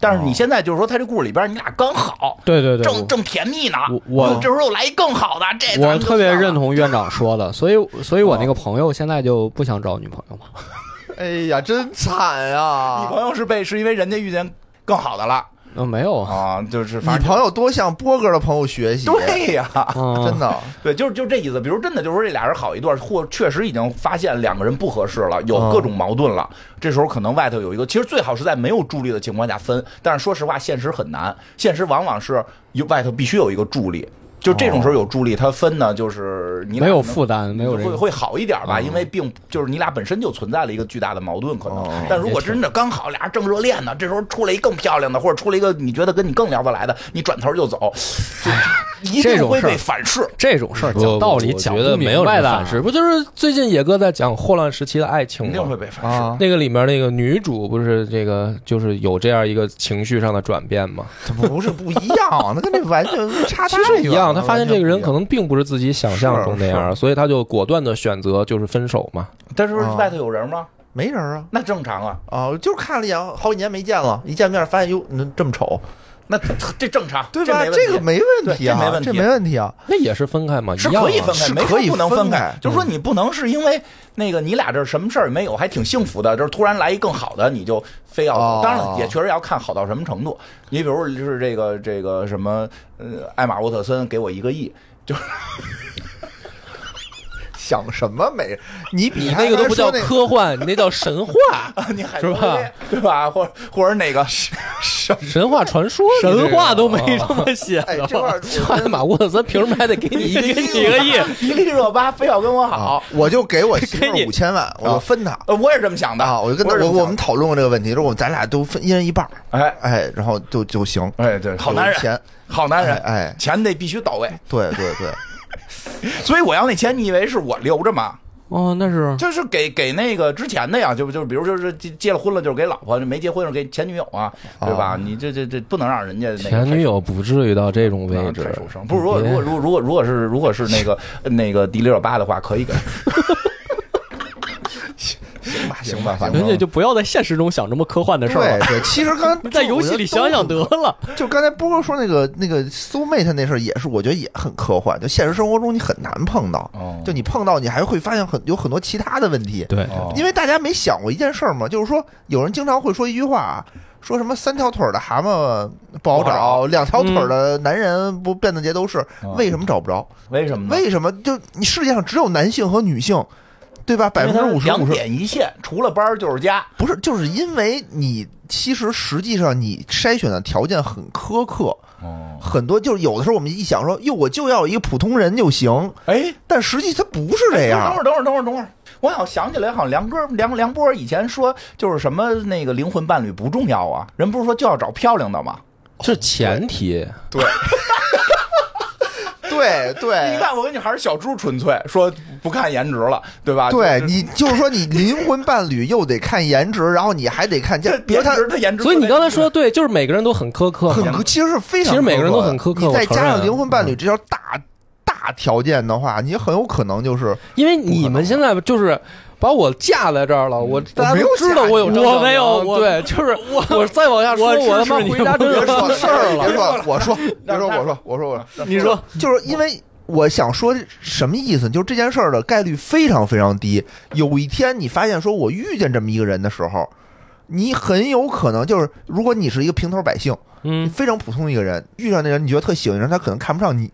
但是你现在就是说，他这故事里边你俩刚好，
哦对对对
正正甜蜜呢，
我我
这时候又来一更好的，这咱
我
们就
特别
算了
认。同院长说的，所以，所以
啊
我那个朋友现在就不想找女朋友嘛。 (laughs)
哎呀，真惨
女
啊！
朋友是被是因为人家遇见更好的了
嗯，没有，
啊，就是
你
反正
朋友多向波哥的朋友学习，
对呀、
哦
嗯，
真的，
对，就是就这意思。比如真的就是说这俩人好一段，或确实已经发现两个人不合适了，有
嗯
各种矛盾了。这时候可能外头有一个，其实最好是在没有助力的情况下分。但是说实话，现实很难，现实往往是有外头必须有一个助力。就这种时候有助力，他分呢，就是你俩
哦没有
可能
负担，没有嗯人
会会好一点吧，因为并就是你俩本身就存在了一个巨大的矛盾，可能
哦。
但如果真的刚好俩人正热恋呢，这时候出来一更漂亮的，或者出来一个你觉得跟你更聊得来的，你转头就走，就一
哎这
定
种
会
事儿
被反噬。
这种事儿
不
讲道
我
理
我
讲
觉得
不
没有
明
什
白
么
的
反噬，不就是最近野哥在讲霍乱时期的爱情
肯定
吗
会？被反噬。
啊，
那个里面那个女主不是这个，就是有这样一个情绪上的转变吗？
它不是不一 (laughs) 样，啊那跟这完全差啊太远了。
一样，她发现这个人可
能
能并不是自己想象中那样，所以她就果断的选择就是分手嘛。
但是
啊
外头有人吗？
没人啊，
那正常啊，
啊，就是看了一眼，好几年没见了，一见面发现哟，那这么丑，
那这正常，
对吧？
这没问题
这个没问题
对这
啊，
没问题
这没问题啊，
那也是分开嘛，一
是
样、啊
可以分开，
是
没
可
说
以
不能
分
开
开，嗯
就是说你不能是因为那个你俩这儿什么事儿也没有，还挺幸福的，就是突然来一更好的，你就非要
哦
走。当然了，也确实要看好到什么程度。你比如就是这个这个什么，呃，艾玛沃特森给我一个
(laughs)
亿，
想什么没？你比
你
他
那个都不叫
刚才
科
说
幻，你那叫神话，
你还
是吧？
对吧？或者或者
(laughs)
哪个什么
神话传说，你这
神
个
话都没
啊
这么写
哎
的
(laughs)
这块儿
吧。
汉马沃特森凭什么还得给你一个一个
(laughs)
亿？
伊丽热巴非要跟我
那啊
好，，
我就给
(laughs)
我媳妇
给你
儿五千万，
啊
我就分她。
呃，我也是这么想的
啊，我就跟她
是这
我
么想
我们讨论过这个问题，说我们咱俩都分一人一半儿，
哎
哎，然后就就行，
哎对，好男
有钱
人，好男人，
哎哎
钱得必须到位。
对对对， (laughs)
所以我要那钱，你以为是我留着吗？
哦，那是
嗯
就是给给那个之前的呀，就就比如就是结结了婚了，就是给老婆；没结婚是给前女友啊，对吧？你这这这不能让人家那个
前女友不至于到这种
太
位置
啊太受伤。不是，如果如果如果如果如果是如果是那个 (laughs) 那个迪丽热巴的话，可以给。
行吧
行吧
吧，
反
吧
人家就不要在现实中想这么科幻的事儿
对
了，
对，其实刚才
你 (laughs) 在游戏里想想得
我觉
了。
得都，就刚才波哥说那个那个 soul mate 那事儿，也是我觉得也很科幻，就现实生活中你很难碰到，
哦
就你碰到你还会发现很有很多其他的问题，
对
哦
因为大家没想过一件事儿嘛，就是说有人经常会说一句话啊。说什么三条腿儿的蛤蟆不好
不好
找，两条腿儿
嗯
的男人不遍的街都是，
哦
为什么找不着？
为什么呢？
为什么？就你世界上只有男性和女性，对吧？百分之五十
两
五十
点一线，除了班儿就是家。
不是，就是因为你其实实际上你筛选的条件很苛刻，
哦，
很多就是有的时候我们一想说，哟，我就要一个普通人就行，
哎，
但实际他不是这
哎等会
样
儿，等会儿，等会儿，等会儿。我好像想起来，好像梁哥、梁梁波以前说，就是什么那个灵魂伴侣不重要啊，人不是说就要找漂亮的吗？
这前提，
(laughs) 对
你
对。
看，我跟你还是小猪纯粹，说不看颜值了，对吧？
对
就是
你就是说，你灵魂伴侣又得看颜值，然后你还得看价
这，
比如
颜
他
值，他颜值。
所以你刚才说的对，就是每个人都很苛刻
很 (laughs)
嘛。
苛其实是非常
其
苛刻的，
实每个人都很苛刻
你再
我承
加上
认啊嗯
灵魂伴侣这条大大条件的话，你很有可能就是
因为你们现在就是把我架在这儿了，我大家
没有
都知道
架
我有
你
正
我没有
常
我
啊对，就是我再往下说，
(laughs) 我支持
我他妈
你
回答
我
真
别
的
说
出事儿了
别。说了，我说，别说，我说，我说，我
(laughs) 嗯
说，
你说
就是因为我想说什么意思？就是这件事儿的概率非常非常低。有一天你发现说我遇见这么一个人的时候，你很有可能就是，如果你是一个平头百姓，你
嗯，
非常普通的一个人，遇上那人你觉得特喜欢，人他可能看不上你，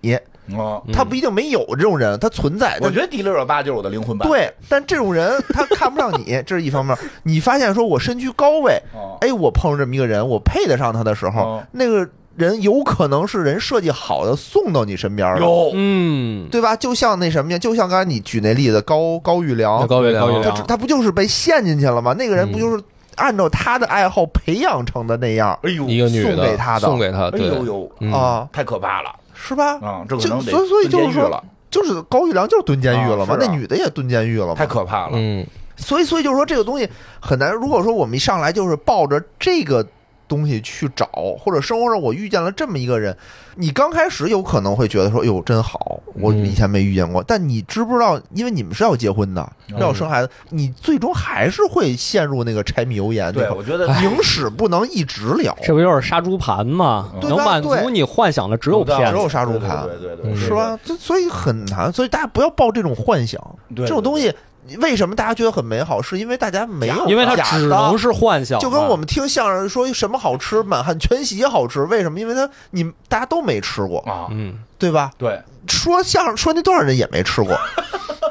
哦，
嗯
他不一定没有这种人，他存在，
我
但
觉得第六九八就是我的灵魂伴。，
对，但这种人他看不上你，这是一方面。你发现说我身居高位，
哦，
哎，我碰上这么一个人，我配得上他的时候，
哦
那个人有可能是人设计好的送到你身边了，
有
嗯，
对吧？就像那什么呀，就像刚才你举那例子，高高玉
(laughs)
良，
高月亮，
高月
他
亮
他不就是被陷进去了吗？那
嗯
个人不就是按照他的爱好培养成的那样、
哎呦，
一个女的
送给他的
送给他，
哎
对，
呦呦，
嗯
啊？
太可怕了
是吧？
啊！这可
就
能得
所以所以就是
蹲监狱
说
了
就是高玉良就是蹲监狱了
啊是
嘛，
啊
那女的也蹲监狱了嘛
太，可怕了。
嗯，
所以所以就是说这个东西很难。如果说我们一上来就是抱着这个东西去找，或者生活上我遇见了这么一个人，你刚开始有可能会觉得说，哟，真好，我
嗯
以前没遇见过。但你知不知道，因为你们是要结婚的，
嗯
要生孩子，你最终还是会陷入那个柴米油盐那
对，哎
个
我觉得
影史不能一直聊，
这不就是杀猪盘吗？
对吧
能满足
对
你幻想的只有
道
骗
只
子
有。杀猪盘
对对对对对，
嗯
对
是？吧？这所以很难，所以大家不要抱这种幻想，
对
这种东西。为什么大家觉得很美好？是因为大家没有
因为它
假
只
的
能是幻想嘛，
就跟我们听相声说什么好吃，满汉全席好吃，为什么？因为他你大家都没吃
(laughs)
过，
啊，
嗯，
对吧？
对，
说相声说那多少人也没吃
(laughs)
过，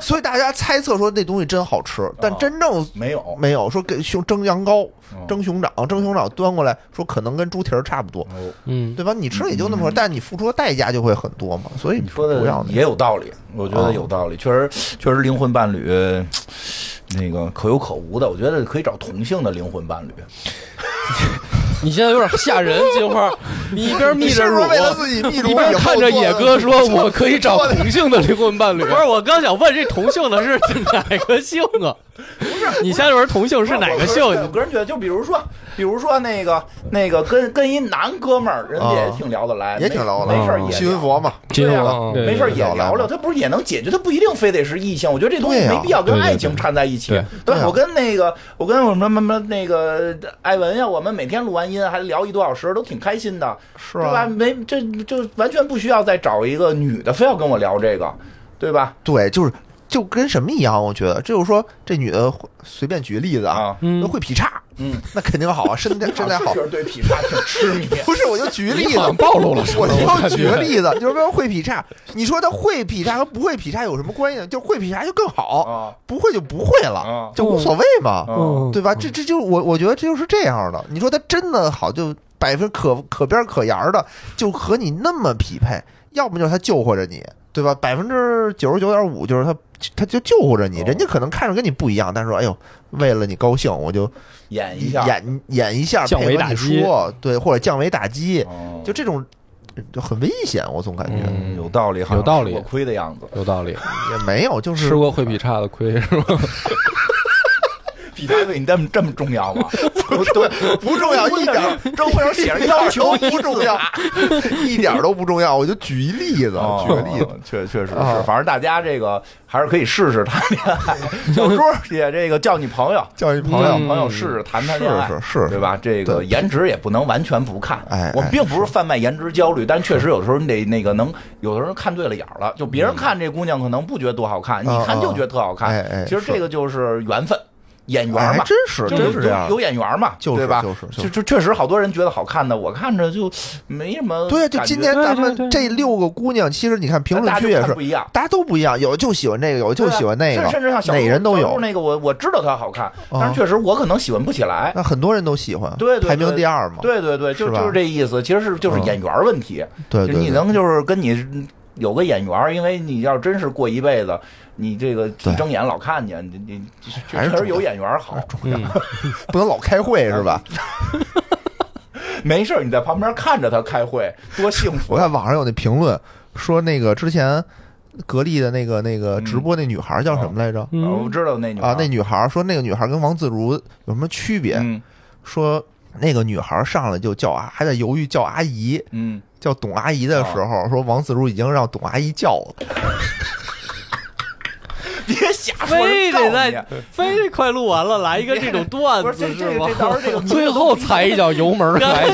所以大家猜测说那东西真好吃，
哦
但真正
没有，
没有说给熊蒸羊羔、
嗯
蒸熊掌、蒸熊掌端过来说可能跟猪蹄儿差不多，
哦
嗯，
对吧？你吃也就那么回事，但你付出的代价就会很多嘛，所以
你说
不要
的
那哦
也有道理，我觉得有道理，确实确实灵魂伴侣那个可有可无的，我觉得可以找同性的灵魂伴侣。
你现在有点吓
(laughs)
人，金花，你一边
你
眯
是
着
不
乳
是，为了自己秘鲁
一边看着野哥说：“我可以找同性的灵魂伴侣
不。是，我刚想问这同性的是哪个性啊？不是，你先说同性是哪个性？
我我个人觉得，就比如说，比如说那个那个跟跟一男哥们儿，人家也挺聊得来，
啊也挺聊的，
没事儿也聊
新佛嘛，
对呀、
对
没事儿也
对
聊
对
聊，他不是也能解决，他不一定非得是异性，我觉得这东西
对呀
没必要跟
对对
爱情掺在一起。
对
对
对呀
我跟那个，我跟我们什么那个艾文呀，我们每天录完音还聊一多小时，都挺开心的，
是
对吧？
吧？
没这就完全不需要再找一个女的非要跟我聊这个，对吧？
对，就是就跟什么一样，我觉得，这就是说这女的随便举个例子啊，
啊，
嗯
那会劈叉，
嗯，
那肯定好啊，
(laughs)
身材身材好
确。实对劈叉挺痴迷。
不是，我 (laughs) 就举个例
你
子
好，像暴露了什么
我
我
就
感觉
举个例子，就是说会劈叉，你说他会劈叉和不会劈叉有什么关系呢？就会劈叉就更好，
啊
不会就不会
啊
了，就无所谓
啊
嘛，
嗯
嗯，
对吧？这这就我我觉得这就是这样的。你说他真的好，就百分可可边可沿儿的，就和你那么匹配，要不就是他救活着你，对吧？百分之九十九点五就是他他就救活着你，
哦
人家可能看着跟你不一样，但是说哎呦，为了你高兴，我就
演一下，
演演一下，
降维
配合
打
你
击
说，对，或者降维打击，
哦
就这种就很危险，我总感觉、
嗯
有道理，好像
有道理
吃过亏的样子”，
(laughs) 有道理，
也没有，就是
吃过会劈叉的亏是吧？
劈叉对你这么这么重要 (laughs) 吗？
不对，不重要，一点儿
这会上写上
要
要
求
求
不重要，一点儿都不重要。我就举一例
(laughs)
子，
哦
啊举个例子，
确确实是，
啊
反正大家这个还是可以试试谈恋
(laughs)
爱。小猪也这个叫你朋友，
叫一朋
朋友
友，
朋友试试谈谈恋爱，
是是是
对吧？这个
对
颜值也不能完全不看。
哎
我们并不是贩卖颜值焦虑，但确实有的时候你得那个能，有的人看对了眼儿了，就别人看这姑娘可能不觉得多好看，
嗯
你看就觉得特好
哎
看
哎。
其实这个就是缘分，眼缘
哎，
嘛。
真是
就
真是
有
这样
有，眼缘嘛，
就是
对吧？
就是就是
就就确实好多人觉得好看的，我看着就没什么感觉。
对啊，就今天
对
咱
对
们
对
这六个姑娘，其实你看评论区也
大家就看
是
不。一样，
大家都不一样，有的就喜欢这个，有的就喜欢那
对
个，
啊甚甚至像小
哪
鹿
人都
小
有
鹿。那个我我知道它好看，但
啊
是确实我可能喜欢不起来。
那很多人都喜欢，
对对对
排名第二嘛，
对对对，就是
嗯吧
就是这意思，其实是就是
嗯
眼缘问题，
对
就是
对，
你
对
能就是跟你有个眼缘，因为你要真是过一辈子，你这个
对
一睁眼老看见，你你确
还是
实
重要
有眼缘好。
嗯，
不能老开会
(laughs)
是吧？
没事儿，你在旁边看着他开会，多幸福 (laughs)
我看网上有那评论说，那个之前格力的那个那个
嗯
直播那女孩叫什么来着？
嗯
啊！我知道那女孩
啊，那女孩说那个女孩跟王自如有什么区别？
嗯
说那个女孩上来就叫啊，还在犹豫叫阿姨，
嗯，
叫董阿姨的时候，说王自如已经让董阿姨叫了。
别瞎说，
非
人告
得
你啊 (laughs)
在非得快录完了来一个这种段
不是
子
这这
吗
这？到时候这
(laughs)
个
最后踩一脚油
(laughs)
门儿还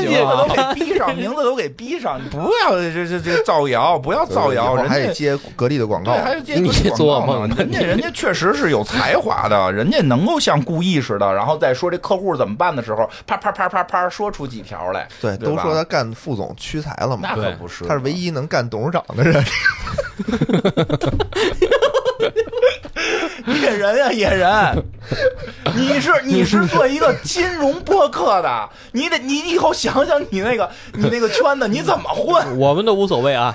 赶紧
行啊
名字 (laughs) 都给逼上，名字都给逼上，你不要这这这造谣，不要造
以
谣，
后
人
还得
家。
接格力的广告
对，。还有这
哦你
这
做
广告
梦
呢
吧
人家人家确实是有才华的，人家能够像故意似的，然后再说这客户怎么办的时候，啪啪啪啪啪说出几条来，
对，
对
都
吧
说他干副总屈才了嘛
那，可
对
不是，
他是唯一能干董事长的人。
野人呀、野
(laughs)
人，你是你是做一个金融播客的，你得你以后想想你那个你那个圈子你怎么混，
我们都无所谓啊，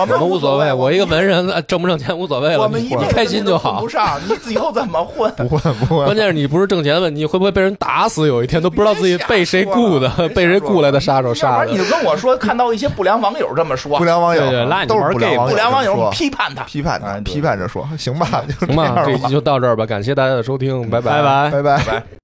(laughs) 我
们
们无所谓，
谓，
我一个文人呃挣不挣钱无所谓了，
我们
你
一辈子
开心就好
都混不。上，你以后怎么混？
不会不会，
关键是你不是挣钱的问题，会不会被人打死？有一天 (laughs) 都不知道自己被谁雇的
别瞎说，了
被谁雇来的杀手
要不
杀
然你
的。
就跟我说，看到一些不良网友这
(laughs)
么说
不，良网友
对对那你
都
玩
是
儿
不良
gay，
网友，
不良网友
批
批判他，
批判他，
哎对
批判着说，行吧，就这
行吧，
样
这
吧
期，就到这儿吧，感谢大家的收听，拜
拜
拜
拜。
拜拜。
拜。